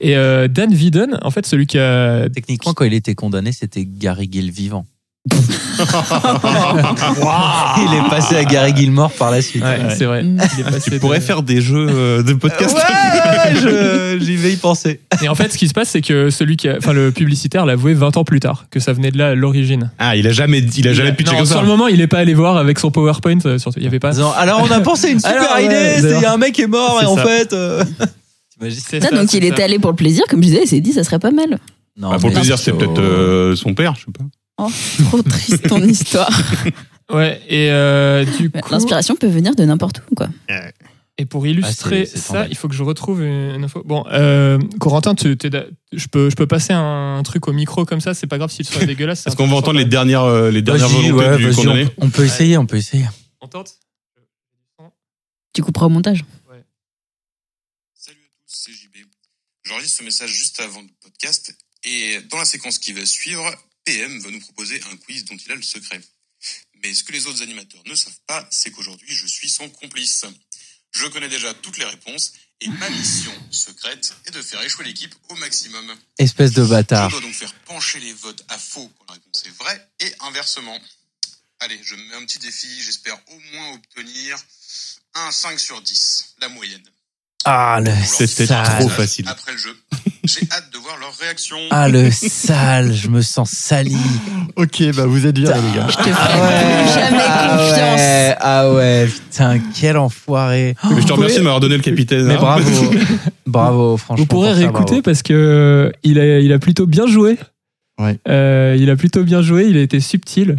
[SPEAKER 6] Et euh, Dan Viden, en fait, celui qui a.
[SPEAKER 2] Techniquement, quand il était condamné, c'était Gary Gill vivant. Il est passé à Gary Gilmore par la suite.
[SPEAKER 6] Ouais, c'est vrai.
[SPEAKER 4] Mm.
[SPEAKER 6] Il est passé
[SPEAKER 5] Tu
[SPEAKER 6] de-
[SPEAKER 5] pourrais faire des jeux euh, de podcast
[SPEAKER 2] Ouais, je- j'y vais y penser.
[SPEAKER 6] Et en fait, ce qui se passe, c'est que celui qui a- Enfin, le publicitaire l'a avoué 20 ans plus tard, que ça venait de là à l'origine.
[SPEAKER 5] Ah, il a jamais, dit- il a jamais pitché
[SPEAKER 6] Non,
[SPEAKER 5] comme ça.
[SPEAKER 6] Sur le moment, il est pas allé voir avec son PowerPoint, euh, surtout. Il y avait pas.
[SPEAKER 2] Disant, alors on a pensé une super
[SPEAKER 6] Alors, ouais,
[SPEAKER 2] idée,
[SPEAKER 6] c'est
[SPEAKER 2] c'est- il y
[SPEAKER 6] vrai.
[SPEAKER 2] a un mec qui est mort et
[SPEAKER 6] C'est
[SPEAKER 2] en
[SPEAKER 6] ça.
[SPEAKER 2] fait. euh, T'imagines
[SPEAKER 6] C'est
[SPEAKER 4] Ça,
[SPEAKER 6] ça,
[SPEAKER 4] Ah, donc
[SPEAKER 6] c'est
[SPEAKER 4] il
[SPEAKER 6] ça.
[SPEAKER 4] était allé pour le plaisir, comme je disais, il s'est dit, ça serait pas mal.
[SPEAKER 2] Non,
[SPEAKER 5] Bah, pour le
[SPEAKER 2] mais-
[SPEAKER 5] plaisir, c'est peut-être euh, son père, je sais pas.
[SPEAKER 4] Trop triste ton histoire.
[SPEAKER 6] Ouais, et euh, du
[SPEAKER 4] Mais
[SPEAKER 6] coup.
[SPEAKER 4] L'inspiration peut venir de n'importe où, quoi.
[SPEAKER 6] Et pour illustrer
[SPEAKER 2] Ah, c'est- c'est
[SPEAKER 6] ça,
[SPEAKER 2] formidable.
[SPEAKER 6] il faut que je retrouve une, une info. Bon, euh, Corentin, tu, t'es d'a- je, peux, je peux passer un truc au micro comme ça, c'est pas grave s'il soit dégueulasse. c'est
[SPEAKER 5] Est-ce qu'on
[SPEAKER 6] un
[SPEAKER 5] va
[SPEAKER 6] truc
[SPEAKER 5] entendre les
[SPEAKER 6] sympa.
[SPEAKER 5] dernières, euh, les dernières
[SPEAKER 2] Vas-y,
[SPEAKER 5] volontés
[SPEAKER 2] ouais,
[SPEAKER 5] du
[SPEAKER 2] vas-y,
[SPEAKER 5] condamné
[SPEAKER 2] on, on peut essayer, on peut essayer.
[SPEAKER 6] On tente
[SPEAKER 4] Tu couperas au montage.
[SPEAKER 1] Salut à tous, c'est JB. J'enregistre ce message juste avant le podcast et dans la séquence qui va suivre, PM va nous proposer un quiz dont il a le secret. Mais ce que les autres animateurs ne savent pas, c'est qu'aujourd'hui je suis son complice. Je connais déjà toutes les réponses et ma mission secrète est de faire échouer l'équipe au maximum.
[SPEAKER 2] Espèce de
[SPEAKER 1] Je
[SPEAKER 2] bâtard.
[SPEAKER 1] dois donc faire pencher les votes à faux quand la réponse est vraie et inversement. Allez, je me mets un petit défi, j'espère au moins obtenir un 5 sur 10, la moyenne.
[SPEAKER 2] Ah le
[SPEAKER 5] C'était
[SPEAKER 2] sale.
[SPEAKER 5] trop facile.
[SPEAKER 1] Après le jeu, j'ai hâte de voir leur réaction.
[SPEAKER 2] Ah le sale, je me sens sali.
[SPEAKER 3] Ok, bah vous êtes virés, les gars.
[SPEAKER 4] Je te ferai plus jamais
[SPEAKER 2] ah
[SPEAKER 4] confiance.
[SPEAKER 2] ouais, ah ouais, putain, quel enfoiré.
[SPEAKER 5] Mais je te remercie de m'avoir donné le capitaine.
[SPEAKER 2] Mais
[SPEAKER 5] Ah.
[SPEAKER 2] bravo, bravo, franchement.
[SPEAKER 6] Vous pourrez
[SPEAKER 2] pour ça, bravo.
[SPEAKER 6] réécouter parce que euh, il a, il a plutôt bien joué.
[SPEAKER 3] Ouais.
[SPEAKER 6] Euh, il a plutôt bien joué, il a été subtil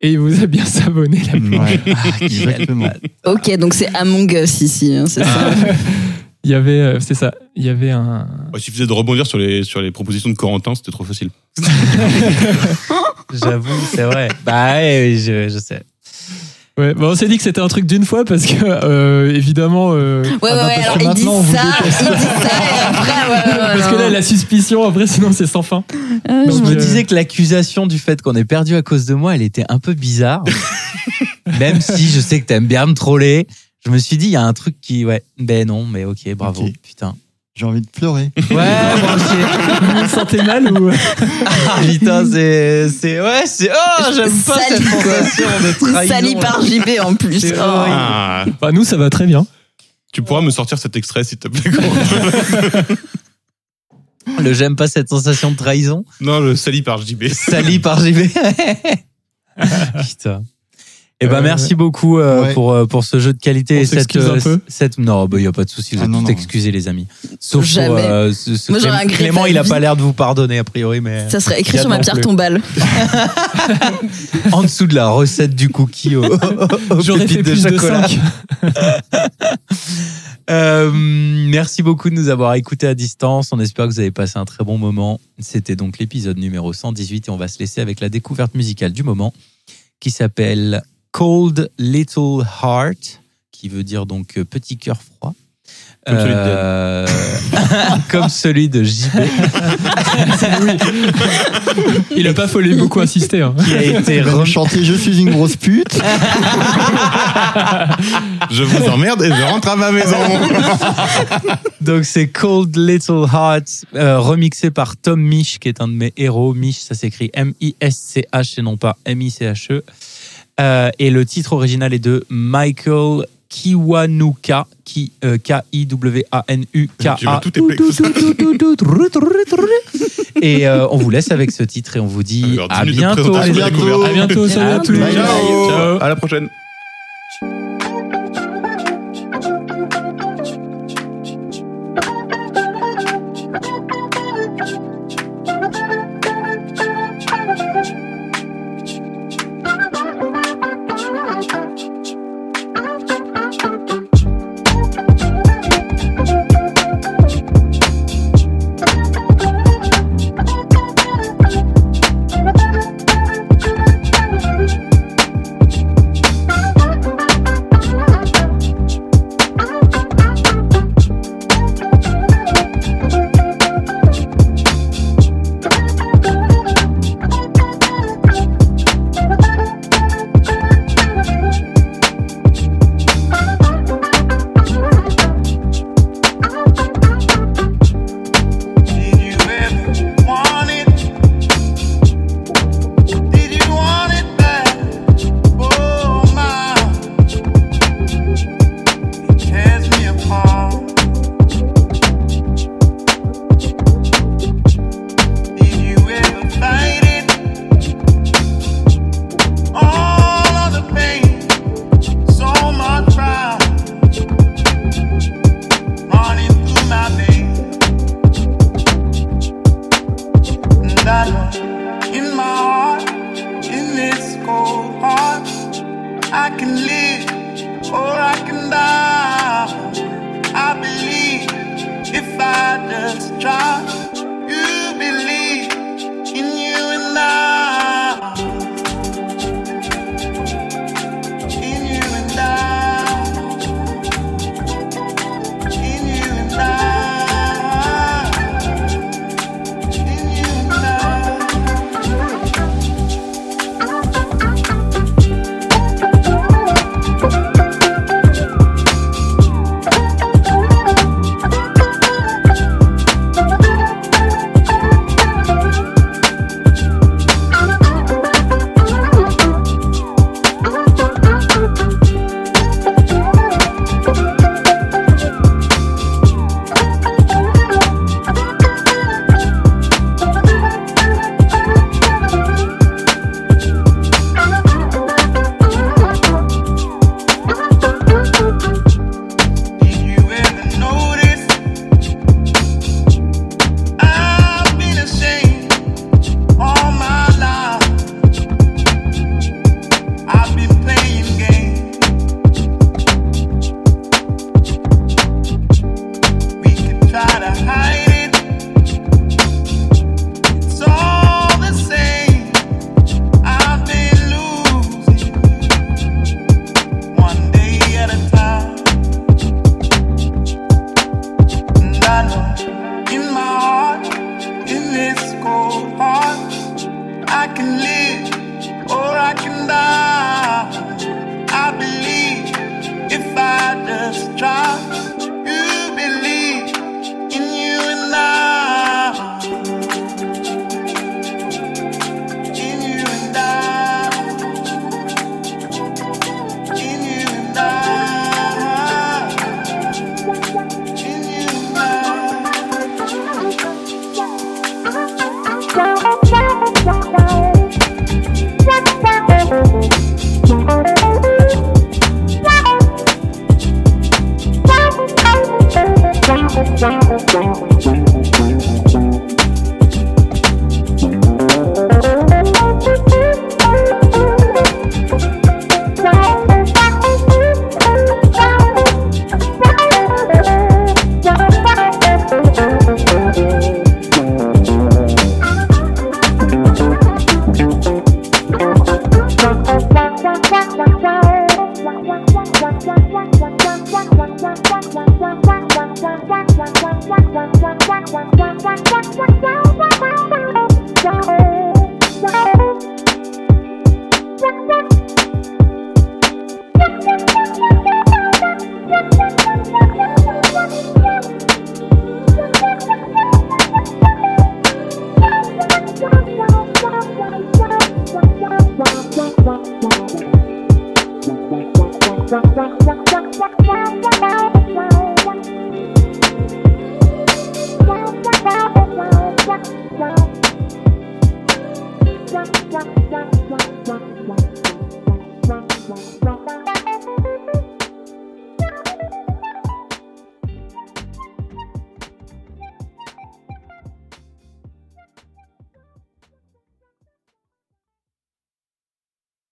[SPEAKER 6] et il vous a bien savonné la
[SPEAKER 3] Ouais,
[SPEAKER 2] Ah, quel
[SPEAKER 3] exactement.
[SPEAKER 2] bâtard.
[SPEAKER 4] Ok, donc c'est Among Us ici, hein, c'est
[SPEAKER 6] Ah,
[SPEAKER 4] ça.
[SPEAKER 6] Il y avait, euh, c'est ça, il y avait un.
[SPEAKER 5] Ouais, Il suffisait de rebondir sur les, sur les propositions de Corentin, c'était trop facile.
[SPEAKER 2] J'avoue, c'est vrai. Bah ouais, je, je sais.
[SPEAKER 6] Ouais, bon, on s'est dit que c'était un truc d'une fois parce que euh, évidemment. euh,
[SPEAKER 4] Ouais, ouais,
[SPEAKER 6] ah bah,
[SPEAKER 4] ouais,
[SPEAKER 6] parce
[SPEAKER 4] alors
[SPEAKER 6] que
[SPEAKER 4] il dit ça,
[SPEAKER 6] maintenant, on
[SPEAKER 4] il
[SPEAKER 6] vous
[SPEAKER 4] dit ça, Oh
[SPEAKER 6] déteste.
[SPEAKER 4] et après, ouais, ouais, ouais,
[SPEAKER 6] Parce que là, la suspicion, après, sinon, c'est sans fin.
[SPEAKER 4] Ah,
[SPEAKER 6] Donc,
[SPEAKER 2] Je
[SPEAKER 4] ouais.
[SPEAKER 2] me
[SPEAKER 6] Euh,
[SPEAKER 2] disais que l'accusation du fait qu'on ait perdu à cause de moi, elle était un peu bizarre. Même si je sais que t'aimes bien me troller, je me suis dit, il y a un truc qui. Ouais, ben non, mais ok, bravo,
[SPEAKER 3] Ok.
[SPEAKER 2] putain.
[SPEAKER 3] J'ai envie de pleurer.
[SPEAKER 2] Ouais, moi aussi.
[SPEAKER 6] Vous vous sentez mal ou. euh,
[SPEAKER 2] Ah, putain, c'est. c'est- Ouais, c'est. Oh, j'aime pas
[SPEAKER 4] Sali,
[SPEAKER 2] cette
[SPEAKER 4] quoi.
[SPEAKER 2] sensation de trahison.
[SPEAKER 4] Sali
[SPEAKER 2] là.
[SPEAKER 4] par JB en plus.
[SPEAKER 2] C'est
[SPEAKER 4] Oh.
[SPEAKER 2] horrible.
[SPEAKER 5] Ah,
[SPEAKER 6] Bah, nous, ça va très bien.
[SPEAKER 5] tu pourras me sortir cet extrait, s'il te plaît, Corentin.
[SPEAKER 2] Le j'aime pas cette sensation de trahison.
[SPEAKER 5] Non, le sali par JB.
[SPEAKER 2] Sali par JB. Putain. Eh ben
[SPEAKER 6] Euh,
[SPEAKER 2] merci beaucoup euh,
[SPEAKER 3] ouais.
[SPEAKER 2] pour euh, pour ce jeu de qualité
[SPEAKER 6] On
[SPEAKER 2] et cette euh,
[SPEAKER 6] s'excuse un peu
[SPEAKER 2] cette non bah y a pas de souci vous
[SPEAKER 3] Ah,
[SPEAKER 2] êtes
[SPEAKER 3] non,
[SPEAKER 2] tous
[SPEAKER 3] non.
[SPEAKER 2] excusés les amis sauf
[SPEAKER 4] Jamais.
[SPEAKER 2] pour, euh, ce- ce
[SPEAKER 4] Moi, j'aurais
[SPEAKER 2] Clé-
[SPEAKER 4] un greffe
[SPEAKER 2] Clément
[SPEAKER 4] à
[SPEAKER 2] il a
[SPEAKER 4] vie.
[SPEAKER 2] pas l'air de vous pardonner a priori mais
[SPEAKER 4] Ça serait écrit
[SPEAKER 2] Yann
[SPEAKER 4] sur ma
[SPEAKER 2] non
[SPEAKER 4] pierre
[SPEAKER 2] plus.
[SPEAKER 4] tombale.
[SPEAKER 2] en dessous de la recette du cookie au, au, aux
[SPEAKER 6] J'aurais fait
[SPEAKER 2] pépites de
[SPEAKER 6] plus de
[SPEAKER 2] chocolat
[SPEAKER 6] 5.
[SPEAKER 2] Euh, merci beaucoup de nous avoir écoutés à distance on espère que vous avez passé un très bon moment c'était donc l'épisode numéro 118 et on va se laisser avec la découverte musicale du moment qui s'appelle Cold Little Heart, qui veut dire donc euh, petit cœur froid.
[SPEAKER 5] Comme celui de Dan.
[SPEAKER 2] Euh, comme celui de JB,
[SPEAKER 6] Il a pas fallu beaucoup insister. hein.
[SPEAKER 2] qui a été
[SPEAKER 3] Vous allez
[SPEAKER 2] remis.
[SPEAKER 3] chanter Je suis une grosse pute.
[SPEAKER 5] Je vous emmerde et je rentre à ma maison.
[SPEAKER 2] Donc c'est Cold Little Heart, euh, remixé par Tom Misch, qui est un de mes héros. Misch, ça s'écrit M-I-S-C-H et non pas M-I-C-H-E. E. Euh, et le titre original est de Michael Kiwanuka, qui, euh,
[SPEAKER 5] Tu m'as
[SPEAKER 2] K-I-W-A-N-U-K-A.
[SPEAKER 5] tout éplé.
[SPEAKER 2] Et euh, on vous laisse avec ce titre et on vous dit
[SPEAKER 5] Alors, dix
[SPEAKER 2] à
[SPEAKER 5] minutes de
[SPEAKER 2] bientôt.
[SPEAKER 5] présentation
[SPEAKER 2] les
[SPEAKER 5] de la
[SPEAKER 2] amis.
[SPEAKER 5] découverte.
[SPEAKER 6] À bientôt, salut à tous.
[SPEAKER 4] Bye.
[SPEAKER 5] Ciao.
[SPEAKER 6] Ciao.
[SPEAKER 5] À la prochaine.
[SPEAKER 8] Thank
[SPEAKER 5] savez. That look in my heart, in this cold heart, I can live or I can die. I believe if I just try. You believe in you and I. In you and I. In you and I. In you and I. I've been ashamed all my life. I've been playing games. We can try to hide it. It's all the same. I've been losing one day at a time. And I know in my heart, in this cold heart, I can live or I can die. I believe if I just try. You believe in you and I. In you and I. In you and I. In you and I.
[SPEAKER 12] Thank you.